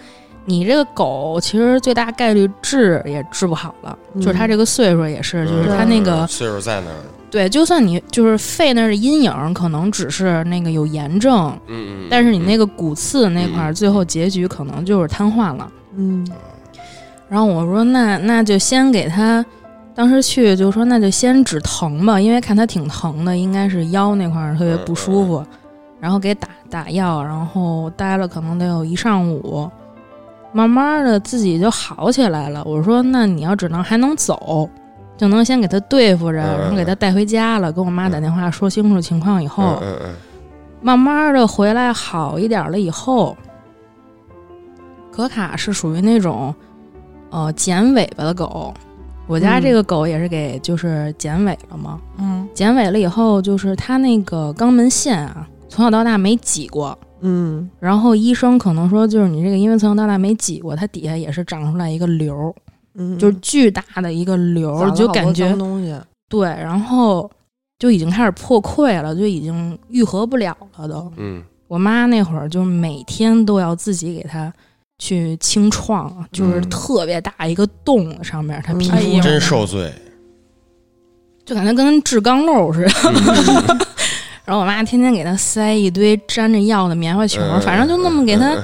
[SPEAKER 1] 你这个狗其实最大概率治也治不好了，就是它
[SPEAKER 2] 嗯
[SPEAKER 1] 这个岁数也是，就是它那个
[SPEAKER 3] 嗯岁数在那儿，
[SPEAKER 1] 对，就算你就是肺那儿的阴影，可能只是那个有炎症，
[SPEAKER 3] 嗯嗯，嗯
[SPEAKER 1] 但是你那
[SPEAKER 3] 个
[SPEAKER 1] 个骨刺那块儿，最后结局可能就是瘫痪了。
[SPEAKER 2] 嗯
[SPEAKER 1] 然后我说那那就先给他，当时去就说那就先止疼吧，因为看他挺疼的，应该是腰那块儿特别不舒
[SPEAKER 3] 嗯
[SPEAKER 1] 服，然后给打打药，然后待了可能得有一上午，慢慢的自己就好起来了。我说那你要只能还能走，就能先给他对付着，
[SPEAKER 3] 嗯嗯嗯
[SPEAKER 1] 然后给他带回家了。跟我妈打电话说清楚情况以后，
[SPEAKER 3] 嗯嗯
[SPEAKER 1] 慢慢的回来好一点了以后，可卡是属于那种呃剪尾巴的狗。我家这个狗也是给就是剪尾了嘛，
[SPEAKER 4] 嗯，
[SPEAKER 1] 剪尾了以后就是它那个肛门线啊，从小到大没挤过。
[SPEAKER 2] 嗯
[SPEAKER 1] 然后医生可能说，就是你这个因为从小到大没挤过，它底下也是长出来一个瘤儿，
[SPEAKER 2] 嗯，
[SPEAKER 1] 就是巨大的一个瘤
[SPEAKER 2] 攒
[SPEAKER 1] 儿，
[SPEAKER 2] 了
[SPEAKER 1] 就
[SPEAKER 2] 好
[SPEAKER 1] 感
[SPEAKER 2] 多
[SPEAKER 1] 觉
[SPEAKER 2] 脏东西，
[SPEAKER 1] 对，然后就已经开始破溃了，就已经愈合不了了都。
[SPEAKER 3] 嗯
[SPEAKER 1] 我妈那会儿就每天都要自己给它去清创，就是
[SPEAKER 3] 嗯
[SPEAKER 1] 特别大一个洞上面，它皮
[SPEAKER 2] 哎
[SPEAKER 1] 肤
[SPEAKER 3] 嗯，
[SPEAKER 2] 呦
[SPEAKER 3] 真受罪，
[SPEAKER 1] 就感觉跟治钢漏似的。
[SPEAKER 3] 嗯
[SPEAKER 1] 然后我妈天天给它塞一堆沾着药的棉花球，
[SPEAKER 3] 嗯
[SPEAKER 1] 反正就那么给它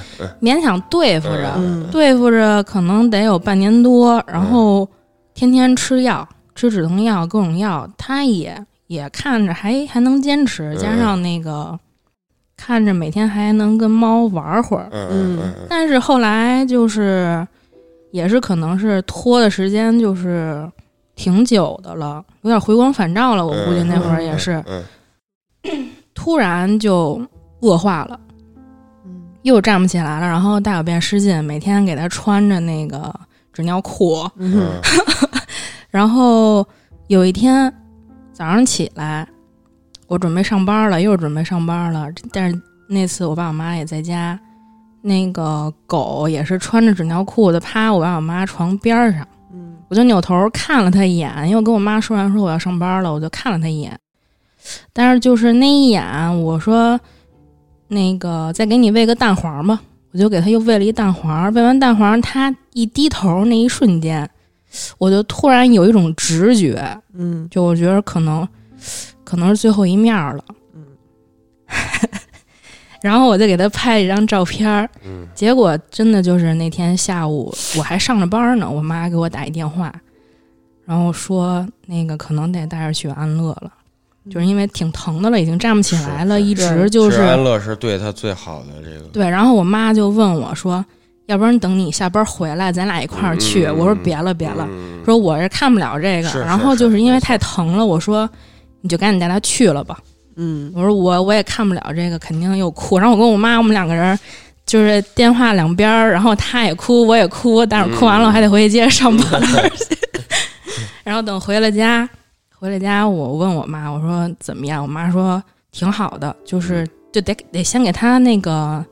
[SPEAKER 1] 勉强对付着，
[SPEAKER 2] 嗯
[SPEAKER 1] 对付着可能得有半年多，然后天天吃药，吃止疼药，各种药，它也也看着还还能坚持，加上那个看着每天还能跟猫玩会儿。
[SPEAKER 3] 嗯嗯
[SPEAKER 1] 但是后来就是，也是可能是拖的时间就是挺久的了，有点回光返照了。我估计那会儿也是，
[SPEAKER 3] 嗯
[SPEAKER 1] 突然就恶化了，
[SPEAKER 2] 嗯
[SPEAKER 1] 又站不起来了，然后大小便失禁，每天给它穿着那个纸尿裤，
[SPEAKER 2] 嗯
[SPEAKER 1] 然后有一天早上起来，我准备上班了，又准备上班了，但是那次我爸我妈也在家，那个狗也是穿着纸尿裤的趴我爸我妈床边上，
[SPEAKER 2] 嗯
[SPEAKER 1] 我就扭头看了他一眼，因为我跟我妈说完说我要上班了，我就看了他一眼，但是就是那一眼，我说那个再给你喂个蛋黄吧。我就给他又喂了一蛋黄，喂完蛋黄，他一低头那一瞬间，我就突然有一种直觉，
[SPEAKER 2] 嗯
[SPEAKER 1] 就我觉得可能可能是最后一面儿了。
[SPEAKER 2] 嗯，
[SPEAKER 1] 然后我就给他拍了一张照片儿，
[SPEAKER 3] 嗯
[SPEAKER 1] 结果真的就是那天下午我还上着班儿呢，我妈给我打一电话，然后说那个可能得带着去安乐了，就是因为挺疼的了，已经站不起来了，
[SPEAKER 3] 是
[SPEAKER 1] 一直
[SPEAKER 2] 对
[SPEAKER 1] 就
[SPEAKER 3] 安
[SPEAKER 1] 是
[SPEAKER 3] 乐是对他最好的这个，
[SPEAKER 1] 对。然后我妈就问我说：“要不然等你下班回来，咱俩一块儿去？”
[SPEAKER 3] 嗯嗯嗯
[SPEAKER 1] 我说：“别了，别了。”
[SPEAKER 3] 嗯
[SPEAKER 1] 说我是看不了这个，
[SPEAKER 3] 是是
[SPEAKER 1] 然后就是
[SPEAKER 3] 是
[SPEAKER 1] 因为
[SPEAKER 3] 没错
[SPEAKER 1] 太疼了，我说你就赶紧带他去了吧。
[SPEAKER 2] 嗯
[SPEAKER 1] 我说我我也看不了这个，肯定又哭。然后我跟我妈我们两个人就是电话两边儿，然后她也哭我也哭，但是哭完了
[SPEAKER 3] 嗯
[SPEAKER 1] 我还得回去接着上班儿去。然后等回了家，回了家我问我妈，我说怎么样？我妈说挺好的，
[SPEAKER 3] 嗯
[SPEAKER 1] 就是就得得先给它那个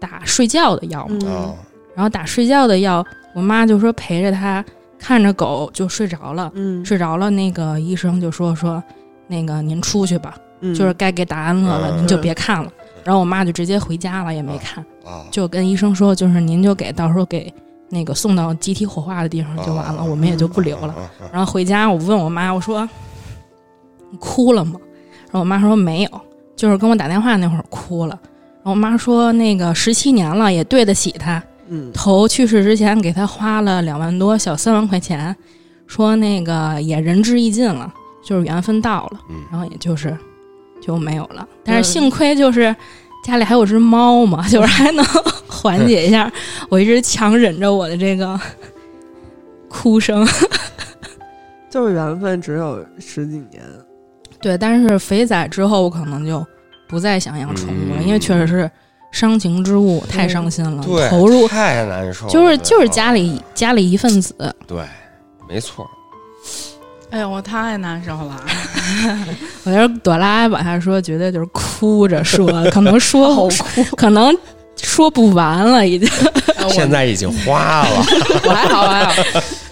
[SPEAKER 1] 打睡觉的
[SPEAKER 2] 嗯
[SPEAKER 1] 药嘛，
[SPEAKER 3] 哦，
[SPEAKER 1] 然后打睡觉的药，我妈就说陪着它看着狗就睡着了，
[SPEAKER 2] 嗯，
[SPEAKER 1] 睡着了，那个医生就说说那个您出去吧，
[SPEAKER 2] 嗯
[SPEAKER 1] 就是该给打安乐了，
[SPEAKER 3] 嗯
[SPEAKER 1] 您就别看了。然后我妈就直接回家了，也没
[SPEAKER 3] 啊
[SPEAKER 1] 看，
[SPEAKER 3] 哦，
[SPEAKER 1] 就跟医生说，就是您就给到时候给那个送到集体火化的地方就完了，
[SPEAKER 3] 哦
[SPEAKER 1] 我们也就不留了。
[SPEAKER 3] 了，嗯
[SPEAKER 1] 然后回家我问我妈，我说你哭了吗？然后我妈说没有，就是跟我打电话那会儿哭了。然后我妈说那个十七年了，也对得起他，
[SPEAKER 2] 嗯
[SPEAKER 1] 头去世之前给他花了两万多，小三万块钱，说那个也仁至义尽了，就是缘分到了，
[SPEAKER 3] 嗯
[SPEAKER 1] 然后也就是就没有了。但是幸亏就是家里还有只猫嘛，就是还 能缓解一下。我一直强忍着我的这个哭声，
[SPEAKER 2] 就是缘分只有十几年，
[SPEAKER 1] 对。但是肥仔之后，我可能就不再想养宠物了，
[SPEAKER 3] 嗯
[SPEAKER 1] 因为确实是伤情之物，太伤心了，
[SPEAKER 3] 对，
[SPEAKER 1] 投入
[SPEAKER 3] 太难受了，
[SPEAKER 1] 就是就是
[SPEAKER 3] 嗯
[SPEAKER 1] 家里家里一份子，
[SPEAKER 3] 对，没错，
[SPEAKER 4] 哎呦，我太难受了。啊
[SPEAKER 1] 我觉得朵拉把他说，绝对就是哭着说，可能说
[SPEAKER 2] 哭，
[SPEAKER 1] 可能说不完了， 已经。
[SPEAKER 4] 哎我
[SPEAKER 3] 现在已经花 了，
[SPEAKER 4] 我还好，我还好。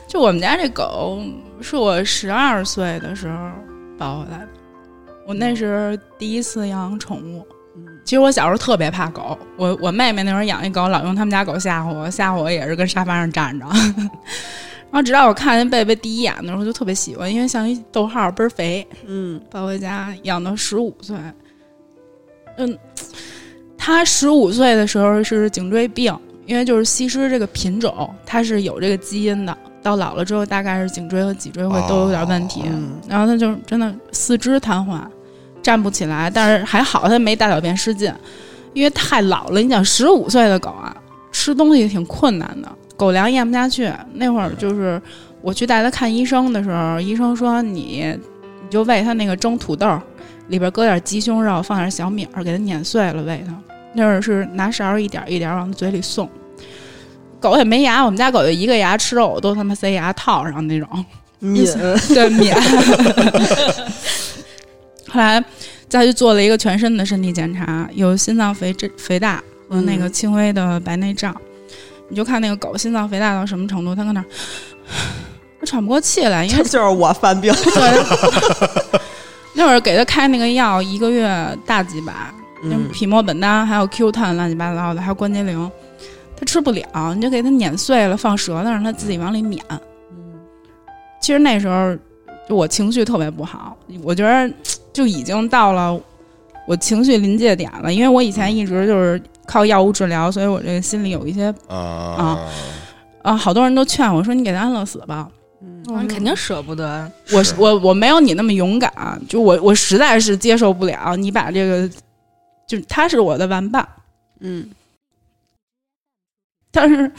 [SPEAKER 4] 就我们家这狗是我十二岁的时候抱回来的，我那是第一次养宠物。其实我小时候特别怕狗，我我妹妹那会儿养一狗，老用他们家狗吓唬我，吓唬我也是跟沙发上站着。 然后直到我看见贝贝第一眼的时候，就特别喜欢，因为像一逗号倍儿肥，
[SPEAKER 2] 嗯
[SPEAKER 4] 抱回家养到十五岁。嗯，他十五岁的时候是颈椎病，因为就是西施这个品种，它是有这个基因的。到老了之后，大概是颈椎和脊椎会都有点问题。
[SPEAKER 2] 嗯
[SPEAKER 4] 然后他就真的四肢瘫痪，站不起来，但是还好他没大小便失禁，因为太老了。你想，十五岁的狗啊，吃东西挺困难的，狗粮咽不下去。那会儿就是我去带它看医生的时候，医生说你你就喂它那个蒸土豆儿，里边搁点鸡胸肉，放点小米儿，给它碾碎了喂它。那会儿是拿勺儿一点儿一点儿往它嘴里送。狗也没牙，我们家狗就一个牙，吃肉我都他妈塞牙套上那种。
[SPEAKER 2] 敏
[SPEAKER 4] 对免。 后来再去做了一个全身的身体检查，有心脏肥这肥大和那个
[SPEAKER 2] 嗯
[SPEAKER 4] 轻微的白内障。你就看那个狗心脏肥大到什么程度，它搁那儿 它喘不过气来，因
[SPEAKER 2] 这
[SPEAKER 4] 为
[SPEAKER 2] 就是我犯病，
[SPEAKER 4] 对，那会儿 给他开那个药，一个月大几百，那
[SPEAKER 2] 嗯
[SPEAKER 4] 匹诺本丹还有 Q 碳，乱七八糟的，还有关节灵，他吃不了，你就给他碾碎了放舌头，让他自己往里抿。其实那时候就我情绪特别不好，我觉得就已经到了我情绪临界点了，因为我以前一直就是靠药物治疗，所以我这个心里有一些
[SPEAKER 3] 啊，
[SPEAKER 4] 啊，好多人都劝我说你给他安乐死吧，
[SPEAKER 2] 嗯
[SPEAKER 1] 你嗯肯定舍不得。
[SPEAKER 4] 我
[SPEAKER 3] 是
[SPEAKER 4] 我我没有你那么勇敢，就我我实在是接受不了你把这个，就是他是我的玩伴，
[SPEAKER 2] 嗯
[SPEAKER 4] 但是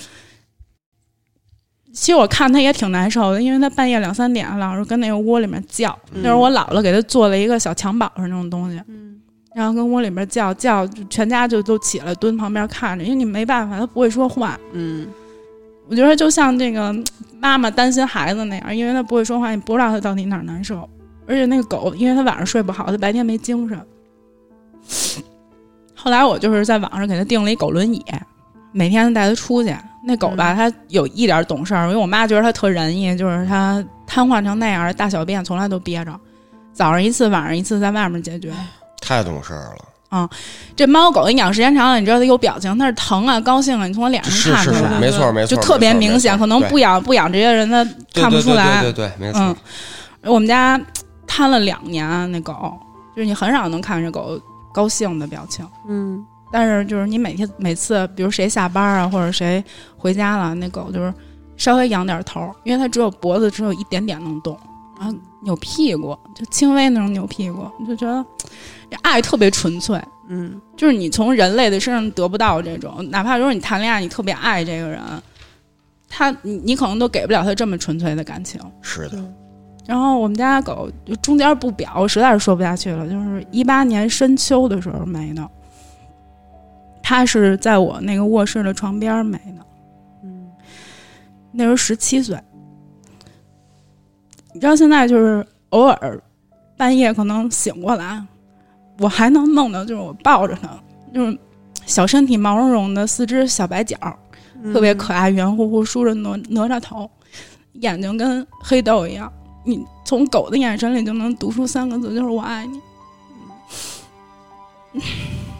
[SPEAKER 4] 其实我看他也挺难受的，因为他半夜两三点老是跟那个窝里面叫，那时候我姥姥给他做了一个小襁褓似的那种东西，
[SPEAKER 2] 嗯
[SPEAKER 4] 然后跟窝里面叫叫，就全家就都起来蹲旁边看着，因为你没办法，他不会说话，
[SPEAKER 2] 嗯
[SPEAKER 4] 我觉得就像这个嗯妈妈担心孩子那样，因为他不会说话，你不知道他到底哪儿难受。而且那个狗，因为它晚上睡不好，它白天没精神。后来我就是在网上给它订了一狗轮椅，每天带它出去。那狗吧，它有一点懂事儿，因为我妈觉得它特仁义，就是它瘫痪成那样，大小便从来都憋着，早上一次，晚上一次，在外面解决。
[SPEAKER 3] 太懂事儿了，
[SPEAKER 4] 这猫狗你养时间长了，你知道它有表情，它是疼啊、高兴啊，你从它脸
[SPEAKER 3] 是
[SPEAKER 4] 上看出
[SPEAKER 3] 是
[SPEAKER 4] 来。
[SPEAKER 3] 是，没错没错，
[SPEAKER 4] 就特别明显，可能不养不养这些人他看不出来。
[SPEAKER 3] 对对对，没
[SPEAKER 4] 嗯
[SPEAKER 3] 错，，
[SPEAKER 4] 我们家瘫了两年啊那狗，就是你很少能看着狗高兴的表情，
[SPEAKER 2] 嗯
[SPEAKER 4] 但是就是你每天每次，比如谁下班啊，或者谁回家了，那狗就是稍微仰点头，因为它只有脖子只有一点点能动，然后扭屁股，就轻微那种扭屁股，你就觉得这爱特别纯粹。
[SPEAKER 2] 嗯
[SPEAKER 4] 就是你从人类的身上得不到这种，哪怕就是你谈恋爱，你特别爱这个人，他你你可能都给不了他这么纯粹的感情。
[SPEAKER 3] 是的，
[SPEAKER 4] 然后我们家狗就中间不表，我实在是说不下去了。就是一八年深秋的时候没的，它是在我那个卧室的床边没的，
[SPEAKER 2] 嗯
[SPEAKER 4] 那时候十七岁。你知道现在就是偶尔半夜可能醒过来，我还能梦到就是我抱着它，就是小身体毛茸茸的，四肢小白脚，特
[SPEAKER 2] 嗯
[SPEAKER 4] 别可爱，圆乎乎，梳着哪哪吒头，眼睛跟黑豆一样。你从狗的眼神里就能读出三个字，就是我爱你。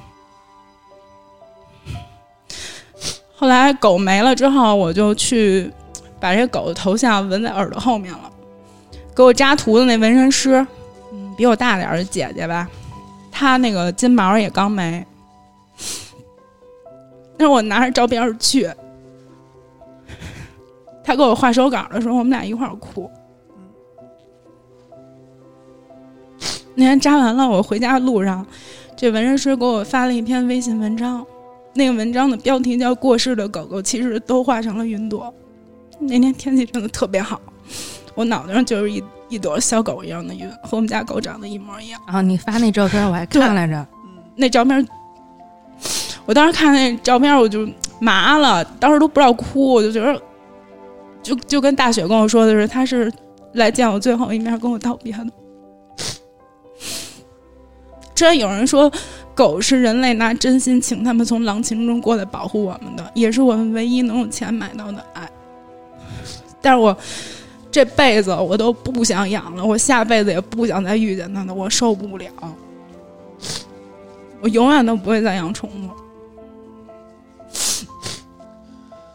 [SPEAKER 4] 后来狗没了之后，我就去把这狗的头像纹在耳朵后面了。给我扎图的那纹身师，嗯，比我大点儿的姐姐吧，她那个金毛也刚没。 但是我拿着照片儿去，她给我画手稿的时候，我们俩一块儿哭。那天扎完了，我回家路上，这纹身师给我发了一篇微信文章，那个文章的标题叫《过世的狗狗其实都化成了云朵》。那天天气真的特别好，我脑袋上就是一一朵小狗一样的云，和我们家狗长得一模一样。
[SPEAKER 1] 然后你发那照片我还看来着，
[SPEAKER 4] 那照片儿，我当时看那照片儿我就麻了，当时都不知道哭，我就觉得，就就跟大雪跟我说的是，他是来见我最后一面，跟我道别的。之前有人说，狗是人类拿真心请他们从狼群中过来保护我们的，也是我们唯一能用钱买到的爱。但是我这辈子我都不想养了，我下辈子也不想再遇见它了，我受不了。我永远都不会再养宠物。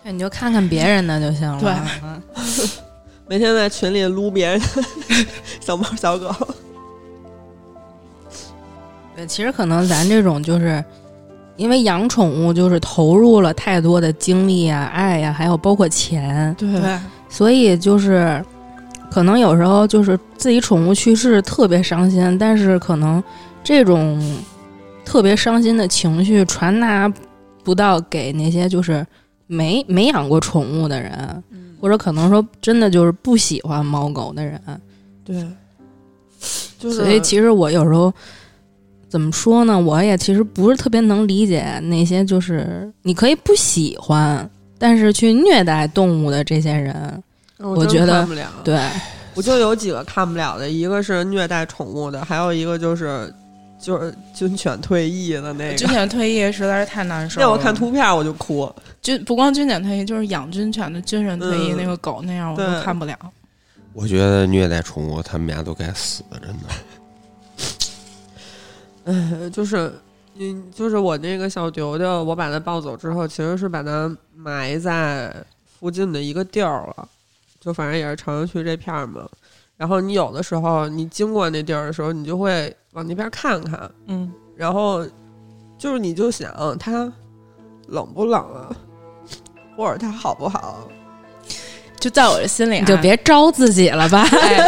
[SPEAKER 1] 那你就看看别人的就行了。
[SPEAKER 4] 对
[SPEAKER 1] 嗯
[SPEAKER 2] 每天在群里撸别人 小猫小狗，
[SPEAKER 1] 对，其实可能咱这种就是因为养宠物，就是投入了太多的精力啊、爱呀、还有包括钱，
[SPEAKER 4] 对
[SPEAKER 1] 所以就是可能有时候就是自己宠物去世特别伤心，但是可能这种特别伤心的情绪传达不到给那些就是没没养过宠物的人，或者可能说真的就是不喜欢猫狗的人，
[SPEAKER 2] 对，就是
[SPEAKER 1] 所以其实我有时候怎么说呢，我也其实不是特别能理解那些就是你可以不喜欢，但是去虐待动物的这些人。
[SPEAKER 2] 哎我
[SPEAKER 1] 我
[SPEAKER 2] 真
[SPEAKER 1] 觉得
[SPEAKER 2] 看不了，
[SPEAKER 1] 对，
[SPEAKER 2] 我就有几个看不了的，一个是虐待宠物的，还有一个就是就是军犬退役的那
[SPEAKER 5] 军
[SPEAKER 2] 个。
[SPEAKER 5] 犬退役实在是太难受了。
[SPEAKER 2] 那我看图片我就哭，
[SPEAKER 5] 军不光军犬退役，就是养军犬的军人退役，
[SPEAKER 2] 嗯
[SPEAKER 5] 那个狗那样我
[SPEAKER 2] 对
[SPEAKER 5] 都看不了。
[SPEAKER 3] 我觉得虐待宠物，他们俩都该死，真的。
[SPEAKER 2] 呃就是嗯，就是我那个小丢丢，我把它抱走之后，其实是把它埋在附近的一个地儿了，就反正也是朝阳区这片儿嘛。然后你有的时候你经过那地儿的时候，你就会往那边看看，
[SPEAKER 5] 嗯，
[SPEAKER 2] 然后就是你就想它冷不冷啊，或者它好啊不好？
[SPEAKER 5] 就在我的心里、啊，
[SPEAKER 1] 你就别招自己了吧。
[SPEAKER 5] 哎，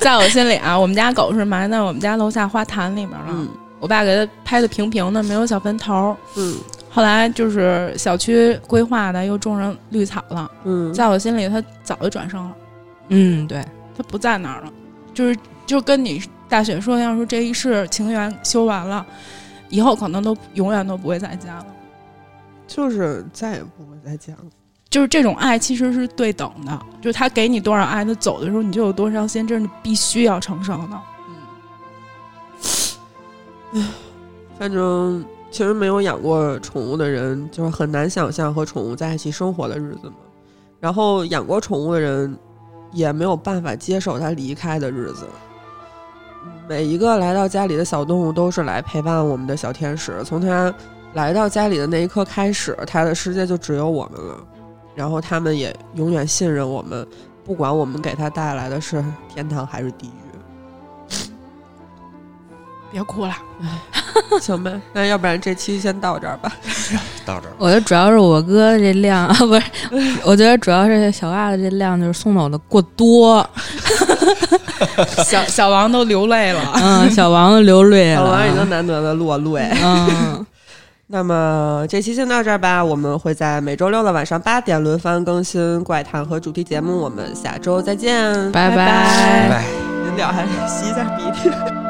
[SPEAKER 5] 在我心里啊，我们家狗是埋在我们家楼下花坛里面了。
[SPEAKER 2] 嗯
[SPEAKER 5] 我爸给它拍的平平的，没有小坟头。
[SPEAKER 2] 嗯
[SPEAKER 5] 后来就是小区规划的，又种上绿草了。
[SPEAKER 2] 嗯，
[SPEAKER 5] 在我心里，它早就转生了，
[SPEAKER 1] 嗯，对，
[SPEAKER 5] 它不在那儿了。就是就跟你大雪说的一样，说这一世情缘修完了，以后可能都永远都不会再见了。
[SPEAKER 2] 就是再也不会再见了。
[SPEAKER 5] 就是这种爱其实是对等的，就是他给你多少爱，他走的时候你就有多伤心，这是你必须要承受的。
[SPEAKER 2] 反正其实没有养过宠物的人，就是很难想象和宠物在一起生活的日子嘛。然后养过宠物的人，也没有办法接受它离开的日子。每一个来到家里的小动物都是来陪伴我们的小天使，从它来到家里的那一刻开始，它的世界就只有我们了。然后它们也永远信任我们，不管我们给它带来的是天堂还是地狱。
[SPEAKER 5] 别哭了，
[SPEAKER 2] 行呗，那要不然这期先到这儿吧。
[SPEAKER 3] 到这儿，
[SPEAKER 1] 我觉得主要是我哥这量， 啊、不是，我觉得主要是小袜子这量就是送走的过多，
[SPEAKER 5] 小小王都流泪了。
[SPEAKER 1] 嗯，小王流泪了，
[SPEAKER 2] 小王已经难得的落泪。
[SPEAKER 1] 嗯，
[SPEAKER 2] 啊 那么这期先到这儿吧，我们会在每周六的晚上八点轮番更新怪谈和主题节目，我们下周再见。
[SPEAKER 1] 拜
[SPEAKER 5] 拜拜
[SPEAKER 3] 拜。
[SPEAKER 2] 您俩还是吸一下鼻涕。